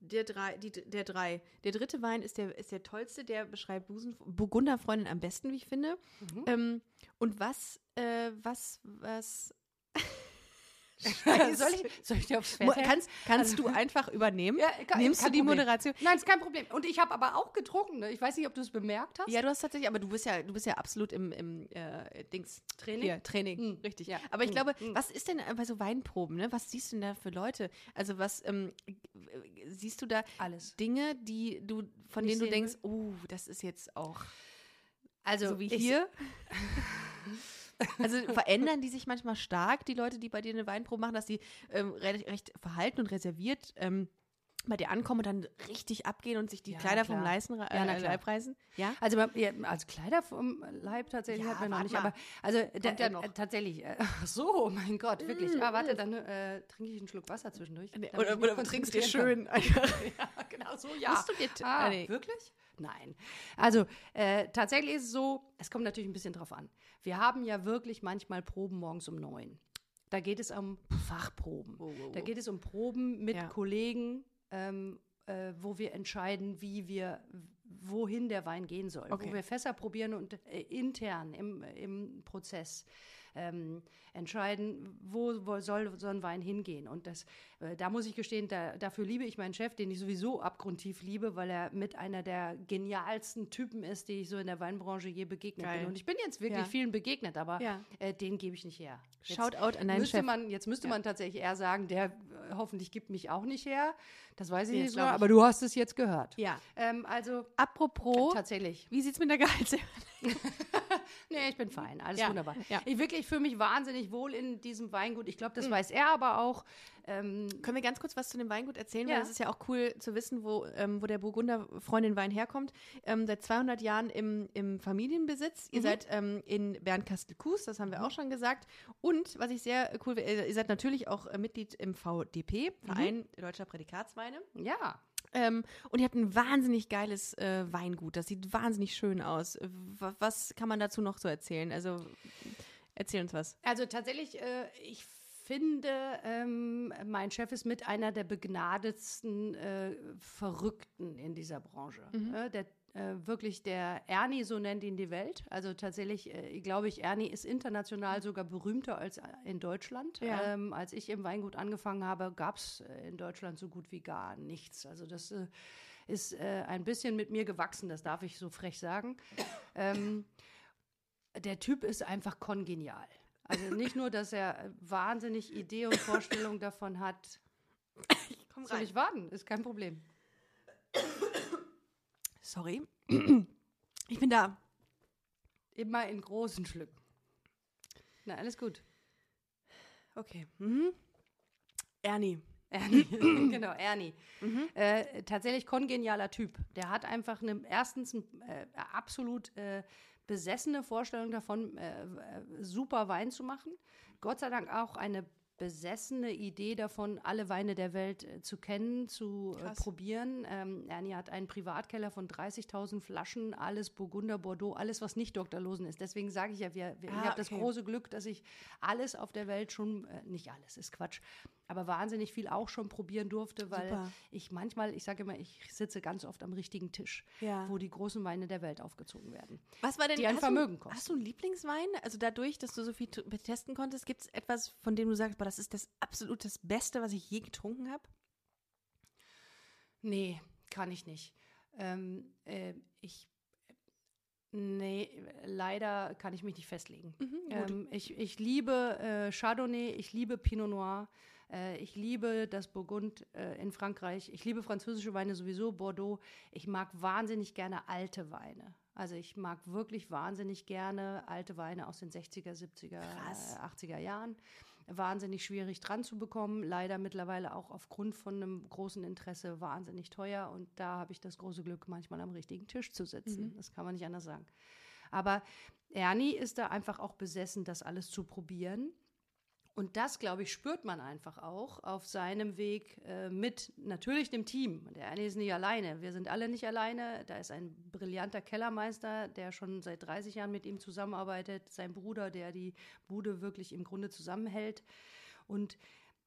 B: der drei, die, der drei. Der dritte Wein ist der, ist der tollste, der beschreibt Busen, Burgunderfreundin am besten, wie ich finde.
A: Mhm.
B: Ähm, und was, äh, was, was.
A: soll, ich, soll ich dir aufs Pferd helfen?
B: Kannst, kannst du einfach übernehmen?
A: Also Ja, kann-
B: Nimmst
A: kein
B: du die
A: Problem.
B: Moderation?
A: Nein, ist kein Problem. Und ich habe aber auch getrunken. Ne? Ich weiß nicht, ob du es bemerkt hast.
B: Ja, du hast tatsächlich, aber du bist ja, du bist ja absolut im, im äh, Dings.
A: Training?
B: Hier, Training,
A: Hm,
B: richtig.
A: ja.
B: Aber ich
A: Hm,
B: glaube,
A: hm.
B: was ist denn äh, bei so Weinproben, ne? Was siehst du denn da für Leute? Also was ähm, äh, siehst du da
A: Alles.
B: Dinge, die du, von
A: Nicht
B: denen du
A: sehen
B: denkst, oh, das ist jetzt auch
A: Also
B: so wie
A: ich-
B: hier? also verändern die sich manchmal stark, die Leute, die bei dir eine Weinprobe machen, dass die ähm, recht, recht verhalten und reserviert ähm, bei dir ankommen und dann richtig abgehen und sich die
A: Ja,
B: Kleider
A: klar.
B: vom Leisten, äh,
A: Ja, na klar.
B: Leib reißen? Ja.
A: Also, man- ja, also Kleider vom Leib tatsächlich
B: Ja,
A: hat man noch
B: warte
A: nicht,
B: mal.
A: aber also da,
B: ja noch. Mm,
A: äh, tatsächlich. Äh, ach so, mein Gott, wirklich. Ah, warte, dann äh, trinke ich einen Schluck Wasser zwischendurch. damit ich
B: Oder,
A: mich
B: oder du trinkst dir
A: konzentrieren
B: schön. einfach.
A: kann. genau so, ja.
B: Musst du dir-
A: ah,
B: Ah, nee.
A: Wirklich? Nein. Also äh, tatsächlich ist es so, es kommt natürlich ein bisschen drauf an. Wir haben ja wirklich manchmal Proben morgens um neun. Da geht es um Fachproben.
B: Wow, wow,
A: Da
B: wow.
A: geht es um Proben mit
B: Oh, Ja.
A: Kollegen, ähm, äh, wo wir entscheiden, wie wir, wohin der Wein gehen soll.
B: Okay.
A: Wo wir Fässer probieren und äh, intern im, im Prozess ähm, entscheiden, wo, wo soll so ein Wein hingehen. Und das, äh, da muss ich gestehen, da, dafür liebe ich meinen Chef, den ich sowieso abgrundtief liebe, weil er mit einer der genialsten Typen ist, die ich so in der Weinbranche je begegnet
B: Geil.
A: bin. Und ich bin jetzt wirklich
B: Ja.
A: vielen begegnet, aber
B: Ja.
A: äh, den gebe ich nicht her. Jetzt
B: Shoutout an deinen
A: müsste
B: Chef.
A: Man, jetzt müsste man tatsächlich eher sagen, der äh, hoffentlich gibt mich auch nicht her. Das weiß ich
B: Nee, das
A: nicht so,
B: glaub ich.
A: aber du hast es jetzt gehört.
B: Ja. Oh.
A: Ähm, also
B: Apropos,
A: tatsächlich.
B: wie sieht's mit der Gehaltserhöhung?
A: Nee, ich bin fein, alles
B: Ja,
A: wunderbar.
B: ja. Hm.
A: Ich wirklich fühle mich wahnsinnig wohl in diesem Weingut. Ich glaube, das weiß er aber auch. Ähm,
B: Können wir ganz kurz was zu dem Weingut erzählen?
A: Ja.
B: Weil es ist ja auch cool zu wissen, wo, ähm, wo der Burgunder Freundin Wein herkommt. Ähm, seit 200 Jahren im, im Familienbesitz. Ihr seid ähm, in Bernkastel-Kues, das haben wir auch schon gesagt. Und was ich sehr cool, äh, ihr seid natürlich auch äh, Mitglied im VDP, Verein Deutscher Prädikatsweine.
A: ja.
B: Ähm, und ihr habt ein wahnsinnig geiles äh, Weingut. Das sieht wahnsinnig schön aus. W was kann man dazu noch so erzählen? Also erzähl uns was.
A: Also tatsächlich, äh, ich finde, ähm, mein Chef ist mit einer der begnadetsten äh, Verrückten in dieser Branche. Äh, der äh, wirklich der Ernie, so nennt ihn die Welt. Also tatsächlich, äh, glaube ich, Ernie ist international sogar berühmter als äh, in Deutschland.
B: Ja.
A: Ähm, als ich im Weingut angefangen habe, gab es äh, in Deutschland so gut wie gar nichts. Also das äh, ist äh, ein bisschen mit mir gewachsen, das darf ich so frech sagen. ähm, der Typ ist einfach kongenial. Also nicht nur, dass er wahnsinnig Idee und Vorstellung davon hat.
B: Komm
A: Soll ich warten? Ist kein Problem.
B: Sorry. Ich bin da.
A: Immer in großen Schlücken. Na, alles gut.
B: Okay. Mhm. Ernie.
A: Ernie. genau, Ernie.
B: Mhm.
A: Äh, tatsächlich kongenialer Typ. Der hat einfach eine, erstens ein, äh, absolut äh, besessene Vorstellung davon, äh, äh, super Wein zu machen. Gott sei Dank auch eine besessene Idee davon, alle Weine der Welt äh, zu kennen, zu äh,
B: Krass.
A: probieren. Ähm, Ernie hat einen Privatkeller von 30.000 Flaschen, alles Burgunder, Bordeaux, alles, was nicht Dr. Losen ist. Deswegen sage ich ja, wir, wir,
B: Ah,
A: ich habe das
B: okay.
A: große große Glück, dass ich alles auf der Welt schon, äh, nicht alles, ist Quatsch, aber wahnsinnig viel auch schon probieren durfte, weil
B: Super.
A: ich manchmal, ich sage immer, ich sitze ganz oft am richtigen Tisch,
B: Ja.
A: wo die großen Weine der Welt aufgezogen werden.
B: Was war denn
A: Die ein
B: hast
A: Vermögen
B: du,
A: kosten.
B: Hast du einen Lieblingswein? Also dadurch, dass du so viel t- testen konntest, gibt es etwas, von dem du sagst, boah, das ist das absolut das Beste, was ich je getrunken habe?
A: Nee, kann ich nicht. Ähm, äh, ich, nee, leider kann ich mich nicht festlegen.
B: Mhm, gut.
A: ähm, ich, ich liebe äh, Chardonnay, ich liebe Pinot Noir, äh, ich liebe das Burgund äh, in Frankreich, ich liebe französische Weine sowieso, Bordeaux. Ich mag wahnsinnig gerne alte Weine. Also ich mag wirklich wahnsinnig gerne alte Weine aus den 60er, 70er,
B: Krass.
A: äh, 80er Jahren. Wahnsinnig schwierig dran zu bekommen. Leider mittlerweile auch aufgrund von einem großen Interesse wahnsinnig teuer. Und da habe ich das große Glück, manchmal am richtigen Tisch zu sitzen. Das kann man nicht anders sagen. Aber Ernie ist da einfach auch besessen, das alles zu probieren. Und das, glaube ich, spürt man einfach auch auf seinem Weg äh, mit natürlich dem Team. Der Ernie ist nicht alleine. Wir sind alle nicht alleine. Da ist ein brillanter Kellermeister, der schon seit 30 Jahren mit ihm zusammenarbeitet. Sein Bruder, der die Bude wirklich im Grunde zusammenhält. Und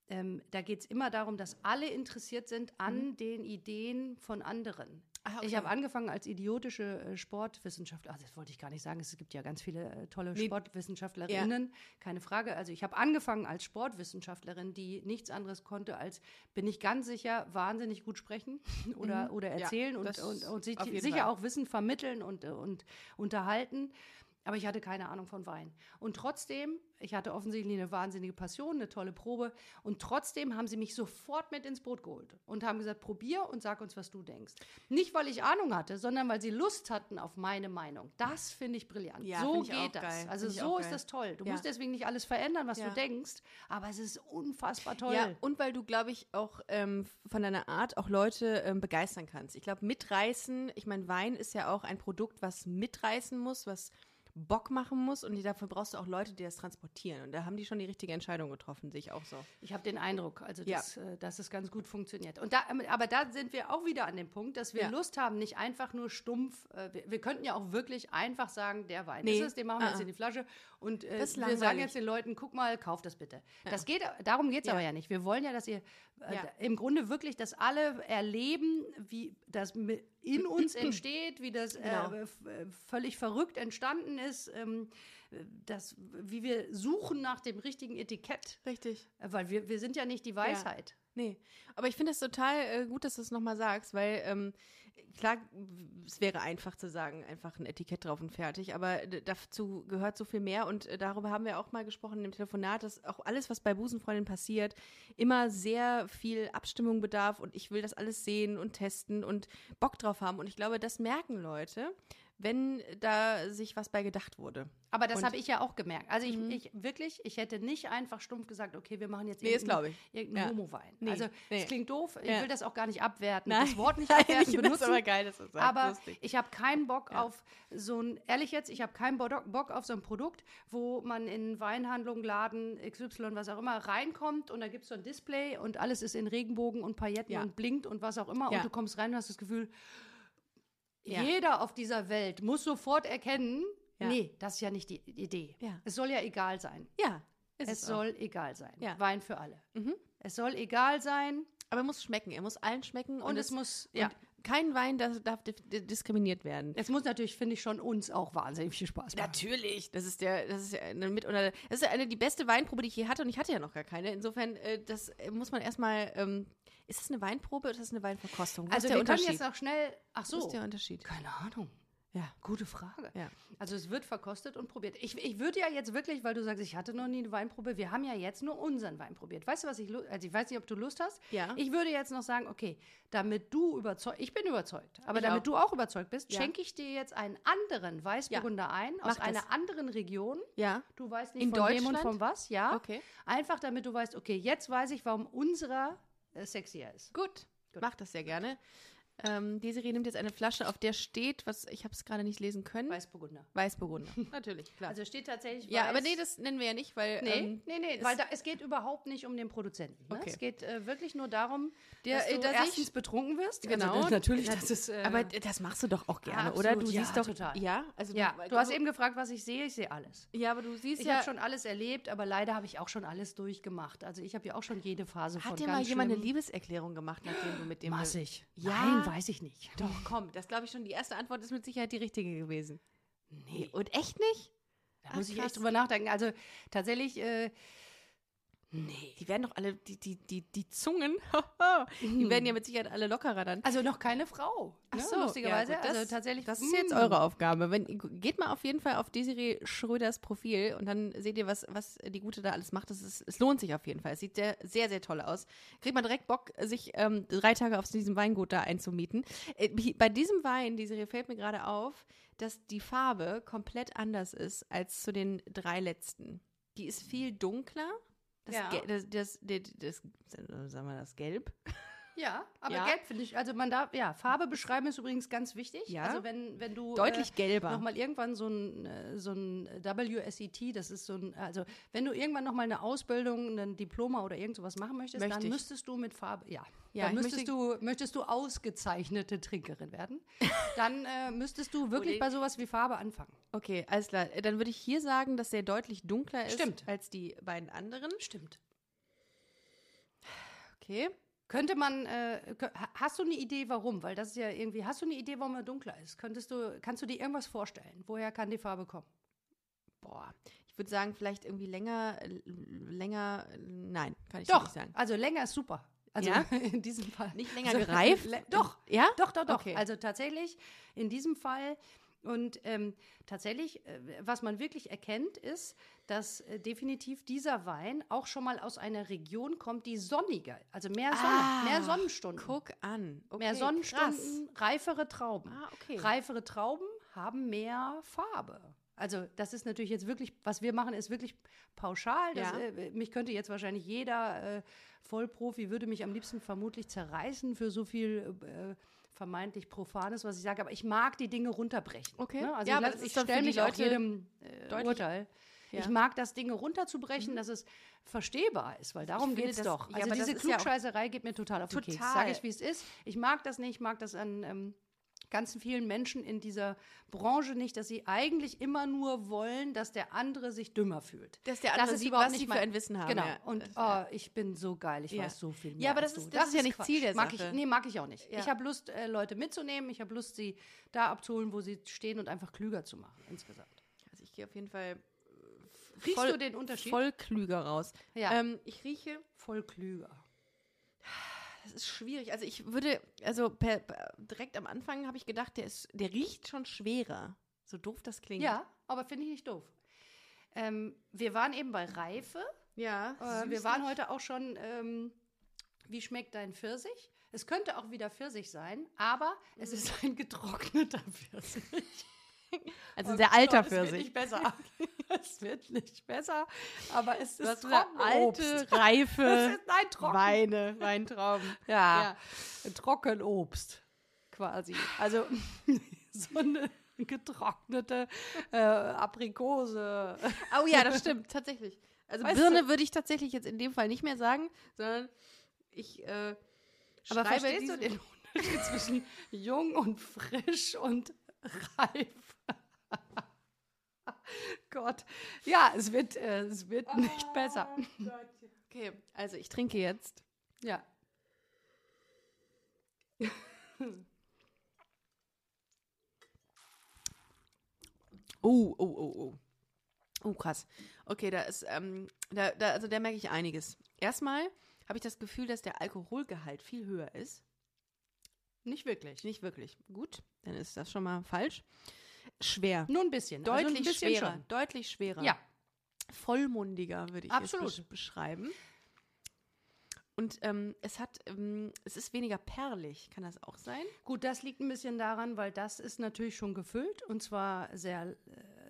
A: ähm, da geht es immer darum, dass alle interessiert sind an den Ideen von anderen.
B: Ah, okay.
A: Ich habe angefangen als idiotische äh, Sportwissenschaftler. Also das wollte ich gar nicht sagen. Es gibt ja ganz viele äh, tolle
B: Nee.
A: Sportwissenschaftlerinnen, keine Frage. Also ich habe angefangen als Sportwissenschaftlerin, die nichts anderes konnte als, bin ich ganz sicher, wahnsinnig gut sprechen oder, oder
B: Ja,
A: erzählen und,
B: das
A: und, und sich,
B: auf jeden
A: sicher
B: Fall.
A: auch Wissen vermitteln und, äh, und unterhalten. Aber ich hatte keine Ahnung von Wein. Und trotzdem, ich hatte offensichtlich eine wahnsinnige Passion, eine tolle Probe. Und trotzdem haben sie mich sofort mit ins Boot geholt und haben gesagt, probier und sag uns, was du denkst. Nicht, weil ich Ahnung hatte, sondern weil sie Lust hatten auf meine Meinung. Das finde ich brillant.
B: Ja,
A: so
B: find ich auch
A: geht das.
B: geil.
A: Also
B: Find ich
A: so
B: auch
A: ist
B: geil.
A: das toll. Du
B: Ja.
A: musst deswegen nicht alles verändern, was
B: Ja.
A: du denkst, aber es ist unfassbar toll.
B: Ja, und weil du, glaube ich, auch ähm, von deiner Art auch Leute ähm, begeistern kannst. Ich glaube, mitreißen, ich meine, Wein ist ja auch ein Produkt, was mitreißen muss, was Bock machen muss und dafür brauchst du auch Leute, die das transportieren. Und da haben die schon die richtige Entscheidung getroffen, sehe ich auch so.
A: Ich habe den Eindruck, also
B: Ja.
A: dass, äh, dass es ganz gut funktioniert. Und da, ähm, aber da sind wir auch wieder an dem Punkt, dass wir
B: Ja.
A: Lust haben, nicht einfach nur stumpf. Äh, wir, wir könnten ja auch wirklich einfach sagen, der Wein
B: Nee.
A: ist es, den machen wir
B: Ah, ah.
A: jetzt in die Flasche und äh,
B: Das ist
A: wir sagen
B: langweilig.
A: jetzt den Leuten, guck mal, kauf das bitte. Das geht, darum geht es
B: Ja.
A: aber ja nicht. Wir wollen ja, dass ihr äh,
B: Ja.
A: da- im Grunde wirklich, dass alle erleben, wie das mi- in uns entsteht, wie das
B: Genau.
A: äh, f- äh, völlig verrückt entstanden ist, ähm, das, wie wir suchen nach dem richtigen Etikett.
B: Richtig.
A: Weil wir, wir sind ja nicht die Weisheit.
B: Nee, aber ich finde es total äh, gut, dass du es nochmal sagst, weil ähm, klar, w- es wäre einfach zu sagen, einfach ein Etikett drauf und fertig, aber d- dazu gehört so viel mehr und äh, darüber haben wir auch mal gesprochen im Telefonat, dass auch alles, was bei Busenfreundin passiert, immer sehr viel Abstimmung bedarf und ich will das alles sehen und testen und Bock drauf haben und ich glaube, das merken Leute, wenn da sich was bei gedacht wurde.
A: Aber das
B: Und- Mhm.
A: habe ich ja auch gemerkt. Also ich, ich wirklich, ich hätte nicht einfach stumpf gesagt, okay, wir machen jetzt
B: Nee, das
A: irgendeinen
B: glaub ich.
A: irgendein
B: Ja.
A: Homo-Wein.
B: Nee,
A: also
B: nee.
A: es klingt doof, ich
B: Ja.
A: will das auch gar nicht abwerten,
B: Nein.
A: das Wort nicht
B: Nein,
A: abwerten,
B: ich finde das
A: benutzen.
B: aber geil, dass du sagst,
A: Aber
B: lustig.
A: ich habe keinen Bock auf so ein, ehrlich jetzt, ich habe keinen Bock Bock auf so ein Produkt, wo man in Weinhandlung, Laden, XY, was auch immer, reinkommt und da gibt es so ein Display und alles ist in Regenbogen und Pailletten
B: Ja.
A: und blinkt und was auch immer
B: Ja.
A: und du kommst rein und hast das Gefühl,
B: Ja.
A: jeder auf dieser Welt muss sofort erkennen,
B: Ja.
A: nee, das ist ja nicht die Idee.
B: Ja.
A: Es soll ja egal sein.
B: Ja, ist
A: Es
B: es auch.
A: soll egal sein.
B: Ja. Mhm.
A: Wein für alle. Es soll egal sein
B: Aber er muss schmecken, er muss allen schmecken
A: und,
B: und,
A: es muss,
B: Ja.
A: ja.
B: Und kein Wein das darf di- di- diskriminiert werden.
A: Es muss natürlich, finde ich, schon uns auch wahnsinnig viel Spaß machen.
B: Natürlich, das ist der, das ist ja eine mit oder das ist ja eine die beste Weinprobe, die ich je hatte und ich hatte ja noch gar keine. Insofern, äh, das äh, muss man erstmal. Ähm, ist das eine Weinprobe oder ist das eine Weinverkostung? Wo
A: Also
B: ist der
A: wir können
B: Unterschied?
A: jetzt noch schnell, ach
B: Wo
A: so,
B: ist der Unterschied?
A: keine Ahnung.
B: Ja.
A: Gute Frage.
B: Ja.
A: Also es wird verkostet und probiert. Ich, ich würde ja jetzt wirklich, weil du sagst, ich hatte noch nie eine Weinprobe, wir haben ja jetzt nur unseren Wein probiert. Weißt du, was ich, lu- also ich weiß nicht, ob du Lust hast.
B: Ja.
A: Ich würde jetzt noch sagen, okay, damit du überzeugt, ich bin überzeugt, aber
B: Ich
A: damit
B: auch.
A: du auch überzeugt bist,
B: Ja.
A: schenke ich dir jetzt einen anderen Weißburgunder ein,
B: Mach
A: aus
B: das.
A: einer anderen Region.
B: Ja.
A: Du weißt nicht
B: In
A: von wem und
B: Deutschland?
A: von was, ja.
B: Okay.
A: Einfach damit du weißt, okay, jetzt weiß ich, warum unserer äh, sexier ist.
B: Gut. Mach das sehr gerne. Ähm, Desiree nimmt jetzt eine Flasche, auf der steht, was ich habe es gerade nicht lesen können.
A: Weißburgunder.
B: Weißburgunder. Natürlich, klar.
A: Also steht tatsächlich
B: ja,
A: Weiß.
B: aber nee, das nennen wir ja nicht, weil
A: Nee,
B: ähm,
A: nee, nee, weil da, es geht überhaupt nicht um den Produzenten. Ne?
B: Okay.
A: Es geht äh, wirklich nur darum,
B: Der-
A: dass
B: äh,
A: du
B: dass ich-
A: erstens betrunken wirst.
B: Genau.
A: Also, natürlich,
B: Na,
A: das ist... Äh,
B: Aber d- das machst du doch auch gerne,
A: absolut,
B: oder? Du
A: ja,
B: siehst doch
A: total.
B: ja, also
A: ja,
B: weil-
A: du hast eben gefragt, was ich sehe. Ich sehe alles.
B: ja, aber du siehst
A: Ich
B: ja
A: habe schon alles erlebt, aber leider habe ich auch schon alles durchgemacht. Also ich habe ja auch schon jede Phase von
B: Hat dir
A: ganz
B: mal jemand eine
A: schlimm-
B: Liebeserklärung gemacht, nachdem du mit dem
A: Massig.
B: Ja.
A: Nein, weiß ich nicht.
B: Doch, komm, das glaube ich schon, die erste Antwort ist mit Sicherheit die richtige gewesen. Nee, und echt nicht?
A: Da muss
B: Ach,
A: ich
B: krass.
A: echt drüber nachdenken. Also tatsächlich, äh, nee.
B: Die werden doch alle die die die die Zungen, die werden ja mit Sicherheit alle lockerer dann.
A: Also noch keine Frau. ne? lustigerweise.
B: ja, gut, das,
A: also tatsächlich.
B: Das ist jetzt
A: mm.
B: eure Aufgabe. Wenn, geht mal auf jeden Fall auf Desiree Schröders Profil und dann seht ihr, was, was die Gute da alles macht. Das ist, es lohnt sich auf jeden Fall. Es sieht sehr, sehr, sehr toll aus. Kriegt man direkt Bock, sich ähm, drei Tage auf diesem Weingut da einzumieten. Äh, hi- bei diesem Wein, Desiree, fällt mir gerade auf, dass die Farbe komplett anders ist als zu den drei letzten. Die ist viel dunkler. Das,
A: Ja.
B: Ge- das, das, das, das, sagen wir das Gelb.
A: Ja, aber
B: Ja.
A: gelb finde ich, also man darf, ja, Farbe beschreiben ist übrigens ganz wichtig.
B: Ja.
A: Also wenn, wenn du
B: Deutlich gelber.
A: nochmal irgendwann so ein, äh, so ein WSET, das ist so ein, also wenn du irgendwann nochmal eine Ausbildung, ein Diploma oder irgend sowas machen möchtest,
B: Möchte
A: dann
B: ich.
A: müsstest du mit Farbe, ja,
B: Ja,
A: dann
B: ich
A: müsstest
B: möchte-
A: du, möchtest du ausgezeichnete Trinkerin werden, dann äh, müsstest du wirklich bei sowas wie Farbe anfangen.
B: Okay, alles klar. Äh, Dann würde ich hier sagen, dass der deutlich dunkler ist
A: Stimmt.
B: als die beiden anderen.
A: Stimmt.
B: Okay.
A: Könnte man, äh, kö- ha- hast du eine Idee, warum? Weil das ist ja irgendwie, hast du eine Idee, warum er dunkler ist? Könntest du, kannst du dir irgendwas vorstellen? Woher kann die Farbe kommen?
B: Boah. Ich würde sagen, vielleicht irgendwie länger, äh, länger, äh, nein, kann ich
A: Doch,
B: nicht sagen.
A: also länger ist super. Also
B: Ja?
A: in diesem Fall.
B: Nicht länger
A: Also,
B: gereift?
A: le- Doch,
B: Ja?
A: doch, doch, doch.
B: Okay.
A: Also tatsächlich, in diesem Fall Und ähm, tatsächlich, äh, was man wirklich erkennt, ist, dass äh, definitiv dieser Wein auch schon mal aus einer Region kommt, die sonniger, also mehr Sonne,
B: Ah,
A: mehr Sonnenstunden.
B: Guck an. Okay,
A: mehr
B: krass.
A: Sonnenstunden, reifere Trauben.
B: Ah, okay.
A: Reifere Trauben haben mehr Farbe. Also das ist natürlich jetzt wirklich, was wir machen, ist wirklich pauschal. Das,
B: Ja.
A: äh, mich könnte jetzt wahrscheinlich jeder äh, Vollprofi, würde mich am liebsten vermutlich zerreißen für so viel äh, vermeintlich Profanes, was ich sage. Aber ich mag die Dinge runterbrechen.
B: Okay.
A: Ne? Also
B: Ja,
A: ja,
B: aber
A: ich, lass-
B: das ist
A: ich
B: dann für
A: stelle
B: die
A: mich auch
B: Leute
A: jedem äh,
B: deutlich-
A: Urteil.
B: Ja. Mhm.
A: Ich mag das, Dinge runterzubrechen, dass es verstehbar ist, weil darum
B: finde
A: geht es
B: das-
A: doch.
B: ja,
A: Also
B: aber das
A: diese
B: ist ja auch-
A: Klugscheißerei geht mir total auf den Keks.
B: Total.
A: Sage ich, wie es ist. Ich mag das nicht, ich mag das an ähm, ganzen vielen Menschen in dieser Branche nicht, dass sie eigentlich immer nur wollen, dass der andere sich dümmer fühlt.
B: Dass der
A: das
B: andere
A: ist
B: sieht,
A: überhaupt
B: was
A: nicht
B: sie für
A: mein-
B: ein Wissen haben.
A: Genau.
B: Ja.
A: Und
B: Das-
A: oh, ich bin so geil, ich
B: Ja.
A: weiß so viel
B: Ja,
A: mehr.
B: aber das
A: als
B: ist-
A: du.
B: das ist ja nicht
A: Quatsch.
B: Ziel der
A: mag
B: Sache.
A: Ich, nee, mag ich auch nicht.
B: Ja.
A: Ich habe Lust, äh, Leute mitzunehmen. Ich habe Lust, sie da abzuholen, wo sie stehen und einfach klüger zu machen insgesamt.
B: Also ich gehe auf jeden Fall äh,
A: Riechst
B: voll,
A: du den Unterschied?
B: voll klüger raus.
A: Ja.
B: Ähm, ich rieche,
A: Voll klüger.
B: das ist schwierig. Also ich würde, also per, per, direkt am Anfang habe ich gedacht, der, ist, der riecht schon schwerer. So doof das klingt.
A: Ja, aber finde ich nicht doof. Ähm, wir waren eben bei Reife.
B: Ja.
A: Äh, wir
B: süßlich.
A: waren heute auch schon, ähm, wie schmeckt dein Pfirsich? Es könnte auch wieder Pfirsich sein, aber es ist ein getrockneter Pfirsich. Oh
B: Also ein sehr alter
A: ähm, genau, Es wird
B: Pfirsich.
A: nicht besser. Es wird nicht besser, aber es
B: Das
A: ist
B: ist eine
A: Trockenobst.
B: alte, reife
A: Es ist, nein, trocken.
B: Weine, Weintrauben.
A: Ja, Trockenobst quasi. Also so eine getrocknete äh, Aprikose.
B: Oh ja, das stimmt, tatsächlich. Also
A: Weißt
B: Birne würde ich tatsächlich jetzt in dem Fall nicht mehr sagen, sondern ich äh,
A: Aber
B: schreibe
A: verstehst du
B: diesen-
A: den Unterschied zwischen jung und frisch und reif? Gott. Ja, es wird, äh, es wird nicht besser.
B: Okay, also ich trinke jetzt.
A: Ja.
B: Oh, oh, oh, oh. Oh, krass. Okay, da ist, ähm, da, da, also da merke ich einiges. Erstmal habe ich das Gefühl, dass der Alkoholgehalt viel höher ist.
A: Nicht wirklich.
B: Nicht wirklich. Gut, dann ist das schon mal falsch. Schwer.
A: Nur ein bisschen.
B: Deutlich
A: also ein bisschen
B: schwerer.
A: schon.
B: Deutlich schwerer.
A: Ja.
B: vollmundiger, würde ich
A: Absolut.
B: Absolut. Jetzt besch- beschreiben. Und ähm, es hat, ähm, es ist weniger perlig, kann das auch sein?
A: Gut, das liegt ein bisschen daran, weil das ist natürlich schon gefüllt und zwar sehr, äh,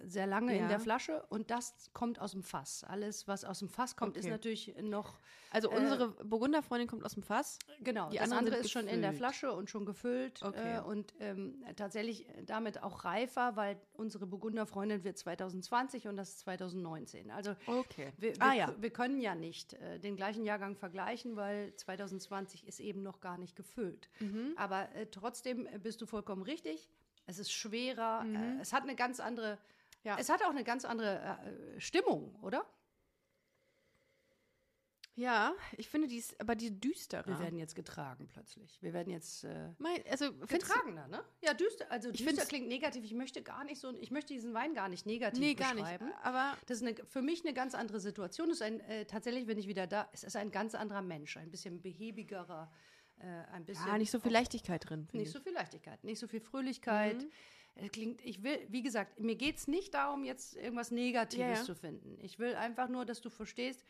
A: sehr lange
B: Ja.
A: in der Flasche und das kommt aus dem Fass. Alles, was aus dem Fass kommt, ist
B: Okay.
A: natürlich noch
B: Also
A: Äh,
B: unsere Burgunderfreundin kommt aus dem Fass.
A: Genau,
B: Die
A: das
B: anderen
A: andere
B: sind
A: ist schon in der
B: gefüllt.
A: Flasche und schon gefüllt
B: Okay.
A: äh, und ähm, tatsächlich damit auch reifer, weil unsere Burgunderfreundin wird 2020 und das ist 2019. Also
B: Okay.
A: wir, wir,
B: Ah, ja.
A: wir können ja nicht äh, den gleichen Jahrgang vergleichen, weil 2020 ist eben noch gar nicht gefüllt.
B: Mhm.
A: Aber äh, trotzdem äh, bist du vollkommen richtig. Es ist schwerer, äh, es hat eine ganz andere,
B: Mhm. Ja.
A: es hat auch eine ganz andere äh, Stimmung, oder?
B: Ja, ich finde die ist aber die düsterer.
A: Wir werden jetzt getragen plötzlich. Wir werden jetzt äh,
B: mein, also findest du-
A: getragener, ne? Ja, düster. Also düster
B: find's-
A: klingt negativ. Ich möchte gar nicht so, ich möchte diesen Wein gar nicht negativ
B: Nee, gar
A: beschreiben.
B: nicht. Aber
A: Das ist eine, für mich eine ganz andere Situation. Es Ist ein, äh, tatsächlich, wenn ich wieder da, es ist ein ganz anderer Mensch, ein bisschen behäbigerer, äh, ein bisschen
B: ja, nicht so viel Leichtigkeit Mhm. drin. finde
A: nicht
B: ich.
A: so viel Leichtigkeit, nicht so viel Fröhlichkeit. Es Klingt, ich will, wie gesagt, mir geht es nicht darum, jetzt irgendwas Negatives
B: Ja, ja.
A: zu finden. Ich will einfach nur, dass du verstehst,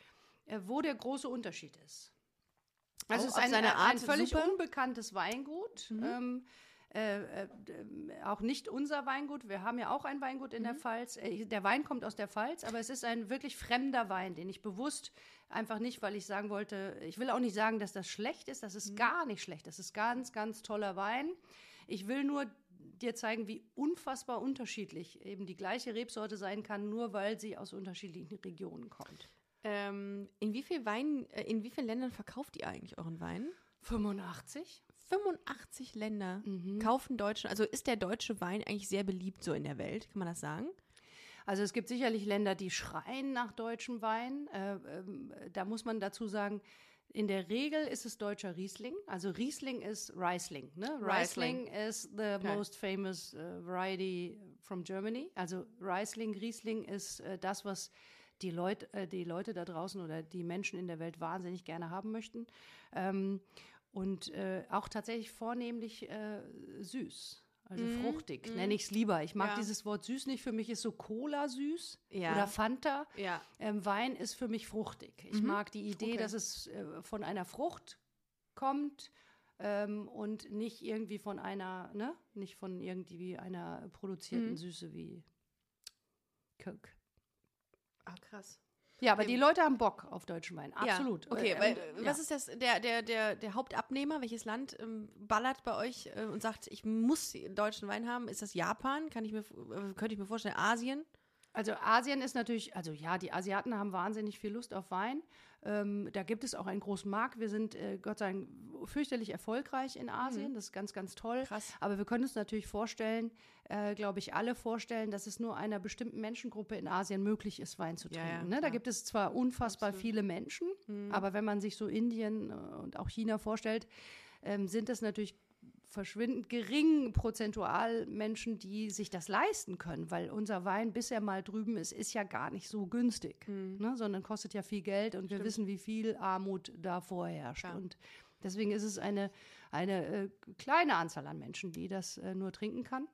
A: äh, wo der große Unterschied ist. Also
B: Auch
A: es ist
B: auf
A: ein,
B: seine Art Mhm.
A: ein völlig
B: super.
A: unbekanntes Weingut. Ähm, äh, äh, ähm, auch nicht unser Weingut. Wir haben ja auch ein Weingut in der
B: Mhm.
A: Pfalz. Äh, Der Wein kommt aus der Pfalz, aber es ist ein wirklich fremder Wein, den ich bewusst einfach nicht, weil ich sagen wollte, ich will auch nicht sagen, dass das schlecht ist. Das
B: Mhm.
A: ist gar nicht schlecht. Das ist ganz, ganz toller Wein. Ich will nur dir zeigen, wie unfassbar unterschiedlich eben die gleiche Rebsorte sein kann, nur weil sie aus unterschiedlichen Regionen kommt.
B: Ähm, in wie viel Wein, äh, in wie vielen Ländern verkauft ihr eigentlich euren Wein?
A: 85?
B: 85 Länder kaufen deutschen, also ist der deutsche Wein eigentlich sehr beliebt so in der Welt, kann man das sagen?
A: Also es gibt sicherlich Länder, die schreien nach deutschem Wein. Äh, ähm, da muss man dazu sagen, in der Regel ist es deutscher Riesling. Also Riesling ist Riesling. Ne?
B: Riesling.
A: Riesling is the most famous äh, variety from Germany. Also Riesling, Riesling ist äh, das, was die, Leut, äh, die Leute da draußen oder die Menschen in der Welt wahnsinnig gerne haben möchten. Ähm, und äh, auch tatsächlich vornehmlich äh, süß. Also fruchtig, nenne ich es lieber. Ich mag
B: Mhm. Ja.
A: dieses Wort süß nicht. Für mich ist so Cola süß
B: Ja.
A: oder Fanta.
B: Ja.
A: Ähm, Wein ist für mich fruchtig. Ich
B: Mhm.
A: mag die Idee, dass es äh, von einer Frucht kommt ähm, und nicht irgendwie von einer, ne, nicht von irgendwie einer produzierten
B: Mhm.
A: Süße wie Coke.
B: Ah, krass.
A: Ja, aber die Leute haben Bock auf deutschen Wein. Absolut.
B: Ja. Okay,
A: Äh,
B: weil,
A: und,
B: äh,
A: ja.
B: was ist das, der, der, der, der Hauptabnehmer, welches Land ähm, ballert bei euch äh, und sagt, ich muss deutschen Wein haben? Ist das Japan? Kann ich mir, äh, könnte ich mir vorstellen, Asien?
A: Also Asien ist natürlich, also ja, die Asiaten haben wahnsinnig viel Lust auf Wein. Ähm, da gibt es auch einen großen Markt. Wir sind, äh, Gott sei Dank, fürchterlich erfolgreich in Asien. Das ist ganz, ganz toll.
B: Krass.
A: Aber wir können uns natürlich vorstellen, äh, glaube ich, alle vorstellen, dass es nur einer bestimmten Menschengruppe in Asien möglich ist, Wein zu
B: Ja,
A: trinken.
B: ja,
A: ne? Da
B: klar. Mhm.
A: gibt es zwar unfassbar viele Menschen, aber wenn man sich so Indien äh, und auch China vorstellt, ähm, sind das natürlich verschwindend gering prozentual Menschen, die sich das leisten können, weil unser Wein, bis er mal drüben ist, ist ja gar nicht so günstig,
B: Mhm.
A: ne? sondern kostet ja viel Geld und wir wissen, wie viel Armut da vorherrscht.
B: Klar.
A: Und deswegen ist es eine, eine äh, kleine Anzahl an Menschen, die das äh, nur trinken kann.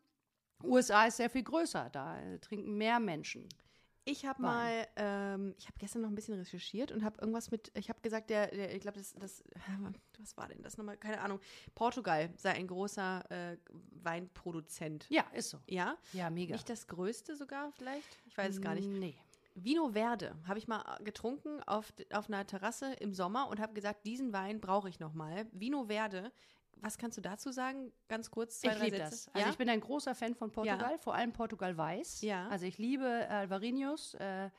A: USA ist sehr viel größer, da äh, trinken mehr Menschen.
B: Ich habe mal, ähm, ich habe gestern noch ein bisschen recherchiert und habe irgendwas mit, ich habe gesagt, der, der ich glaube, das, das, was war denn das nochmal? Keine Ahnung. Portugal sei ein großer äh, Weinproduzent.
A: Ja, ist so.
B: Ja?
A: Ja, mega.
B: Nicht das größte sogar vielleicht? Ich weiß es gar nicht.
A: Nee.
B: Vino Verde habe ich mal äh, getrunken auf, d- auf einer Terrasse im Sommer und habe gesagt, diesen Wein brauche ich nochmal. Vino Verde, was kannst du dazu sagen? Ganz kurz, zwei,
A: ich
B: drei
A: liebe
B: Sätze.
A: das. Also
B: ja?
A: ich bin ein großer Fan von Portugal,
B: Ja.
A: vor allem Portugal Weiß.
B: Ja.
A: Also ich liebe Alvarinhos. Äh,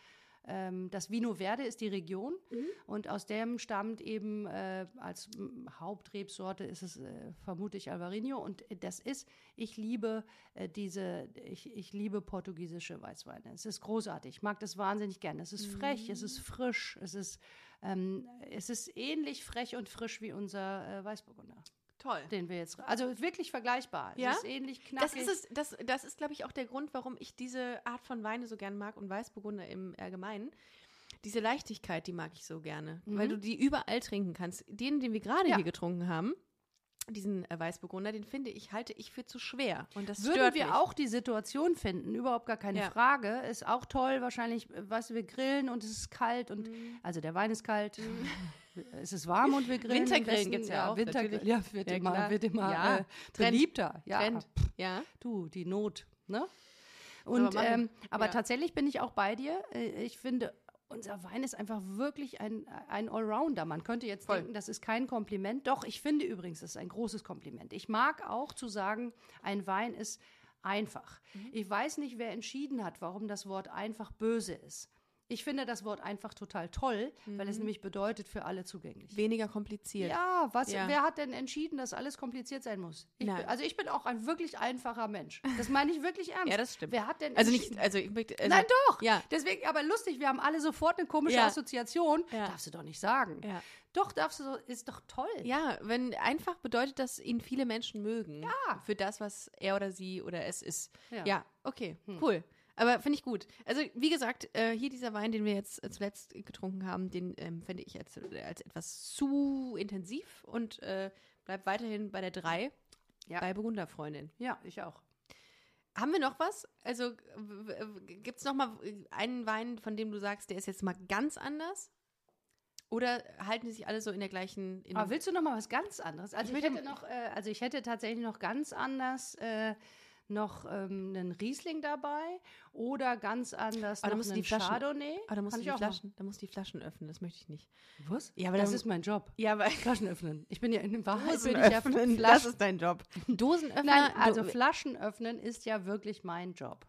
A: ähm, das Vino Verde ist die Region
B: Mhm.
A: und aus dem stammt eben äh, als m, Hauptrebsorte ist es äh, vermutlich Alvarinho und das ist, ich liebe äh, diese, ich, ich liebe portugiesische Weißweine. Es ist großartig, ich mag das wahnsinnig gern. Es
B: Mhm.
A: ist frech, es ist frisch, es ist, ähm, es ist ähnlich frech und frisch wie unser äh, Weißburgunder
B: Toll.
A: den wir jetzt. Also wirklich vergleichbar.
B: Ja?
A: Es ist ähnlich
B: Das
A: knackig.
B: ist, es, das, das ist, glaube ich, auch der Grund, warum ich diese Art von Weine so gern mag und Weißburgunder im Allgemeinen. Diese Leichtigkeit, die mag ich so gerne, weil du die überall trinken kannst. Den, den wir gerade
A: Mhm. Ja.
B: hier getrunken haben, diesen äh, Weißburgunder, den finde ich, halte ich für zu schwer. Und das
A: Würden
B: stört
A: wir
B: mich.
A: auch die Situation finden, überhaupt gar keine
B: Ja.
A: Frage. Ist auch toll, wahrscheinlich, äh, weißt du, wir grillen und es ist kalt und
B: Mhm.
A: also der Wein ist kalt, es ist warm und wir grillen. am
B: Wintergrillen
A: besten,
B: gibt's ja auch,
A: Wintergrillen,
B: natürlich.
A: ja, wird
B: Ja,
A: immer,
B: klar.
A: wird immer
B: Ja.
A: äh,
B: Trend.
A: beliebter. Ja,
B: Trend. Ja.
A: du, die Not, ne? Und aber,
B: machen.
A: ähm, aber
B: Ja.
A: tatsächlich bin ich auch bei dir. Äh, Ich finde, unser Wein ist einfach wirklich ein, ein Allrounder. Man könnte jetzt denken, das ist kein Kompliment. Doch, ich finde übrigens, das ist ein großes Kompliment. Ich mag auch zu sagen, ein Wein ist einfach.
B: Mhm.
A: Ich weiß nicht, wer entschieden hat, warum das Wort einfach böse ist. Ich finde das Wort einfach total toll, weil
B: Mhm.
A: es nämlich bedeutet für alle zugänglich.
B: Weniger kompliziert.
A: Ja, was,
B: Ja.
A: wer hat denn entschieden, dass alles kompliziert sein muss? Ich bin,
B: Nein.
A: also ich bin auch ein wirklich einfacher Mensch. Das meine ich wirklich ernst.
B: Ja, das stimmt.
A: Wer hat denn
B: Also
A: entschieden?
B: nicht, also ich möchte. Also,
A: Nein, doch.
B: Ja.
A: Deswegen, aber lustig, wir haben alle sofort eine komische
B: Ja.
A: Assoziation.
B: Ja.
A: Darfst du doch nicht sagen.
B: Ja.
A: Doch, darfst du, so- ist doch toll.
B: Ja, wenn einfach bedeutet, dass ihn viele Menschen mögen. Ja. Für das, was er oder sie oder es ist.
A: Ja.
B: Ja, Hm. okay, cool. Aber finde ich gut. Also, wie gesagt, äh, hier dieser Wein, den wir jetzt äh, zuletzt getrunken haben, den ähm, finde ich als, als etwas zu intensiv und äh, bleibt weiterhin bei der 3
A: Ja.
B: bei Burgunderfreundin.
A: Ja, ich auch.
B: Haben wir noch was? Also, gibt es noch mal äh, einen Wein, von dem du sagst, der ist jetzt mal ganz anders? Oder halten die sich alle so in der gleichen. In
A: Aber Ah, willst du noch mal was ganz anderes? Also ich,
B: möchte-
A: hätte noch, äh, also ich hätte tatsächlich noch ganz anders äh, noch ähm, einen Riesling dabei oder ganz anders
B: Aber da
A: noch
B: musst du
A: einen
B: die Flaschen-
A: Chardonnay.
B: Aber Ah, da musst
A: Kann
B: du
A: ich
B: die
A: auch machen.
B: Flaschen, da musst du die Flaschen öffnen, das möchte ich nicht.
A: Was?
B: Ja,
A: Ja,
B: aber
A: aber das
B: dann-
A: ist mein Job.
B: Ja, aber
A: Flaschen öffnen. Ich bin ja in Wahrheit
B: Dosen
A: bin ich ja Flaschen-
B: öffnen, das ist dein Job. Dosen öffnen.
A: Nein, also Flaschen öffnen ist ja wirklich mein Job.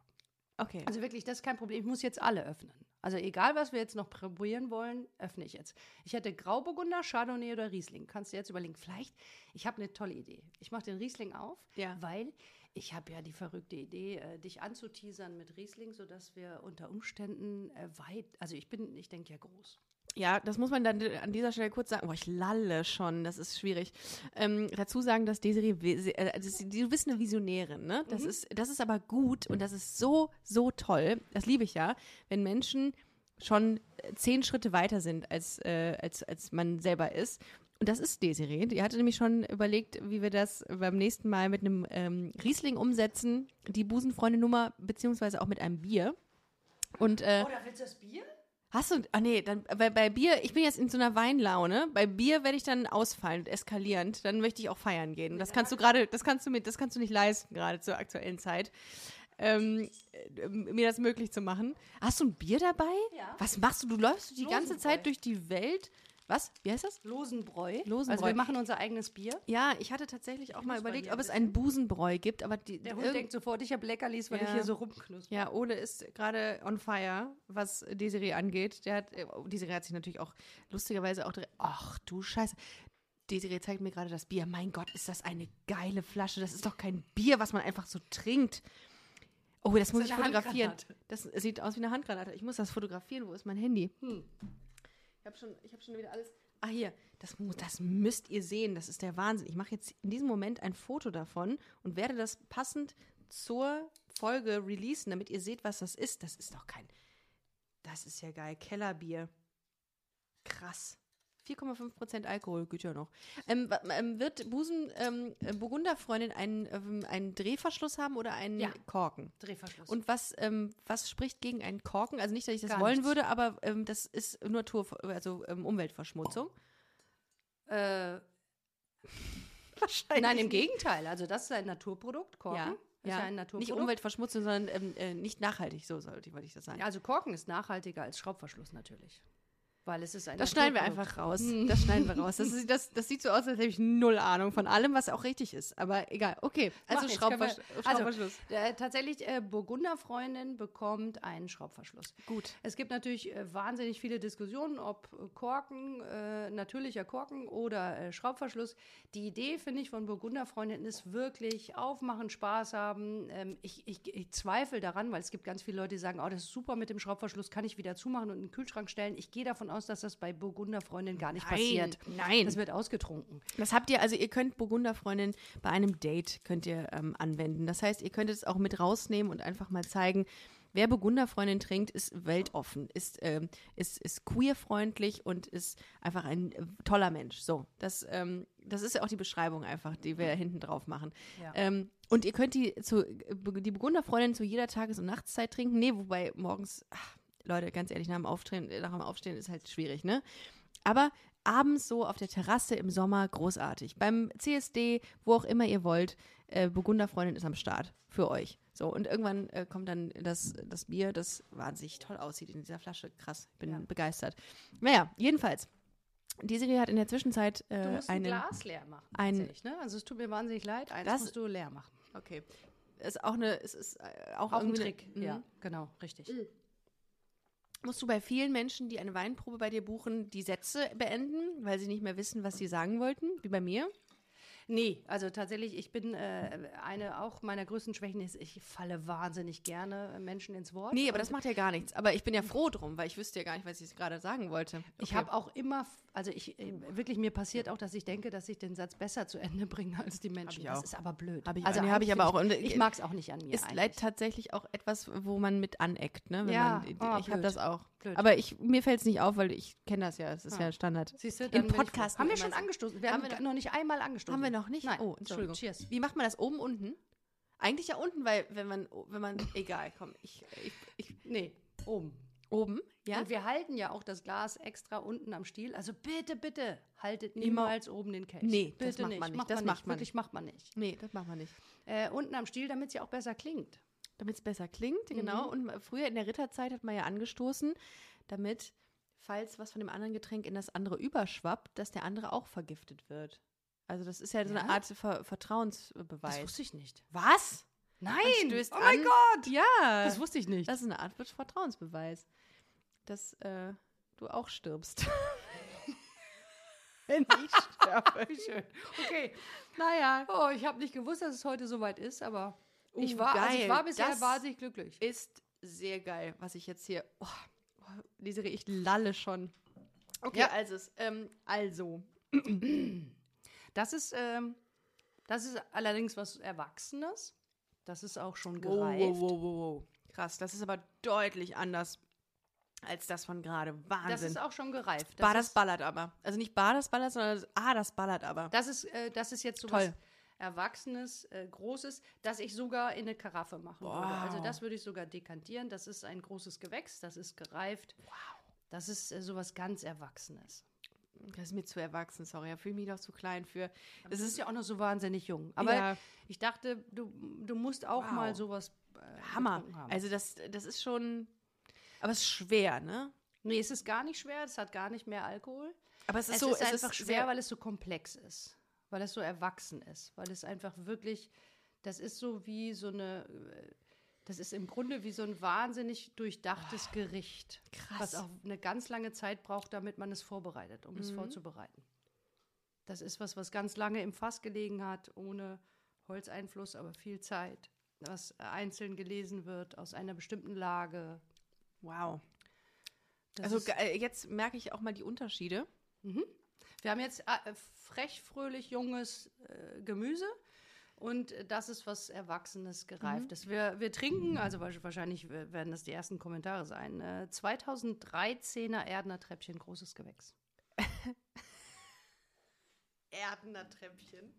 B: okay.
A: Also wirklich, das ist kein Problem. Ich muss jetzt alle öffnen. Also egal, was wir jetzt noch probieren wollen, öffne ich jetzt. Ich hätte Grauburgunder, Chardonnay oder Riesling. Kannst du jetzt überlegen, vielleicht, ich habe eine tolle Idee. Ich mache den Riesling auf,
B: Ja.
A: weil ich habe ja die verrückte Idee, äh, dich anzuteasern mit Riesling, sodass wir unter Umständen äh, weit, also ich bin, ich denke ja groß.
B: ja, das muss man dann an dieser Stelle kurz sagen. Boah, ich lalle schon, das ist schwierig. Ähm, dazu sagen, dass Desiree, Wi- äh, das ist, du bist eine Visionärin, ne? Das, ist, das ist aber gut und das ist so, so toll. Das liebe ich ja, wenn Menschen schon äh, zehn Schritte weiter sind, als, äh, als, als man selber ist Und das ist Desiree. Die hatte nämlich schon überlegt, wie wir das beim nächsten Mal mit einem ähm, Riesling umsetzen, die Busenfreunde-Nummer, beziehungsweise auch mit einem Bier. Und äh,
A: Oder willst du das Bier?
B: hast du, ah nee, dann bei, bei Bier, ich bin jetzt in so einer Weinlaune. Bei Bier werde ich dann ausfallend, eskalierend. Dann möchte ich auch feiern gehen. Und das kannst du gerade, das kannst du mit, das kannst du nicht leisten gerade zur aktuellen Zeit. Ähm, äh, mir das möglich zu machen. Hast du ein Bier dabei?
A: Ja.
B: Was machst du? Du läufst die ganze
A: Dosenbräu.
B: Zeit durch die Welt. Was? Wie heißt das?
A: Losenbräu.
B: Losenbräu.
A: Also wir machen unser eigenes Bier.
B: Ja, ich hatte tatsächlich auch mal
A: muss bei
B: überlegt,
A: dir
B: ob
A: ein
B: es einen Busenbräu gibt, aber die,
A: Der Hund
B: irgend-
A: denkt sofort, ich habe Leckerlis, weil
B: Ja.
A: ich hier so rumknuspere.
B: ja, Ole ist gerade on fire, was Desiree angeht. Der hat, äh, Desiree hat sich natürlich auch lustigerweise auch direkt, ach du Scheiße. Desiree zeigt mir gerade das Bier. Mein Gott, ist das eine geile Flasche. Das ist doch kein Bier, was man einfach so trinkt. Oh, das muss
A: ist
B: ich
A: eine
B: fotografieren.
A: Handgranate.
B: Das sieht aus wie eine Handgranate. Ich muss das fotografieren. Wo ist mein Handy?
A: Hm.
B: Ich habe schon, ich hab schon wieder alles. Ah, hier, das, mu- das müsst ihr sehen. Das ist der Wahnsinn. Ich mache jetzt in diesem Moment ein Foto davon und werde das passend zur Folge releasen, damit ihr seht, was das ist. Das ist doch kein. Das ist ja geil. Kellerbier. Krass. 4,5% Alkohol, Güter noch. Ähm, wa- ähm, wird Busen ähm, äh, Burgunderfreundin einen, ähm, einen Drehverschluss haben oder einen
A: Ja.
B: Korken?
A: Drehverschluss.
B: Und was, ähm, was spricht gegen einen Korken? Also nicht, dass ich das
A: Gar
B: wollen
A: nichts.
B: würde, aber ähm, das ist Natur, also ähm, Umweltverschmutzung.
A: äh,
B: Wahrscheinlich.
A: nein, im Gegenteil. Also das ist ein Naturprodukt, Korken.
B: Ja,
A: Ist ja
B: ja.
A: ein Naturprodukt.
B: nicht Umweltverschmutzung, sondern ähm, äh, nicht nachhaltig. So sollte wollte ich das sagen.
A: Also Korken ist nachhaltiger als Schraubverschluss natürlich. Weil es ist ein
B: Das schneiden wir
A: Naturprodukt.
B: einfach raus. Das schneiden wir raus. Das, ist, das, das sieht so aus, als hätte ich null Ahnung von allem, was auch richtig ist. Aber egal. Okay.
A: Mach
B: Also
A: nichts, können wir-
B: Schraubversch Schraubverschluss.
A: Also, äh, tatsächlich, äh, Burgunderfreundin bekommt einen Schraubverschluss.
B: Gut.
A: Es gibt natürlich äh, wahnsinnig viele Diskussionen, ob äh, Korken, äh, natürlicher Korken oder äh, Schraubverschluss. Die Idee, finde ich, von Burgunderfreundin ist wirklich aufmachen, Spaß haben. Ähm, ich, ich, ich zweifle daran, weil es gibt ganz viele Leute, die sagen, oh, das ist super mit dem Schraubverschluss, kann ich wieder zumachen und in den Kühlschrank stellen. Ich gehe davon aus, dass das bei Burgunderfreundin gar nicht passiert.
B: Nein.
A: Das wird ausgetrunken.
B: Das habt ihr, also ihr könnt Burgunderfreundin bei einem Date könnt ihr ähm, anwenden. Das heißt, ihr könnt es auch mit rausnehmen und einfach mal zeigen, wer Burgunderfreundin trinkt, ist weltoffen, ist, ähm, ist, ist queerfreundlich und ist einfach ein äh, toller Mensch. So, das, ähm, das ist ja auch die Beschreibung einfach, die wir hinten drauf machen.
A: Ja.
B: Ähm, und ihr könnt die, zu, äh, die Burgunderfreundin zu jeder Tages- und Nachtszeit trinken. Nee, wobei morgens, ach, Leute, ganz ehrlich, nach dem, Aufstehen, nach dem Aufstehen ist halt schwierig, ne? Aber abends so auf der Terrasse im Sommer großartig. Beim CSD, wo auch immer ihr wollt, äh, Burgunderfreundin ist am Start für euch. So, und irgendwann äh, kommt dann das, das Bier, das wahnsinnig toll aussieht in dieser Flasche. Krass, ich bin
A: Ja.
B: begeistert. Naja, jedenfalls. Die Serie hat in der Zwischenzeit äh,
A: Du musst ein
B: einen.
A: Glas leer machen.
B: einen-
A: tatsächlich, ne? Also es tut mir wahnsinnig leid, eins
B: Das-
A: musst du leer machen.
B: Okay. Ist auch eine, es ist äh, auch,
A: Auch ein
B: irgendwie
A: Trick,
B: Eine,
A: ja,
B: Mhm.
A: genau, richtig.
B: Musst du bei vielen Menschen, die eine Weinprobe bei dir buchen, die Sätze beenden, weil sie nicht mehr wissen, was sie sagen wollten, wie bei mir?
A: Nee, also tatsächlich, ich bin äh, eine auch meiner größten Schwächen ist, ich falle wahnsinnig gerne äh, Menschen ins Wort.
B: Nee, aber das macht ja gar nichts. Aber ich bin ja froh drum, weil ich wüsste ja gar nicht, was ich gerade sagen wollte.
A: Ich habe auch immer, f- also ich äh, wirklich mir passiert auch, dass ich denke, dass ich den Satz besser zu Ende bringe als die Menschen.
B: ich auch.
A: Das ist aber blöd. Also
B: Hab ich- nee, hab
A: eigentlich
B: ich aber
A: find
B: auch. Und,
A: Ich,
B: äh,
A: ich mag es auch nicht an mir.
B: Ist
A: eigentlich.
B: leid tatsächlich auch etwas, wo man mit aneckt, ne? Wenn
A: Ja,
B: man,
A: oh,
B: ich habe
A: blöd.
B: das auch.
A: Blöd.
B: Aber ich, mir fällt es nicht auf, weil ich kenne das ja. Es ist
A: Ah.
B: ja Standard.
A: Siehst du, dann
B: Im
A: bin ich froh.
B: Podcast
A: haben wir
B: immer
A: schon
B: so.
A: angestoßen. Wir
B: Haben
A: haben,
B: wir
A: g- noch nicht einmal angestoßen.
B: Haben wir noch nicht?
A: Nein.
B: Oh, Entschuldigung.
A: So, cheers.
B: Wie macht man das oben unten? Eigentlich ja unten, weil wenn man, wenn man, egal, komm, ich, ich, ich
A: Nee, um. oben.
B: oben, ja.
A: Und wir halten ja auch das Glas extra unten am Stiel. Also bitte, bitte, haltet
B: Immer-
A: niemals oben den Kelch.
B: Nee, das
A: bitte
B: macht
A: nicht.
B: man nicht,
A: Macht
B: das
A: man
B: macht
A: nicht.
B: man
A: Wirklich macht man nicht.
B: nee, das machen wir nicht.
A: Äh, unten am Stiel, damit sie auch besser klingt.
B: Damit es besser klingt, genau. Und ma- früher in der Ritterzeit hat man ja angestoßen, damit, falls was von dem anderen Getränk in das andere überschwappt, dass der andere auch vergiftet wird. Also das ist ja so eine
A: Ja?
B: Art Ver
A: Das
B: Vertrauensbeweis.
A: wusste ich nicht.
B: Was?
A: Nein!
B: stößt
A: oh mein
B: an.
A: Gott!
B: Ja.
A: Das wusste ich nicht.
B: Äh, Das ist eine Art Vertrauensbeweis, dass äh, du auch stirbst. Wenn ich sterbe.
A: Wie schön. Okay.
B: Naja.
A: Oh, ich habe nicht gewusst, dass es heute soweit ist, aber ich
B: Uh,
A: war, also
B: geil.
A: ich war bisher
B: Das-
A: wahnsinnig glücklich.
B: Ist sehr geil, was ich jetzt hier. Oh, oh, diese, ich lalle schon. Okay,
A: Ja.
B: also, es- ähm, also.
A: Das ist, ähm, das ist allerdings was Erwachsenes. Das ist auch schon
B: Wow,
A: gereift.
B: wow, wow, wow, wow. Krass, das ist aber deutlich anders als das von gerade. Wahnsinn.
A: Das ist auch schon gereift. Das
B: Bar das
A: ist,
B: ballert aber. Also nicht Bar das ballert, sondern das, ah, das ballert aber.
A: das ist, äh, das ist jetzt so
B: Toll.
A: was Erwachsenes, äh, Großes, das ich sogar in eine Karaffe machen würde. Also das würde ich sogar dekantieren. Das ist ein großes Gewächs, das ist gereift. Wow. Das ist äh, sowas ganz Erwachsenes.
B: Das ist mir zu erwachsen, sorry. Ich fühle mich doch zu klein für.
A: Es ist ja auch noch so wahnsinnig jung. Aber
B: Ja.
A: ich dachte, du, du musst auch
B: Wow.
A: mal sowas äh,
B: Hammer.
A: getrunken haben.
B: Also das, das ist schon. Aber es ist schwer, ne?
A: nee, es ist gar nicht schwer, es hat gar nicht mehr Alkohol.
B: Aber es
A: Es
B: ist so,
A: ist
B: es
A: einfach
B: ist
A: schwer,
B: sehr-
A: weil es so komplex ist, weil es so erwachsen ist, weil es einfach wirklich, das ist so wie so eine, äh, das ist im Grunde wie so ein wahnsinnig durchdachtes Gericht,
B: Oh, krass.
A: was auch eine ganz lange Zeit braucht, damit man es vorbereitet, um es
B: Mhm.
A: vorzubereiten. Das ist was, was ganz lange im Fass gelegen hat, ohne Holzeinfluss, aber viel Zeit, was einzeln gelesen wird aus einer bestimmten Lage.
B: Wow.
A: Das
B: also
A: ist-
B: ge- äh, jetzt merke ich auch mal die Unterschiede.
A: Wir haben jetzt äh, frech, fröhlich, junges äh, Gemüse. Und äh, das ist was Erwachsenes,
B: Mhm.
A: Gereiftes. Wir, wir trinken, also wa- wahrscheinlich w- werden das die ersten Kommentare sein, äh, 2013er Erdener Treppchen, großes Gewächs.
B: Erdener Treppchen.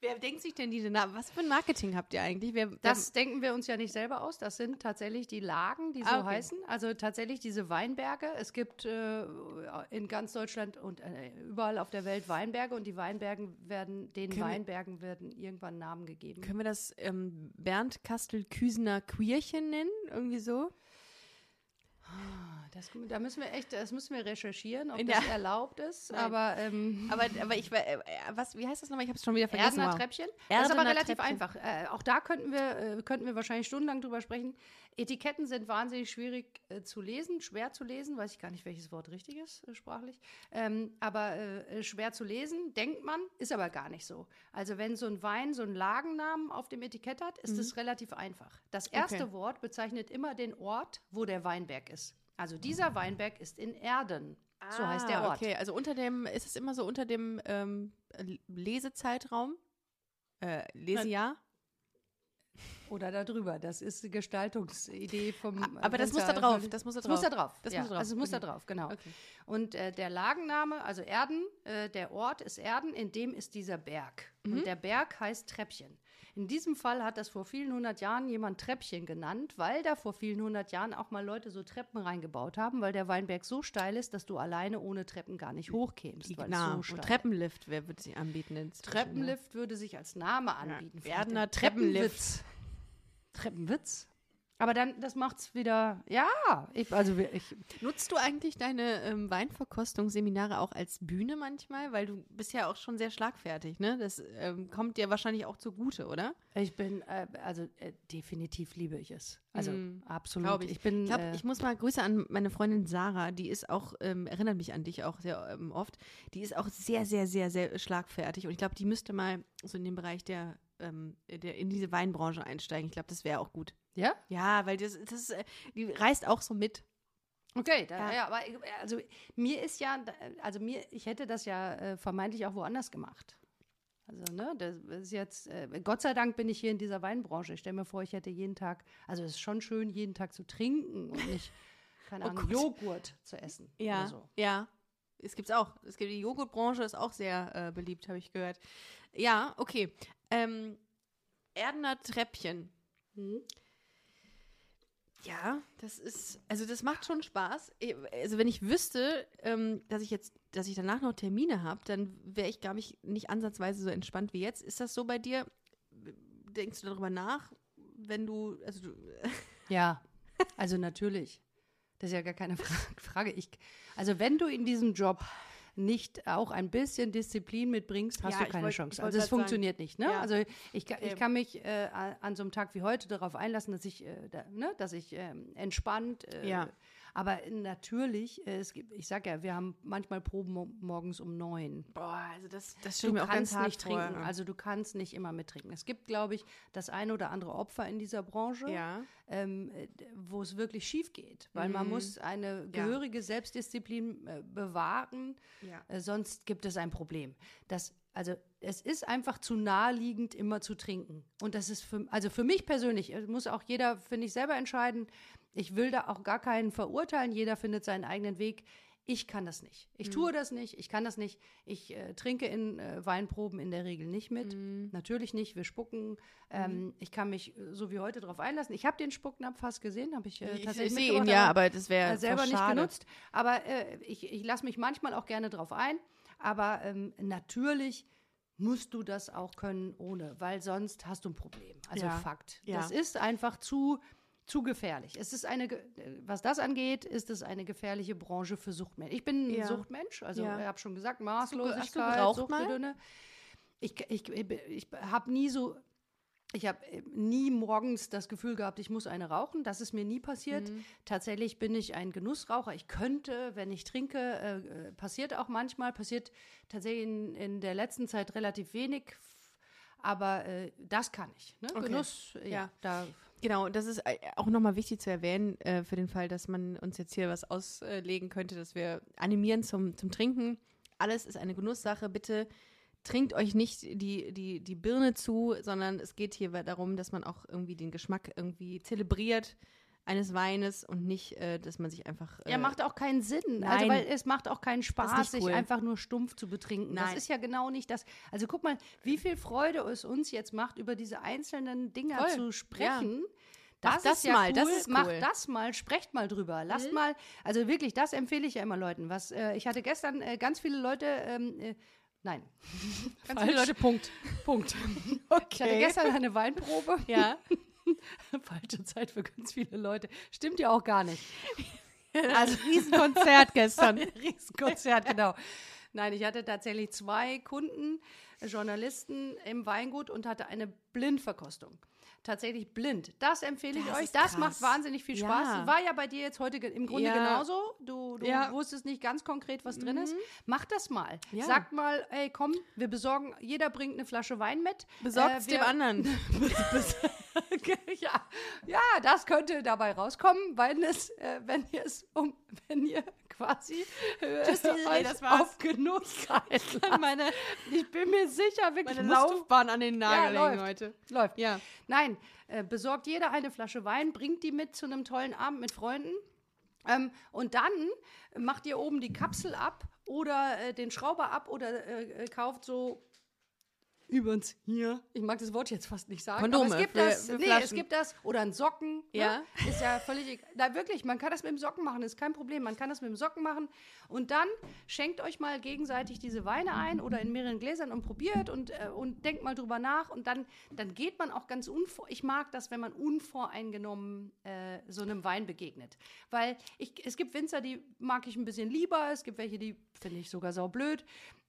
B: Wer denkt sich denn diese Namen? Was für ein Marketing habt ihr eigentlich? Wer,
A: Das denken wir uns ja nicht selber aus. Das sind tatsächlich die Lagen, die so
B: Ah, okay.
A: heißen. Also tatsächlich diese Weinberge. Es gibt äh, in ganz Deutschland und äh, überall auf der Welt Weinberge und die Weinbergen werden, den
B: Können wir-
A: Weinbergen werden irgendwann Namen gegeben.
B: können wir das ähm, Bernd Kastel-Küsener Queerchen nennen? Irgendwie so?
A: Ah, Das, da müssen wir echt, das müssen wir recherchieren, ob
B: In
A: das
B: der-
A: erlaubt ist.
B: Nein.
A: Aber ähm,
B: Aber, aber ich, wa- äh, äh, was, wie heißt das nochmal? Ich habe es schon wieder vergessen.
A: Erdener
B: wow.
A: Treppchen, das ist aber
B: Erdener
A: relativ
B: Treppchen.
A: einfach. Äh, auch da könnten wir, äh, könnten wir wahrscheinlich stundenlang drüber sprechen. Etiketten sind wahnsinnig schwierig äh, zu lesen, schwer zu lesen. Weiß ich gar nicht, welches Wort richtig ist, äh, sprachlich. Ähm, aber äh, äh, schwer zu lesen, denkt man, ist aber gar nicht so. Also wenn so ein Wein so einen Lagennamen auf dem Etikett hat, ist es relativ einfach. Das erste
B: Mhm. Okay.
A: Wort bezeichnet immer den Ort, wo der Weinberg ist. Also dieser Weinberg ist in Erden. So heißt der
B: Ah,
A: Ort.
B: Okay, also unter dem, ist es immer so unter dem ähm, L- Lesezeitraum? Äh, Lesejahr?
A: Oder darüber. Das ist die Gestaltungsidee vom. äh,
B: Ah, aber das muss
A: Winzer.
B: da drauf, das muss da
A: Das muss da
B: drauf.
A: drauf.
B: Das
A: ja.
B: muss da drauf.
A: Also es muss
B: Okay.
A: da drauf, genau.
B: Okay.
A: Und äh, der Lagenname, also Erden, äh, der Ort ist Erden, in dem ist dieser Berg.
B: Mhm.
A: Und der Berg heißt Treppchen. In diesem Fall hat das vor vielen hundert Jahren jemand Treppchen genannt, weil da vor vielen hundert Jahren auch mal Leute so Treppen reingebaut haben, weil der Weinberg so steil ist, dass du alleine ohne Treppen gar nicht hochkämst. Weil es
B: Na,
A: so
B: und
A: steil ist.
B: Treppenlift, wer würde sie anbieten? inzwischen, ne?
A: Treppenlift würde sich als Name anbieten. vielleicht
B: Werdener
A: im
B: Treppenlift.
A: Treppenwitz. Treppenwitz. Aber dann, das macht's wieder, ja, ich, also wir- ich,
B: Nutzt du eigentlich deine ähm, Weinverkostungsseminare auch als Bühne manchmal? Weil du bist ja auch schon sehr schlagfertig, ne? Das ähm, kommt dir wahrscheinlich auch zugute, oder?
A: ich bin, äh, also äh, definitiv liebe ich es. Also
B: Mhm.
A: absolut.
B: Glaube
A: Ich,
B: ich.
A: bin,
B: Ich, glaub,
A: äh,
B: ich muss mal Grüße an meine Freundin Sarah, die ist auch, ähm, erinnert mich an dich auch sehr ähm, oft, die ist auch sehr, sehr, sehr, sehr schlagfertig und ich glaube, die müsste mal so in den Bereich der, ähm, der in diese Weinbranche einsteigen. Ich glaube, das wäre auch gut.
A: ja,
B: Ja, weil das, das ist, äh, die reist auch so mit.
A: okay, da, ja.
B: Ja.
A: aber äh, also mir ist ja, also mir, ich hätte das ja äh, vermeintlich auch woanders gemacht. Also, ne, das ist jetzt, äh, Gott sei Dank bin ich hier in dieser Weinbranche. Ich stelle mir vor, ich hätte jeden Tag, also es ist schon schön, jeden Tag zu trinken und nicht, keine
B: Oh
A: Ahnung,
B: Gott.
A: Joghurt zu essen. Oder so.
B: ja. Es gibt's auch. Es gibt die Joghurtbranche ist auch sehr äh, beliebt, habe ich gehört. Ja, okay. Ähm, Erdener Treppchen. Hm. Ja, das ist, also das macht schon Spaß. Eh, Also wenn ich wüsste, ähm, dass ich jetzt, dass ich danach noch Termine habe, dann wäre ich gar nicht, nicht ansatzweise so entspannt wie jetzt. Ist das so bei dir? Denkst du darüber nach, wenn du, also du,
A: Ja, also natürlich. Das ist ja gar keine Fra- Frage. Ich, also wenn du in diesem Job nicht auch ein bisschen Disziplin mitbringst, hast
B: Ja,
A: du
B: ich
A: keine
B: wollt- ich
A: Chance.
B: wollt
A: Also es
B: grad sagen.
A: funktioniert nicht. Ne?
B: Ja.
A: Also ich, ka- ich
B: Okay.
A: kann mich äh, a- an so einem Tag wie heute darauf einlassen, dass ich, äh, da, ne, dass ich ähm, entspannt. Äh,
B: Ja.
A: Aber natürlich, äh, es gibt, ich sag ja, wir haben manchmal Proben mo- morgens um neun
B: boah, also das, das
A: du
B: mir auch ganz
A: kannst
B: hart
A: nicht
B: vor.
A: trinken. Also du kannst nicht immer mittrinken. Es gibt, glaube ich, das ein oder andere Opfer in dieser Branche,
B: Ja.
A: ähm, äh, d- wo es wirklich schief geht. Weil man muss eine gehörige Selbstdisziplin äh, bewahren,
B: Ja.
A: äh, sonst gibt es ein Problem. Das, also es ist einfach zu naheliegend, immer zu trinken. Und das ist für, also für mich persönlich, äh, muss auch jeder, finde ich, selber entscheiden, Ich will da auch gar keinen verurteilen. Jeder findet seinen eigenen Weg. Ich kann das nicht.
B: Mhm.
A: Ich tue das nicht. Ich kann das nicht. Ich äh, trinke in äh, Weinproben in der Regel nicht mit.
B: Mhm.
A: Natürlich nicht. Wir spucken. Ähm, Ich kann mich äh, so wie heute darauf einlassen. Ich habe den Spucknapf fast gesehen, habe ich äh,
B: Ich,
A: tatsächlich
B: ich sehe ihn
A: mitgebracht,
B: ja, aber das wäre
A: äh, selber nicht
B: schade.
A: genutzt. Aber äh, ich, ich lasse mich manchmal auch gerne drauf ein. Aber ähm, natürlich musst du das auch können ohne, weil sonst hast du ein Problem. Also
B: Ja.
A: Fakt.
B: Ja.
A: Das ist einfach zu, zu gefährlich. Es ist eine, ge- äh, was das angeht, ist es eine gefährliche Branche für Suchtmenschen. Ich bin ein
B: Ja.
A: Suchtmensch, also
B: Ja.
A: ich habe schon gesagt,
B: geraucht
A: Maßlosigkeit,
B: mal?
A: Suchtgedünne. Ich, ich, ich habe nie so ich habe äh, nie morgens das Gefühl gehabt, ich muss eine rauchen. Das ist mir nie passiert.
B: Mhm.
A: Tatsächlich bin ich ein Genussraucher. Ich könnte, wenn ich trinke, äh, äh, passiert auch manchmal, passiert tatsächlich in, in der letzten Zeit relativ wenig. F- Aber äh, das kann ich. Ne?
B: Okay.
A: Genuss, ja.
B: Ja.
A: Da,
B: Genau, und das ist äh, auch nochmal wichtig zu erwähnen, äh, für den Fall, dass man uns jetzt hier was auslegen könnte, dass wir animieren zum, zum Trinken. Alles ist eine Genusssache. Bitte trinkt euch nicht die, die, die Birne zu, sondern es geht hier darum, dass man auch irgendwie den Geschmack irgendwie zelebriert eines Weines und nicht, äh, dass man sich einfach. Äh,
A: ja, macht auch keinen Sinn.
B: nein.
A: Also, weil es macht auch keinen
B: Das ist
A: Spaß,
B: nicht
A: sich
B: cool.
A: einfach nur stumpf zu betrinken.
B: Nein.
A: Das ist ja genau nicht das. Also, guck mal, wie viel Freude es uns jetzt macht, über diese einzelnen Dinger
B: Voll.
A: zu sprechen.
B: Mach
A: Das,
B: das
A: ist ja
B: mal,
A: cool.
B: das ist cool. Mhm.
A: Macht das mal, sprecht mal drüber. Lasst mal, also wirklich, das empfehle ich ja immer Leuten. Was, äh, ich hatte gestern äh, ganz viele Leute, ähm, äh, nein, ganz viele Leute, Punkt, Punkt. Ich hatte gestern eine Weinprobe.
B: Ja.
A: Falsche Zeit für ganz viele Leute. Stimmt ja auch gar nicht.
B: Also Riesenkonzert gestern.
A: Riesenkonzert, genau. Nein, ich hatte tatsächlich zwei Kunden, äh, Journalisten im Weingut und hatte eine Blindverkostung. Tatsächlich blind. Das empfehle ich
B: Das
A: euch.
B: ist
A: Das
B: krass.
A: macht wahnsinnig viel Spaß.
B: Ja.
A: War ja bei dir jetzt heute ge- im Grunde
B: Ja.
A: genauso. Du, du
B: Ja. Mhm.
A: wusstest nicht ganz konkret, was drin ist. Mach das mal.
B: Ja.
A: Sagt mal, ey, komm, wir besorgen, jeder bringt eine Flasche Wein mit. Äh,
B: Besorgt es
A: wir-
B: dem anderen.
A: ja, ja, das könnte dabei rauskommen, wenn es, äh, wenn ihr es um, wenn ihr quasi äh,
B: Tschüss, Desiree,
A: euch
B: das war's.
A: auf Genuss einlasst.
B: meine
A: Ich bin mir sicher, wirklich
B: meine
A: musst du-
B: Laufbahn an den Nagel
A: Ja,
B: legen
A: läuft.
B: heute.
A: läuft.
B: Ja.
A: Nein, äh, besorgt jeder eine Flasche Wein, bringt die mit zu einem tollen Abend mit Freunden. Ähm, und dann macht ihr oben die Kapsel ab oder äh, den Schrauber ab oder äh, äh, kauft so übrigens hier, ich mag das Wort jetzt fast nicht sagen,
B: Kondome
A: aber es gibt
B: für-
A: das,
B: für
A: nee, es
B: Flaschen.
A: gibt das oder ein Socken,
B: Ja.
A: ne? ist ja völlig, egal. na wirklich, man kann das mit dem Socken machen, ist kein Problem, man kann das mit dem Socken machen und dann schenkt euch mal gegenseitig diese Weine ein oder in mehreren Gläsern und probiert und, äh, und denkt mal drüber nach und dann, dann geht man auch ganz unvor, ich mag das, wenn man unvoreingenommen äh, so einem Wein begegnet, weil ich, es gibt Winzer, die mag ich ein bisschen lieber, es gibt welche, die finde ich sogar saublöd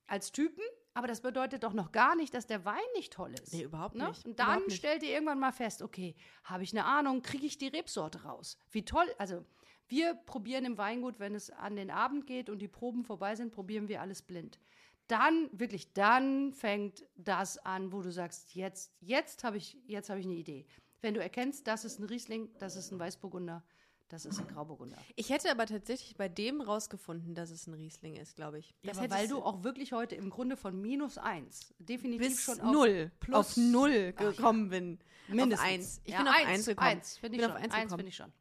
A: als Typen, aber das bedeutet doch noch gar nicht, dass der Wein nicht toll ist.
B: Nee, überhaupt
A: Ne?
B: nicht.
A: Und dann
B: Überhaupt nicht.
A: stellt ihr irgendwann mal fest, okay, habe ich eine Ahnung, kriege ich die Rebsorte raus? Wie toll, also wir probieren im Weingut, wenn es an den Abend geht und die Proben vorbei sind, probieren wir alles blind. Dann, wirklich, dann fängt das an, wo du sagst, jetzt, jetzt habe ich, jetzt habe ich eine Idee. Wenn du erkennst, das ist ein Riesling, das ist ein Weißburgunder, das ist ein Grauburgunder.
B: Ich hätte aber tatsächlich bei dem rausgefunden, dass es ein Riesling ist, glaube ich.
A: Ja,
B: Das
A: aber
B: hätte
A: weil
B: ich
A: du auch wirklich heute im Grunde von minus eins definitiv
B: bis
A: schon auf
B: null
A: plus-
B: auf null
A: Ach ja.
B: gekommen bin.
A: mindestens.
B: Auf eins. Ich
A: Ja,
B: bin auf eins, gekommen.
A: Eins, finde ich,
B: bin
A: schon.
B: auf eins
A: Eins
B: gekommen.
A: finde ich schon.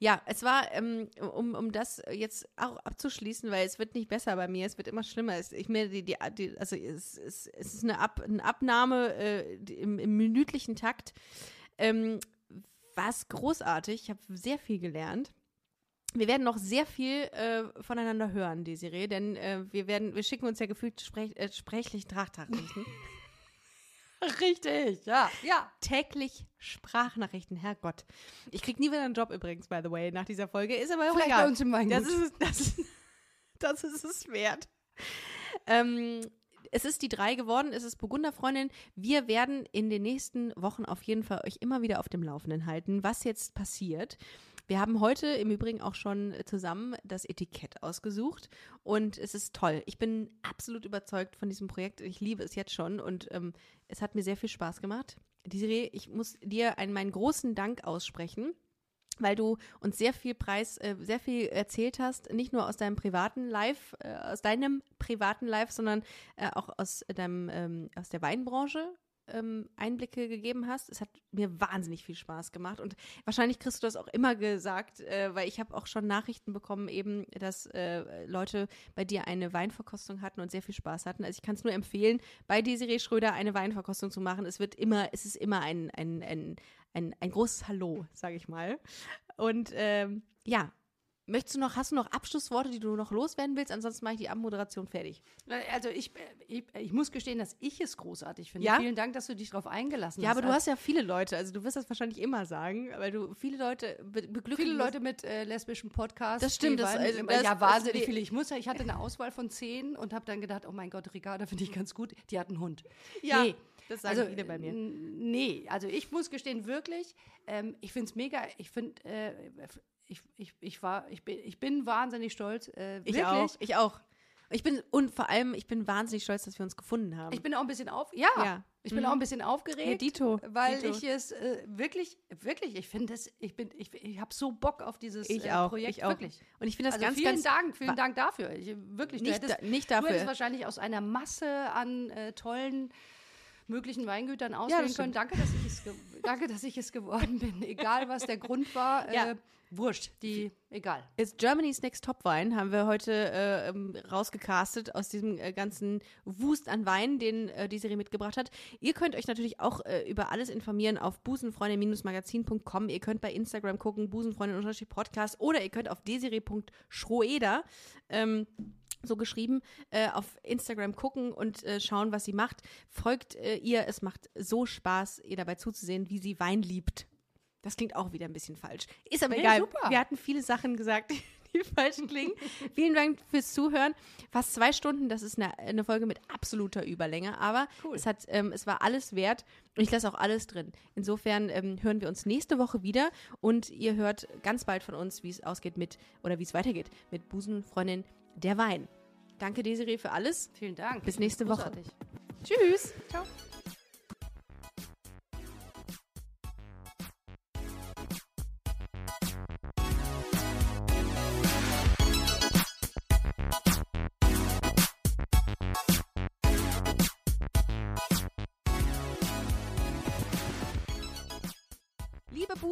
B: Ja, es war, ähm, um, um das jetzt auch abzuschließen, weil es wird nicht besser bei mir, es wird immer schlimmer. Es, ich mir die, die, die, also es, es, es ist eine, Ab, eine Abnahme äh, die, im, im minütlichen Takt. Ähm, war es großartig. Ich habe sehr viel gelernt. Wir werden noch sehr viel äh, voneinander hören, Desiree, denn äh, wir werden, wir schicken uns ja gefühlt sprech, äh, sprechlich Trachtachrichten.
A: Richtig, ja. Ja.
B: Täglich Sprachnachrichten, Herrgott. Ich krieg nie wieder einen Job übrigens, by the way, nach dieser Folge. Ist aber auch
A: Vielleicht
B: egal.
A: bei uns im Weingut.
B: Das ist, es- das, ist- das ist es wert. Ähm, es ist die drei geworden, es ist Burgunderfreundin. Wir werden in den nächsten Wochen auf jeden Fall euch immer wieder auf dem Laufenden halten, was jetzt passiert. Wir haben heute im Übrigen auch schon zusammen das Etikett ausgesucht und es ist toll. Ich bin absolut überzeugt von diesem Projekt. Ich liebe es jetzt schon und ähm, es hat mir sehr viel Spaß gemacht. Desiree, ich muss dir einen, meinen großen Dank aussprechen weil du uns sehr viel Preis, äh, sehr viel erzählt hast, nicht nur aus deinem privaten Live, äh, aus deinem privaten Live, sondern äh, auch aus deinem, ähm, aus der Weinbranche, ähm, Einblicke gegeben hast. Es hat mir wahnsinnig viel Spaß gemacht und wahrscheinlich kriegst du das auch immer gesagt, äh, weil ich habe auch schon Nachrichten bekommen, eben, dass äh, Leute bei dir eine Weinverkostung hatten und sehr viel Spaß hatten. Also ich kann es nur empfehlen, bei Desiree Schröder eine Weinverkostung zu machen. Es wird immer, es ist immer ein, ein, ein, ein, ein großes Hallo, sage ich mal. Und ähm, ja, Möchtest du noch, hast du noch Abschlussworte, die du noch loswerden willst? Ansonsten mache ich die Abmoderation fertig.
A: Also ich, ich, ich muss gestehen, dass ich es großartig finde.
B: Ja?
A: Vielen Dank, dass du dich darauf eingelassen
B: Ja,
A: hast.
B: aber du hast ja viele Leute, also du wirst das wahrscheinlich immer sagen, weil du viele Leute be beglücklich
A: viele Leute mit äh, lesbischen Podcasts.
B: Das stimmt,
A: die
B: das-
A: waren
B: also
A: immer-
B: das-
A: ja,
B: das-
A: wahnsinnig viele. Ich muss ja, ich hatte eine Auswahl von zehn und habe dann gedacht, oh mein Gott, Ricarda finde ich ganz gut. Die hat einen Hund. Also,
B: Ja, das sagen viele bei mir.
A: n- Nee, also ich muss gestehen, wirklich, ähm, ich finde es mega, ich finde, äh, ich, ich, ich, war, ich, bin, ich bin wahnsinnig stolz. Äh,
B: Ich
A: wirklich.
B: auch, ich auch. Ich bin, und vor allem, ich bin wahnsinnig stolz, dass wir uns gefunden haben.
A: Ich bin auch ein bisschen auf, ja,
B: Ja.
A: ich bin
B: Mhm.
A: auch ein bisschen aufgeregt,
B: Ja, dito,
A: weil
B: dito.
A: ich es äh, wirklich, wirklich, ich finde es, ich bin, ich, ich habe so Bock auf dieses
B: Ich
A: äh,
B: auch,
A: Projekt,
B: ich auch.
A: wirklich.
B: Und ich finde das
A: also
B: ganz,
A: vielen
B: ganz-
A: Dank, vielen
B: wa-
A: Dank dafür. Ich, wirklich,
B: Nicht
A: du hättest,
B: da- nicht
A: Du
B: dafür.
A: hättest wahrscheinlich aus einer Masse an äh, tollen möglichen Weingütern auswählen können.
B: stimmt.
A: Danke, dass ich es, ge- danke, dass ich es geworden bin. Egal, was der Grund war,
B: Ja.
A: äh, wurscht, die, egal.
B: Ist Germany's Next Top Wein haben wir heute äh, ähm, rausgecastet aus diesem äh, ganzen Wust an Wein, den äh, die Serie mitgebracht hat. Ihr könnt euch natürlich auch äh, über alles informieren auf busenfreundin-magazin.com. Ihr könnt bei Instagram gucken, busenfreundin-podcast oder ihr könnt auf desiree.schroeder ähm, so geschrieben, äh, auf Instagram gucken und äh, schauen, was sie macht. Folgt äh, ihr, es macht so Spaß, ihr dabei zuzusehen, wie sie Wein liebt. Das klingt auch wieder ein bisschen falsch. Ist aber
A: Nee,
B: egal.
A: super.
B: Wir hatten viele Sachen gesagt, die falsch klingen. Vielen Dank fürs Zuhören. Fast zwei Stunden, das ist eine, eine Folge mit absoluter Überlänge, aber
A: Cool.
B: es, hat, ähm, es war alles wert und ich lasse auch alles drin. Insofern ähm, hören wir uns nächste Woche wieder und ihr hört ganz bald von uns, wie es ausgeht mit oder wie es weitergeht mit Busenfreundin der Wein. Danke, Desiree, für alles.
A: Vielen Dank.
B: Bis nächste Woche.
A: Großartig.
B: Tschüss. Liebe